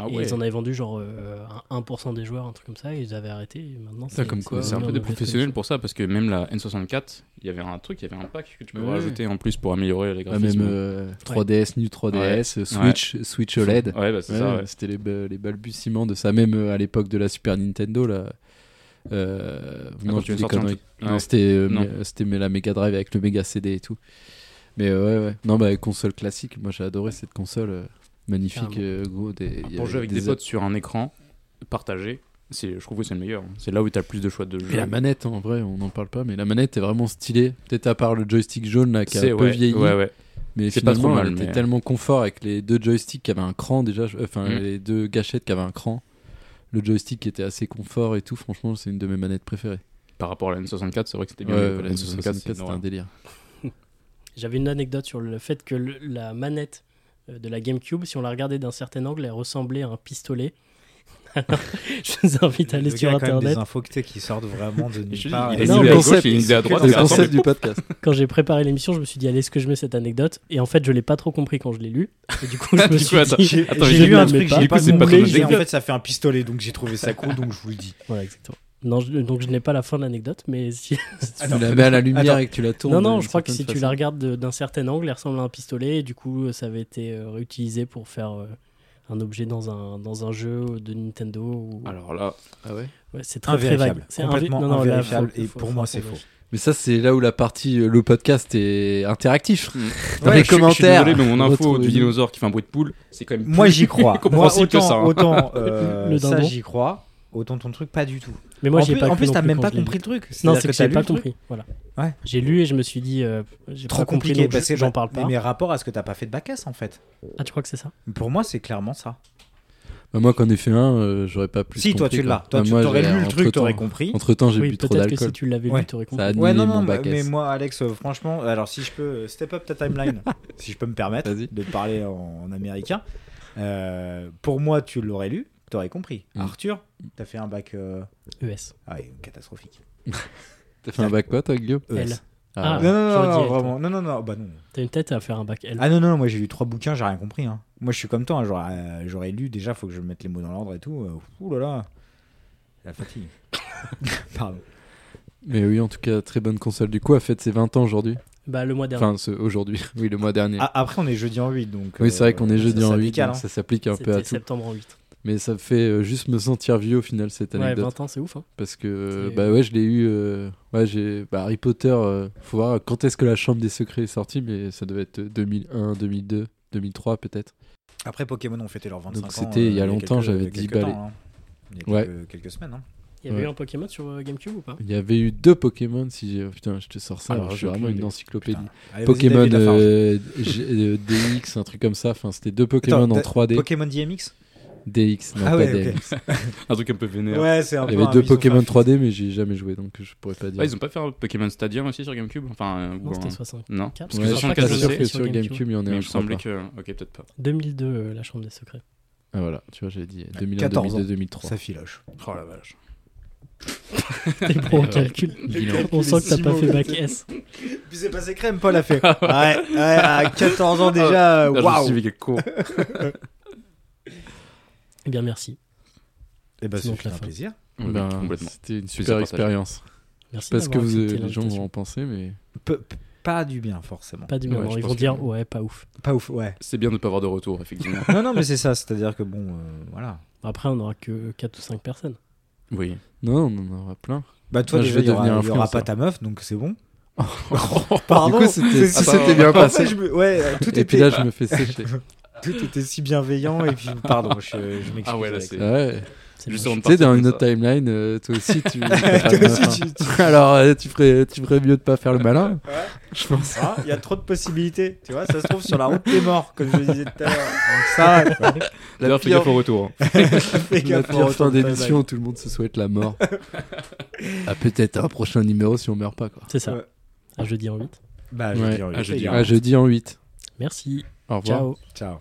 [SPEAKER 4] Ah
[SPEAKER 1] et
[SPEAKER 4] ouais.
[SPEAKER 1] ils en avaient vendu genre euh, un 1% des joueurs, un truc comme ça. Et ils avaient arrêté. Et maintenant,
[SPEAKER 2] Putain, comme quoi,
[SPEAKER 4] C'est un
[SPEAKER 1] devenu
[SPEAKER 4] peu des
[SPEAKER 1] objet de
[SPEAKER 4] professionnels
[SPEAKER 1] collection.
[SPEAKER 4] pour ça parce que même la N64, il y avait un truc, il y avait un pack que tu pouvais
[SPEAKER 2] Ouais.
[SPEAKER 4] rajouter en plus pour améliorer les
[SPEAKER 2] Ah,
[SPEAKER 4] graphismes.
[SPEAKER 2] même euh, 3DS, nu 3DS, euh, Switch, Switch OLED.
[SPEAKER 4] Ouais, bah
[SPEAKER 2] E
[SPEAKER 4] c'est
[SPEAKER 2] Ouais,
[SPEAKER 4] ça. ouais.
[SPEAKER 2] C'était les, ba- les balbutiements de ça, même euh, à l'époque de la Super Nintendo. Là. Euh,
[SPEAKER 4] Ah,
[SPEAKER 2] non,
[SPEAKER 4] quand
[SPEAKER 2] je
[SPEAKER 4] tu
[SPEAKER 2] dis
[SPEAKER 4] l'as sorti en
[SPEAKER 2] conneries.
[SPEAKER 4] tout-
[SPEAKER 2] Non,
[SPEAKER 4] ouais.
[SPEAKER 2] c'était euh,
[SPEAKER 4] Non.
[SPEAKER 2] mais- c'était mais la Mega Drive avec le Mega CD et tout. Mais euh, ouais, ouais. Non, bah, console classique. Moi, j'ai adoré cette console euh, magnifique.
[SPEAKER 1] Carrément.
[SPEAKER 2] euh, gros, des, il y
[SPEAKER 4] Ah, Pour
[SPEAKER 2] avait
[SPEAKER 4] jouer avec des potes sur un écran partagé, c'est, je trouve que c'est le meilleur. C'est là où t'as le plus de choix de
[SPEAKER 2] Et
[SPEAKER 4] jeux.
[SPEAKER 2] la manette, hein, en vrai, on n'en parle pas, mais la manette est vraiment stylée. Peut-être à part le joystick jaune là, qui a un
[SPEAKER 4] C'est
[SPEAKER 2] peu
[SPEAKER 4] ouais,
[SPEAKER 2] vieilli,
[SPEAKER 4] Ouais, ouais.
[SPEAKER 2] mais
[SPEAKER 4] C'est pas
[SPEAKER 2] finalement,
[SPEAKER 4] trop mal,
[SPEAKER 2] elle était
[SPEAKER 4] mais- euh.
[SPEAKER 2] tellement confort avec les deux joysticks qui avaient un cran déjà, je- enfin
[SPEAKER 4] Mm.
[SPEAKER 2] les deux gâchettes qui avaient un cran. Le joystick qui était assez confort et tout, franchement, c'est une de mes manettes préférées.
[SPEAKER 4] Par rapport à la N64, c'est vrai que c'était bien.
[SPEAKER 2] Ouais,
[SPEAKER 4] mieux que la
[SPEAKER 2] la N64,
[SPEAKER 4] N64, c'est
[SPEAKER 2] c'était un
[SPEAKER 4] énorme.
[SPEAKER 2] délire.
[SPEAKER 1] J'avais une anecdote sur le fait que le- la manette euh, de la GameCube, si on la regardait d'un certain angle, elle ressemblait à un pistolet. Alors, je vous invite à aller
[SPEAKER 3] Le
[SPEAKER 1] sur
[SPEAKER 3] gars a quand même
[SPEAKER 1] Internet.
[SPEAKER 3] des infos que t'es qui sortent vraiment de
[SPEAKER 4] Et je te
[SPEAKER 3] nulle
[SPEAKER 4] dis,
[SPEAKER 3] part.
[SPEAKER 4] Il y a
[SPEAKER 2] Et
[SPEAKER 4] une
[SPEAKER 2] non,
[SPEAKER 4] idée
[SPEAKER 2] le
[SPEAKER 4] à
[SPEAKER 2] concept,
[SPEAKER 4] gauche, il y a une idée à droite.
[SPEAKER 2] le
[SPEAKER 4] ça ressemble.
[SPEAKER 2] concept du podcast.
[SPEAKER 1] Quand j'ai préparé l'émission, je me suis dit, allez, est-ce que je mets cette anecdote Et en fait, je l'ai pas trop compris quand je l'ai lu. Et du coup, je me
[SPEAKER 4] Du
[SPEAKER 1] suis
[SPEAKER 4] coup, attends,
[SPEAKER 1] dit,
[SPEAKER 4] attends,
[SPEAKER 1] je
[SPEAKER 4] j'ai
[SPEAKER 1] ne
[SPEAKER 4] lu un
[SPEAKER 1] l'admets
[SPEAKER 4] truc, j'ai pas
[SPEAKER 1] donc
[SPEAKER 4] compris,
[SPEAKER 1] je
[SPEAKER 4] j'ai
[SPEAKER 1] l'ai
[SPEAKER 3] Et en
[SPEAKER 1] fait.
[SPEAKER 3] fait, ça fait un pistolet, donc j'ai trouvé ça cool, donc je vous le dis.
[SPEAKER 1] Voilà, exactement. Non, je- donc je n'ai pas la fin de l'anecdote, mais si...
[SPEAKER 2] Tu la mets à la lumière et que tu la tournes. euh,
[SPEAKER 1] non, non,
[SPEAKER 2] d'une
[SPEAKER 1] je crois que si
[SPEAKER 2] certaine
[SPEAKER 1] tu
[SPEAKER 2] façon.
[SPEAKER 1] la regardes de- d'un certain angle, elle ressemble à un pistolet, et du coup, ça avait été euh, réutilisé pour faire euh, un objet dans un, dans un jeu de Nintendo. Ou...
[SPEAKER 4] Alors là,
[SPEAKER 2] Ah ouais.
[SPEAKER 1] Ouais, c'est très très
[SPEAKER 3] Invérifiable.
[SPEAKER 1] vague. C'est invé-
[SPEAKER 3] Complètement
[SPEAKER 1] non, non, là,
[SPEAKER 3] invérifiable.
[SPEAKER 1] faut-
[SPEAKER 3] Et
[SPEAKER 1] faut-
[SPEAKER 3] pour
[SPEAKER 1] faut
[SPEAKER 3] moi,
[SPEAKER 1] qu'on
[SPEAKER 3] c'est
[SPEAKER 1] veuille.
[SPEAKER 3] faux.
[SPEAKER 2] Mais ça, c'est là où la partie euh, le podcast est interactif.
[SPEAKER 4] Mm.
[SPEAKER 2] Dans
[SPEAKER 4] Ouais,
[SPEAKER 2] les
[SPEAKER 4] je suis- je suis
[SPEAKER 2] commentaires.
[SPEAKER 4] désolé, mais mon info
[SPEAKER 2] retrouvez-nous.
[SPEAKER 4] du dinosaure qui fait un bruit de poule, c'est quand même.
[SPEAKER 3] Moi j'y crois. Moi
[SPEAKER 4] compréhensible que
[SPEAKER 3] autant,
[SPEAKER 4] ça, hein.
[SPEAKER 3] autant euh,
[SPEAKER 1] Le
[SPEAKER 3] ça
[SPEAKER 1] dindon.
[SPEAKER 3] j'y crois, autant ton truc pas du tout.
[SPEAKER 1] Mais moi,
[SPEAKER 3] en
[SPEAKER 1] j'ai
[SPEAKER 3] plus,
[SPEAKER 1] pas
[SPEAKER 3] en
[SPEAKER 1] cru
[SPEAKER 3] plus
[SPEAKER 1] non
[SPEAKER 3] t'as
[SPEAKER 1] plus
[SPEAKER 3] même
[SPEAKER 1] quand
[SPEAKER 3] pas
[SPEAKER 1] je l'ai lu.
[SPEAKER 3] compris le truc.
[SPEAKER 1] Non, c'est
[SPEAKER 3] C'est-à-dire
[SPEAKER 1] que
[SPEAKER 3] t'as
[SPEAKER 1] j'ai
[SPEAKER 3] lu
[SPEAKER 1] pas
[SPEAKER 3] le truc.
[SPEAKER 1] compris. Voilà.
[SPEAKER 3] Ouais.
[SPEAKER 1] J'ai lu et je me suis dit, euh, j'ai
[SPEAKER 3] Trop
[SPEAKER 1] pas compris,
[SPEAKER 3] compliqué
[SPEAKER 1] donc
[SPEAKER 3] parce que
[SPEAKER 1] j'en
[SPEAKER 3] bah,
[SPEAKER 1] parle pas.
[SPEAKER 3] Mais rapport à ce que t'as pas fait de bac S, en fait.
[SPEAKER 1] Ah, tu crois que c'est ça
[SPEAKER 3] Pour moi c'est clairement ça.
[SPEAKER 2] Bah, moi, quand on ai fait un, euh, j'aurais pas plus.
[SPEAKER 3] Si toi
[SPEAKER 2] compris,
[SPEAKER 3] tu
[SPEAKER 2] quoi.
[SPEAKER 3] l'as, toi
[SPEAKER 2] Bah,
[SPEAKER 3] tu
[SPEAKER 2] moi,
[SPEAKER 3] t'aurais
[SPEAKER 2] j'ai-
[SPEAKER 3] lu le truc,
[SPEAKER 2] entre-temps-
[SPEAKER 3] t'aurais compris.
[SPEAKER 2] Entre temps, j'ai
[SPEAKER 1] Oui,
[SPEAKER 2] bu trop
[SPEAKER 1] peut-être que si
[SPEAKER 2] d'alcool.
[SPEAKER 1] tu l'avais
[SPEAKER 3] Ouais.
[SPEAKER 1] lu, t'aurais
[SPEAKER 2] Ça a
[SPEAKER 1] compris.
[SPEAKER 2] annulé
[SPEAKER 3] Ouais non non
[SPEAKER 2] mon
[SPEAKER 3] mais,
[SPEAKER 2] bac
[SPEAKER 3] mais
[SPEAKER 2] S.
[SPEAKER 3] moi Alex euh, franchement alors si je peux euh, step up ta timeline si je peux me permettre
[SPEAKER 2] Vas-y.
[SPEAKER 3] de parler en, en américain euh, pour moi tu l'aurais lu t'aurais compris
[SPEAKER 2] Mm.
[SPEAKER 3] Arthur t'as fait un bac euh,
[SPEAKER 1] ES.
[SPEAKER 3] ah, ouais, catastrophique E
[SPEAKER 2] T'as fait un bac quoi, toi, Guillaume
[SPEAKER 3] ES.
[SPEAKER 1] L. Ah,
[SPEAKER 3] non non non,
[SPEAKER 1] j'aurais
[SPEAKER 3] non,
[SPEAKER 1] dit elle, toi.
[SPEAKER 3] vraiment non non non bah non
[SPEAKER 1] T'as une tête à faire un bac L.
[SPEAKER 3] Ah non, non, moi j'ai lu trois bouquins, j'ai rien compris. hein. Moi je suis comme toi, hein, j'aurais euh, j'aurais lu déjà, faut que je mette les mots dans l'ordre et tout. euh, Ouh là là, la fatigue. Pardon.
[SPEAKER 2] Mais oui, en tout cas, très bonne console. Du coup, a fait ses 20 ans aujourd'hui.
[SPEAKER 1] Bah, le mois dernier.
[SPEAKER 2] Enfin, ce- aujourd'hui. Oui, le mois dernier.
[SPEAKER 3] Ah, après on est jeudi en 8, donc.
[SPEAKER 2] oui, c'est
[SPEAKER 3] euh,
[SPEAKER 2] vrai qu'on est jeudi
[SPEAKER 3] ça
[SPEAKER 2] en 8,
[SPEAKER 3] s'applique, hein.
[SPEAKER 2] donc ça s'applique un peu à
[SPEAKER 1] C'était
[SPEAKER 2] tout.
[SPEAKER 1] septembre en 8.
[SPEAKER 2] Mais ça me fait euh, juste me sentir vieux au final, cette
[SPEAKER 1] Ouais,
[SPEAKER 2] anecdote.
[SPEAKER 1] 20 ans, c'est ouf. Hein.
[SPEAKER 2] Parce que, euh,
[SPEAKER 1] C'est-
[SPEAKER 2] bah ouais, je l'ai eu. euh, ouais, j'ai. Bah, Harry Potter, euh, faut voir quand est-ce que la chambre des secrets est sortie, mais ça devait être 2001, 2002, 2003 peut-être.
[SPEAKER 3] Après Pokémon ont fêté leurs 25 ans. euh,
[SPEAKER 2] Donc, c'était il y a longtemps,
[SPEAKER 3] quelques-
[SPEAKER 2] j'avais 10
[SPEAKER 3] quelques
[SPEAKER 2] balais.
[SPEAKER 3] temps, hein. Il y a
[SPEAKER 2] Ouais.
[SPEAKER 3] quelques, quelques semaines. hein.
[SPEAKER 1] Il y avait
[SPEAKER 2] Ouais.
[SPEAKER 1] eu un Pokémon sur euh, Gamecube ou pas
[SPEAKER 2] Il y avait eu deux Pokémon, si j'ai. Putain, je te sors ça,
[SPEAKER 1] Ah,
[SPEAKER 2] alors je suis
[SPEAKER 1] aucune
[SPEAKER 2] vraiment une
[SPEAKER 1] idée.
[SPEAKER 2] encyclopédie.
[SPEAKER 3] Putain. Allez, vas-y,
[SPEAKER 2] Pokémon
[SPEAKER 3] David Lafarge.
[SPEAKER 2] euh, G- euh, DX, un truc comme ça. Enfin, c'était deux Pokémon
[SPEAKER 3] Attends,
[SPEAKER 2] en
[SPEAKER 3] t'as-
[SPEAKER 2] 3D.
[SPEAKER 3] Pokémon DMX
[SPEAKER 2] DX, non
[SPEAKER 3] Ah
[SPEAKER 2] pas
[SPEAKER 3] ouais, ok.
[SPEAKER 2] DX.
[SPEAKER 4] un truc un peu vénère.
[SPEAKER 3] Ouais, c'est un peu.
[SPEAKER 2] Il y
[SPEAKER 3] un-
[SPEAKER 2] avait deux
[SPEAKER 3] ils ont fait
[SPEAKER 2] Pokémon
[SPEAKER 3] un-
[SPEAKER 2] 3D, mais j'y ai jamais joué, donc euh, je pourrais pas dire.
[SPEAKER 4] Ah, ils ont pas fait un Pokémon Stadium aussi sur Gamecube Enfin, euh, ou
[SPEAKER 1] Non, c'était
[SPEAKER 4] un-
[SPEAKER 1] 64.
[SPEAKER 4] non.
[SPEAKER 1] Parce
[SPEAKER 2] Ouais,
[SPEAKER 4] que
[SPEAKER 2] je
[SPEAKER 4] sur
[SPEAKER 2] suis
[SPEAKER 4] un
[SPEAKER 2] pas
[SPEAKER 4] cas,
[SPEAKER 2] sûr
[SPEAKER 4] c'est
[SPEAKER 2] que sur GameCube, il y en ait
[SPEAKER 4] Mais
[SPEAKER 2] un.
[SPEAKER 4] il me
[SPEAKER 2] je crois
[SPEAKER 4] semblait
[SPEAKER 2] pas.
[SPEAKER 4] que. Ok, peut-être pas.
[SPEAKER 1] 2002, euh, la chambre des secrets.
[SPEAKER 2] Ah, voilà, tu vois, j'avais dit 2001,
[SPEAKER 3] 14 ans.
[SPEAKER 2] 2002, 2003.
[SPEAKER 3] Ça filoche.
[SPEAKER 4] Oh la vache.
[SPEAKER 1] T'es pro en calcul. On sent que t'as pas fait bac S.
[SPEAKER 3] Puis c'est passé crème, Paul a fait. Ouais, ouais, à 14 ans déjà,
[SPEAKER 4] Là,
[SPEAKER 3] Ah, waouh.
[SPEAKER 4] Ah, Je suis quelques cours.
[SPEAKER 1] Eh bien, merci.
[SPEAKER 3] Eh
[SPEAKER 5] Et bah,
[SPEAKER 1] C'est
[SPEAKER 5] c'est
[SPEAKER 1] donc la
[SPEAKER 5] un
[SPEAKER 1] fin.
[SPEAKER 5] plaisir.
[SPEAKER 2] Ben,
[SPEAKER 4] complètement.
[SPEAKER 2] C'était une
[SPEAKER 4] Plaisir
[SPEAKER 2] super
[SPEAKER 4] partagé.
[SPEAKER 2] expérience.
[SPEAKER 1] Merci
[SPEAKER 2] Parce que
[SPEAKER 1] d'avoir
[SPEAKER 2] vous,
[SPEAKER 1] accepté
[SPEAKER 2] les gens
[SPEAKER 1] l'invitation.
[SPEAKER 2] vont en penser, mais
[SPEAKER 5] Peu- p- Pas du bien, forcément.
[SPEAKER 1] Pas du
[SPEAKER 2] Ouais,
[SPEAKER 1] moment.
[SPEAKER 2] je
[SPEAKER 1] Ils
[SPEAKER 2] pense
[SPEAKER 1] vont
[SPEAKER 2] que-
[SPEAKER 1] dire, ouais, pas ouf.
[SPEAKER 5] Pas ouf, ouais.
[SPEAKER 4] C'est bien de ne pas avoir de retour, effectivement.
[SPEAKER 5] Non, non, mais c'est ça, c'est-à-dire que bon, euh, voilà.
[SPEAKER 1] Après, on n'aura que 4 ou 5 personnes.
[SPEAKER 4] oui.
[SPEAKER 2] non, on en aura plein.
[SPEAKER 5] Bah, toi,
[SPEAKER 2] Moi, je
[SPEAKER 5] déjà,
[SPEAKER 2] vais
[SPEAKER 5] il y aura-
[SPEAKER 2] devenir
[SPEAKER 5] il y aura
[SPEAKER 2] influenceur.
[SPEAKER 5] pas ta meuf, donc c'est bon.
[SPEAKER 3] Pardon,
[SPEAKER 5] Du coup, c'était-
[SPEAKER 3] c'est-
[SPEAKER 2] Attends,
[SPEAKER 3] c'était bien
[SPEAKER 2] en fait,
[SPEAKER 3] passé. Ouais, euh, tout
[SPEAKER 2] Et puis là,
[SPEAKER 3] était,
[SPEAKER 2] je me fais sécher.
[SPEAKER 3] tout était si bienveillant et puis pardon, je, je m'excuse.
[SPEAKER 4] Ah ouais, là,
[SPEAKER 3] Alex.
[SPEAKER 4] c'est.
[SPEAKER 2] Ouais.
[SPEAKER 1] C'est
[SPEAKER 4] Juste
[SPEAKER 1] moche.
[SPEAKER 4] avant de
[SPEAKER 2] Tu sais, dans
[SPEAKER 4] partir
[SPEAKER 2] une
[SPEAKER 4] comme
[SPEAKER 2] autre
[SPEAKER 4] ça.
[SPEAKER 2] timeline, euh, toi aussi, tu.
[SPEAKER 3] aussi, tu-
[SPEAKER 2] Alors, euh, tu ferais, tu ferais mieux de pas faire le malin.
[SPEAKER 3] Ouais.
[SPEAKER 2] Je pense.
[SPEAKER 3] Ah, Il y a trop de possibilités, tu vois, ça se trouve sur la route des morts, comme je le disais tout à l'heure. Donc ça,
[SPEAKER 4] D'ailleurs, fais
[SPEAKER 2] pire-
[SPEAKER 4] gaffe au retour.
[SPEAKER 3] fais
[SPEAKER 2] La
[SPEAKER 3] gaffe pour
[SPEAKER 2] pire fin
[SPEAKER 3] retourner ta
[SPEAKER 2] d'émission, tout le monde se souhaite la mort. Ah, peut-être un prochain numéro si on meurt pas, quoi.
[SPEAKER 1] C'est ça.
[SPEAKER 3] Ouais.
[SPEAKER 1] À jeudi en 8.
[SPEAKER 5] Bah,
[SPEAKER 2] Ouais.
[SPEAKER 5] je dis,
[SPEAKER 4] Ah, je dis,
[SPEAKER 2] À jeudi en 8.
[SPEAKER 1] Merci.
[SPEAKER 2] Au revoir.
[SPEAKER 1] Ciao.
[SPEAKER 5] Ciao.